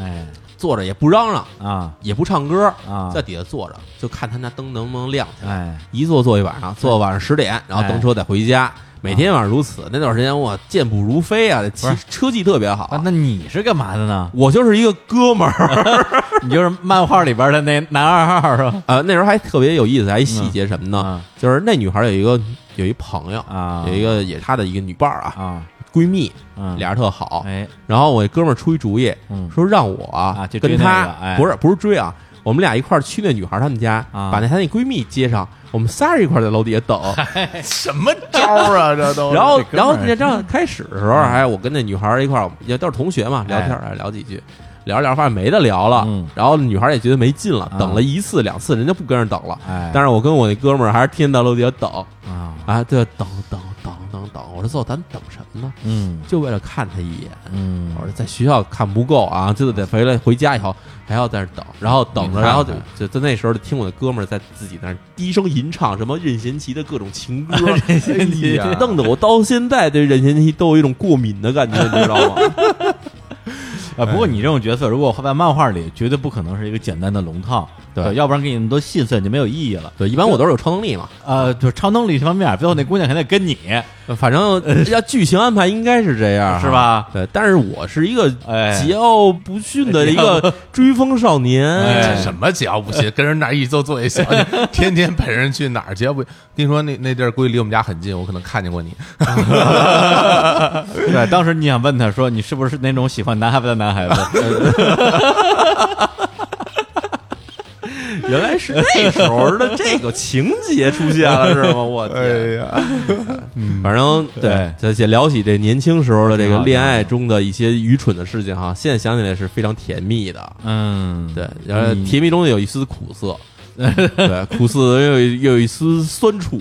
D: 哎
B: 坐着也不嚷嚷，
D: 啊
B: 也不唱歌，
D: 啊
B: 在底下坐着就看他那灯能不能亮起来。
D: 哎
B: 一坐坐一晚上，坐到晚上十点，然后蹬车再回家。每天晚上如此，那段时间我健步如飞啊，骑
D: 啊不是
B: 车技特别好。
D: 啊，那你是干嘛的呢？
B: 我就是一个哥们儿，
D: 你就是漫画里边的那 男二号是吧？
B: 呃，那时候还特别有意思，还一细节什么呢？
D: 嗯啊
B: 就是那女孩有一个有一朋友
D: 啊
B: 有一个也是她的一个女伴儿啊，
D: 啊，
B: 闺蜜，
D: 嗯
B: 俩人特好。
D: 哎
B: 然后我一哥们儿出一主意，
D: 嗯
B: 说让我啊
D: 啊去追
B: 跟
D: 那
B: 她、
D: 个哎
B: 不是不是追啊，我们俩一块儿去那女孩他们家，
D: 啊
B: 把那她那闺蜜接上，我们仨人一块儿在楼底下 等。
C: 什么招儿啊？这都
B: 然后，
D: 这哦哥
B: 然
D: 们儿嗯
B: 后你知道开始的时候，哎，我跟那女孩儿一块儿，也都是同学嘛，聊天儿哎聊几句，聊着聊着发现没得聊了
D: 嗯，
B: 然后女孩儿也觉得没劲了，
D: 啊
B: 等了一次两次，人家不跟着等了
D: 哎。
B: 但是我跟我那哥们儿还是天天在楼底下等
D: 啊
B: 啊，对，等等等等等，我说走，咱等什么呢？
D: 嗯
B: 就为了看他一眼。
D: 嗯
B: 我说在学校看不够啊，就得回来回家以后还要在那儿等，然后等着，
D: 你看看
B: 然后就就在那时候就听我的哥们儿在自己那儿低声吟唱什么任贤齐的各种情 歌，
C: 齐
B: 哎呀弄得我到现在对任贤齐都有一种过敏的感觉，你知道吗？
D: 啊，不过你这种角色，如果画在漫画里，绝对不可能是一个简单的龙套，
B: 对
D: 要不然给你那么多戏份就没有意义了。
B: 对，一般我都是有超能力嘛，
D: 呃，就是超能力这方面，最后那姑娘还得跟你，
B: 反 正要剧情安排应该是这样，啊
D: 是？吧？
B: 对，但是我是一个
D: 哎
B: 桀骜不驯的一个追风少
D: 哎
C: 这
B: 年，
C: 什么桀骜不驯，跟人那儿一坐坐 一宿，天天陪人去哪儿桀骜不驯？跟你说，那那地儿估计离我们家很近，我可能看见过你。
D: 对，当时你想问他说，你是不是那种喜欢男孩子的男孩子？
B: 原来是那时候的这个情节出现了，是吗？我天！
C: 哎呀，
B: 反正
D: 对
B: 这这聊起这年轻时候的这
D: 挺
B: 个
D: 好
B: 恋爱中的一些愚蠢的事情哈，现在想起来是非常甜蜜的。
D: 嗯，
B: 对，然后甜蜜中有一丝苦 涩，对，苦涩又有一又有一丝酸 楚，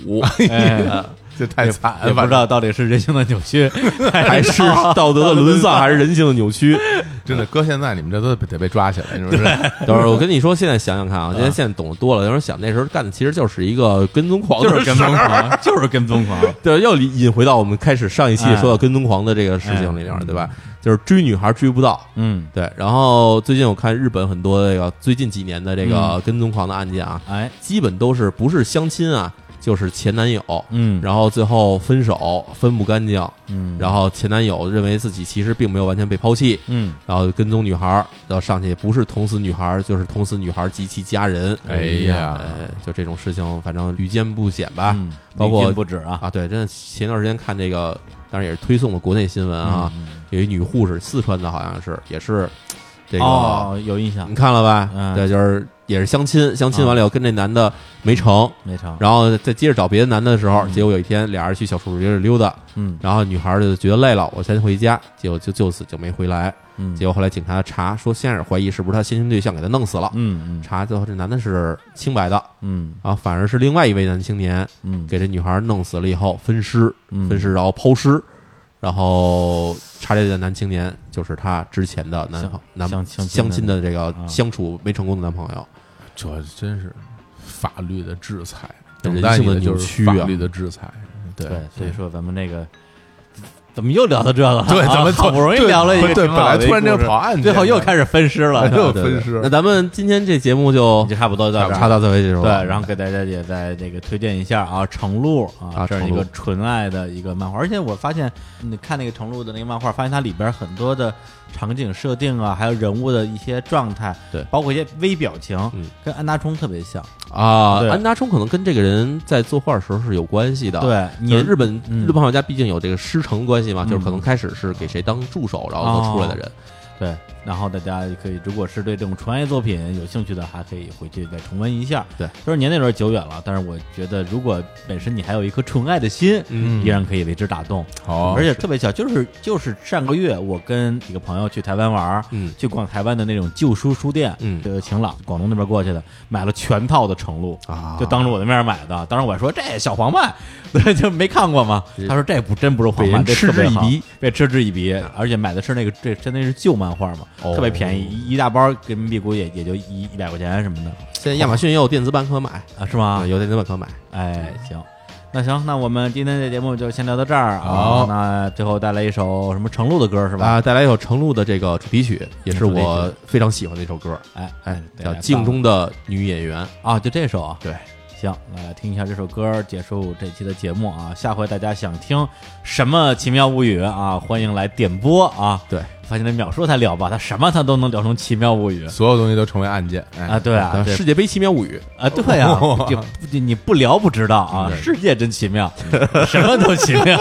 D: 哎，
C: 哎这太惨了，
D: 嗯也不
C: 反
D: 知
C: 正
D: 道到底是人性的扭曲
B: 还
D: 还
B: 是 道德的沦丧，还是人性的 扭曲？
C: 真的，搁现在你们这都得被抓起来，是 不是？
B: 等会儿我跟你说，现在想想看啊，现在现在懂得多了，有时候想那时候干的其实就是一个跟踪狂的
D: 就
B: 事儿，
D: 是跟踪狂，就是跟踪狂。
B: 对，又引回到我们开始上一期说到跟踪狂的这个事情里面，
D: 哎
B: 对吧？就是追女孩追不到，
D: 嗯，
B: 对。然后最近我看日本很多这个最近几年的这个跟踪狂的案件啊，
D: 嗯哎，
B: 基本都是不是相亲啊，就是前男友，
D: 嗯，
B: 然后最后分手分不干净，
D: 嗯，
B: 然后前男友认为自己其实并没有完全被抛弃，
D: 嗯，
B: 然后跟踪女孩，然后上去不是捅死女孩，就是捅死女孩及其家人。
C: 哎呀
B: 哎，就这种事情，反正屡见不鲜
C: 啊
B: 吧。
D: 嗯
B: 包括
D: 屡禁不止啊，
B: 啊，对，真的前段时间看这个，当然也是推送的国内新闻
C: 嗯
B: 啊，
D: 嗯
B: 有一女护士，四川的好像是，也是这个、
D: 哦，有印象
B: 你，看了吧？
D: 嗯
B: 对，就是也是相亲，相亲完了以后跟这男的没成，
D: 没成。
B: 然后再接着找别的男的的时候，结果有一天俩人去小树林里溜达，
D: 嗯
B: 然后女孩儿就觉得累了，我先回家，结果就就此就没回来。
D: 嗯
B: 结果后来警察查说，先是怀疑是不是他先亲对象给他弄死了，
D: 嗯
B: 查最后这男的是清白的，
D: 嗯
B: 然后反而是另外一位男青年
D: 嗯
B: 给这女孩弄死了以后分尸，
D: 嗯
B: 分尸然后抛尸，然后查这个男青年就是他之前的男
D: 相
B: 朋男
D: 相相亲
B: 相亲的这个
D: 啊
B: 相处没成功的男朋友，
C: 这真是法律的制裁，
B: 人
C: 等待
B: 性
C: 你
B: 的
C: 的就
B: 扭曲
C: 是
B: 啊
C: 法律的制裁。对
D: 对，
C: 嗯
D: 所以说咱们这个怎么又聊到这个了？
C: 对，
D: 啊
C: 怎么
D: 好不容易
C: 对
D: 聊了一个
C: 对，
D: 挺
C: 本
D: 好
C: 来
D: 的
C: 突然
D: 一
C: 这
D: 个
C: 个
D: 故事
C: 跑案件，
D: 最后又开始分尸了，
C: 又
D: 对
C: 分
D: 对
C: 尸
B: 那，咱们今天这节目就
D: 对就差不多到这
B: 差
D: 儿。
B: 到这为止了。
D: 对，然后给大家也在这个推荐一下啊，《程璐》啊，
B: 啊
D: 这是一
B: 程
D: 个
B: 璐
D: 纯爱的一个漫画，而且我发现你看那个程璐的那个漫画，发现它里边很多的场景设定啊，还有人物的一些状态，
B: 对
D: 包括一些微表情
B: 嗯，
D: 跟安达充特别像。
B: 啊
D: 对，
B: 安达充可能跟这个人在作画的时候是有关系的。。
D: 对，你
B: 就是日本、
D: 嗯
B: 日本画家毕竟有这个师承关系嘛，
D: 嗯
B: 就是可能开始是给谁当助手，然后做出来的人。
D: 对，然后大家也可以，如果是对这种纯爱作品有兴趣的，还可以回去再重温一下。
B: 对，
D: 虽然年代有点久远了，但是我觉得，如果本身你还有一颗纯爱的心，
B: 嗯哦
D: 依然可以为之打动。
C: 好
D: 而且特别巧，就是就是上个月，我跟几个朋友去台湾玩儿，
B: 嗯
D: 去逛台湾的那种旧书书店，
B: 嗯
D: 呃，晴朗广东那边过去的，买了全套的程璐
B: 啊
D: 就当着我的面买的。当时我还说这小黄漫，对， 就没看过嘛。他说这不真不是黄漫，
B: 被人
D: 这特别
B: 嗤之以
D: 好
B: 鼻，
D: 被嗤之以鼻。而且买的是那个这真的是旧漫画嘛，
B: 哦
D: 特别便宜，一一大包人民币估计也也就一一百块钱什么的
B: 现在亚马逊也有电子版可买
D: 啊，是吗？
B: 有电子版可买。
D: 哎，行，那行，那我们今天的节目就先聊到这儿啊
C: 好。
D: 那最后带来一首什么程璐的歌是吧？
B: 啊，带来一首程璐的这个主题曲，也是
D: 主题曲
B: 我非常喜欢的一首歌，
D: 哎
B: 哎
D: 哎，，
B: 叫《镜中的女演员》。
D: 啊，就这首啊。
B: 对，
D: 行，那来听一下这首歌，结束这期的节目啊。下回大家想听什么奇妙物语啊，欢迎来点播啊。
B: 对，
D: 发现这淼叔他聊吧，他什么他都能聊成奇妙物语
C: 所有东西都成为案件。
D: 啊。
C: 哎，
D: 对啊，对
B: 世界杯奇妙物语，
D: 啊，对 啊，你不你不聊不知道啊，世界真奇妙， 什么都奇妙，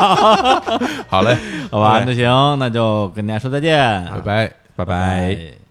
C: 好嘞，
D: 好吧？
C: 对
D: 那行，那就跟大家说再见，
C: 拜拜。
D: 拜
B: 拜拜。
D: 拜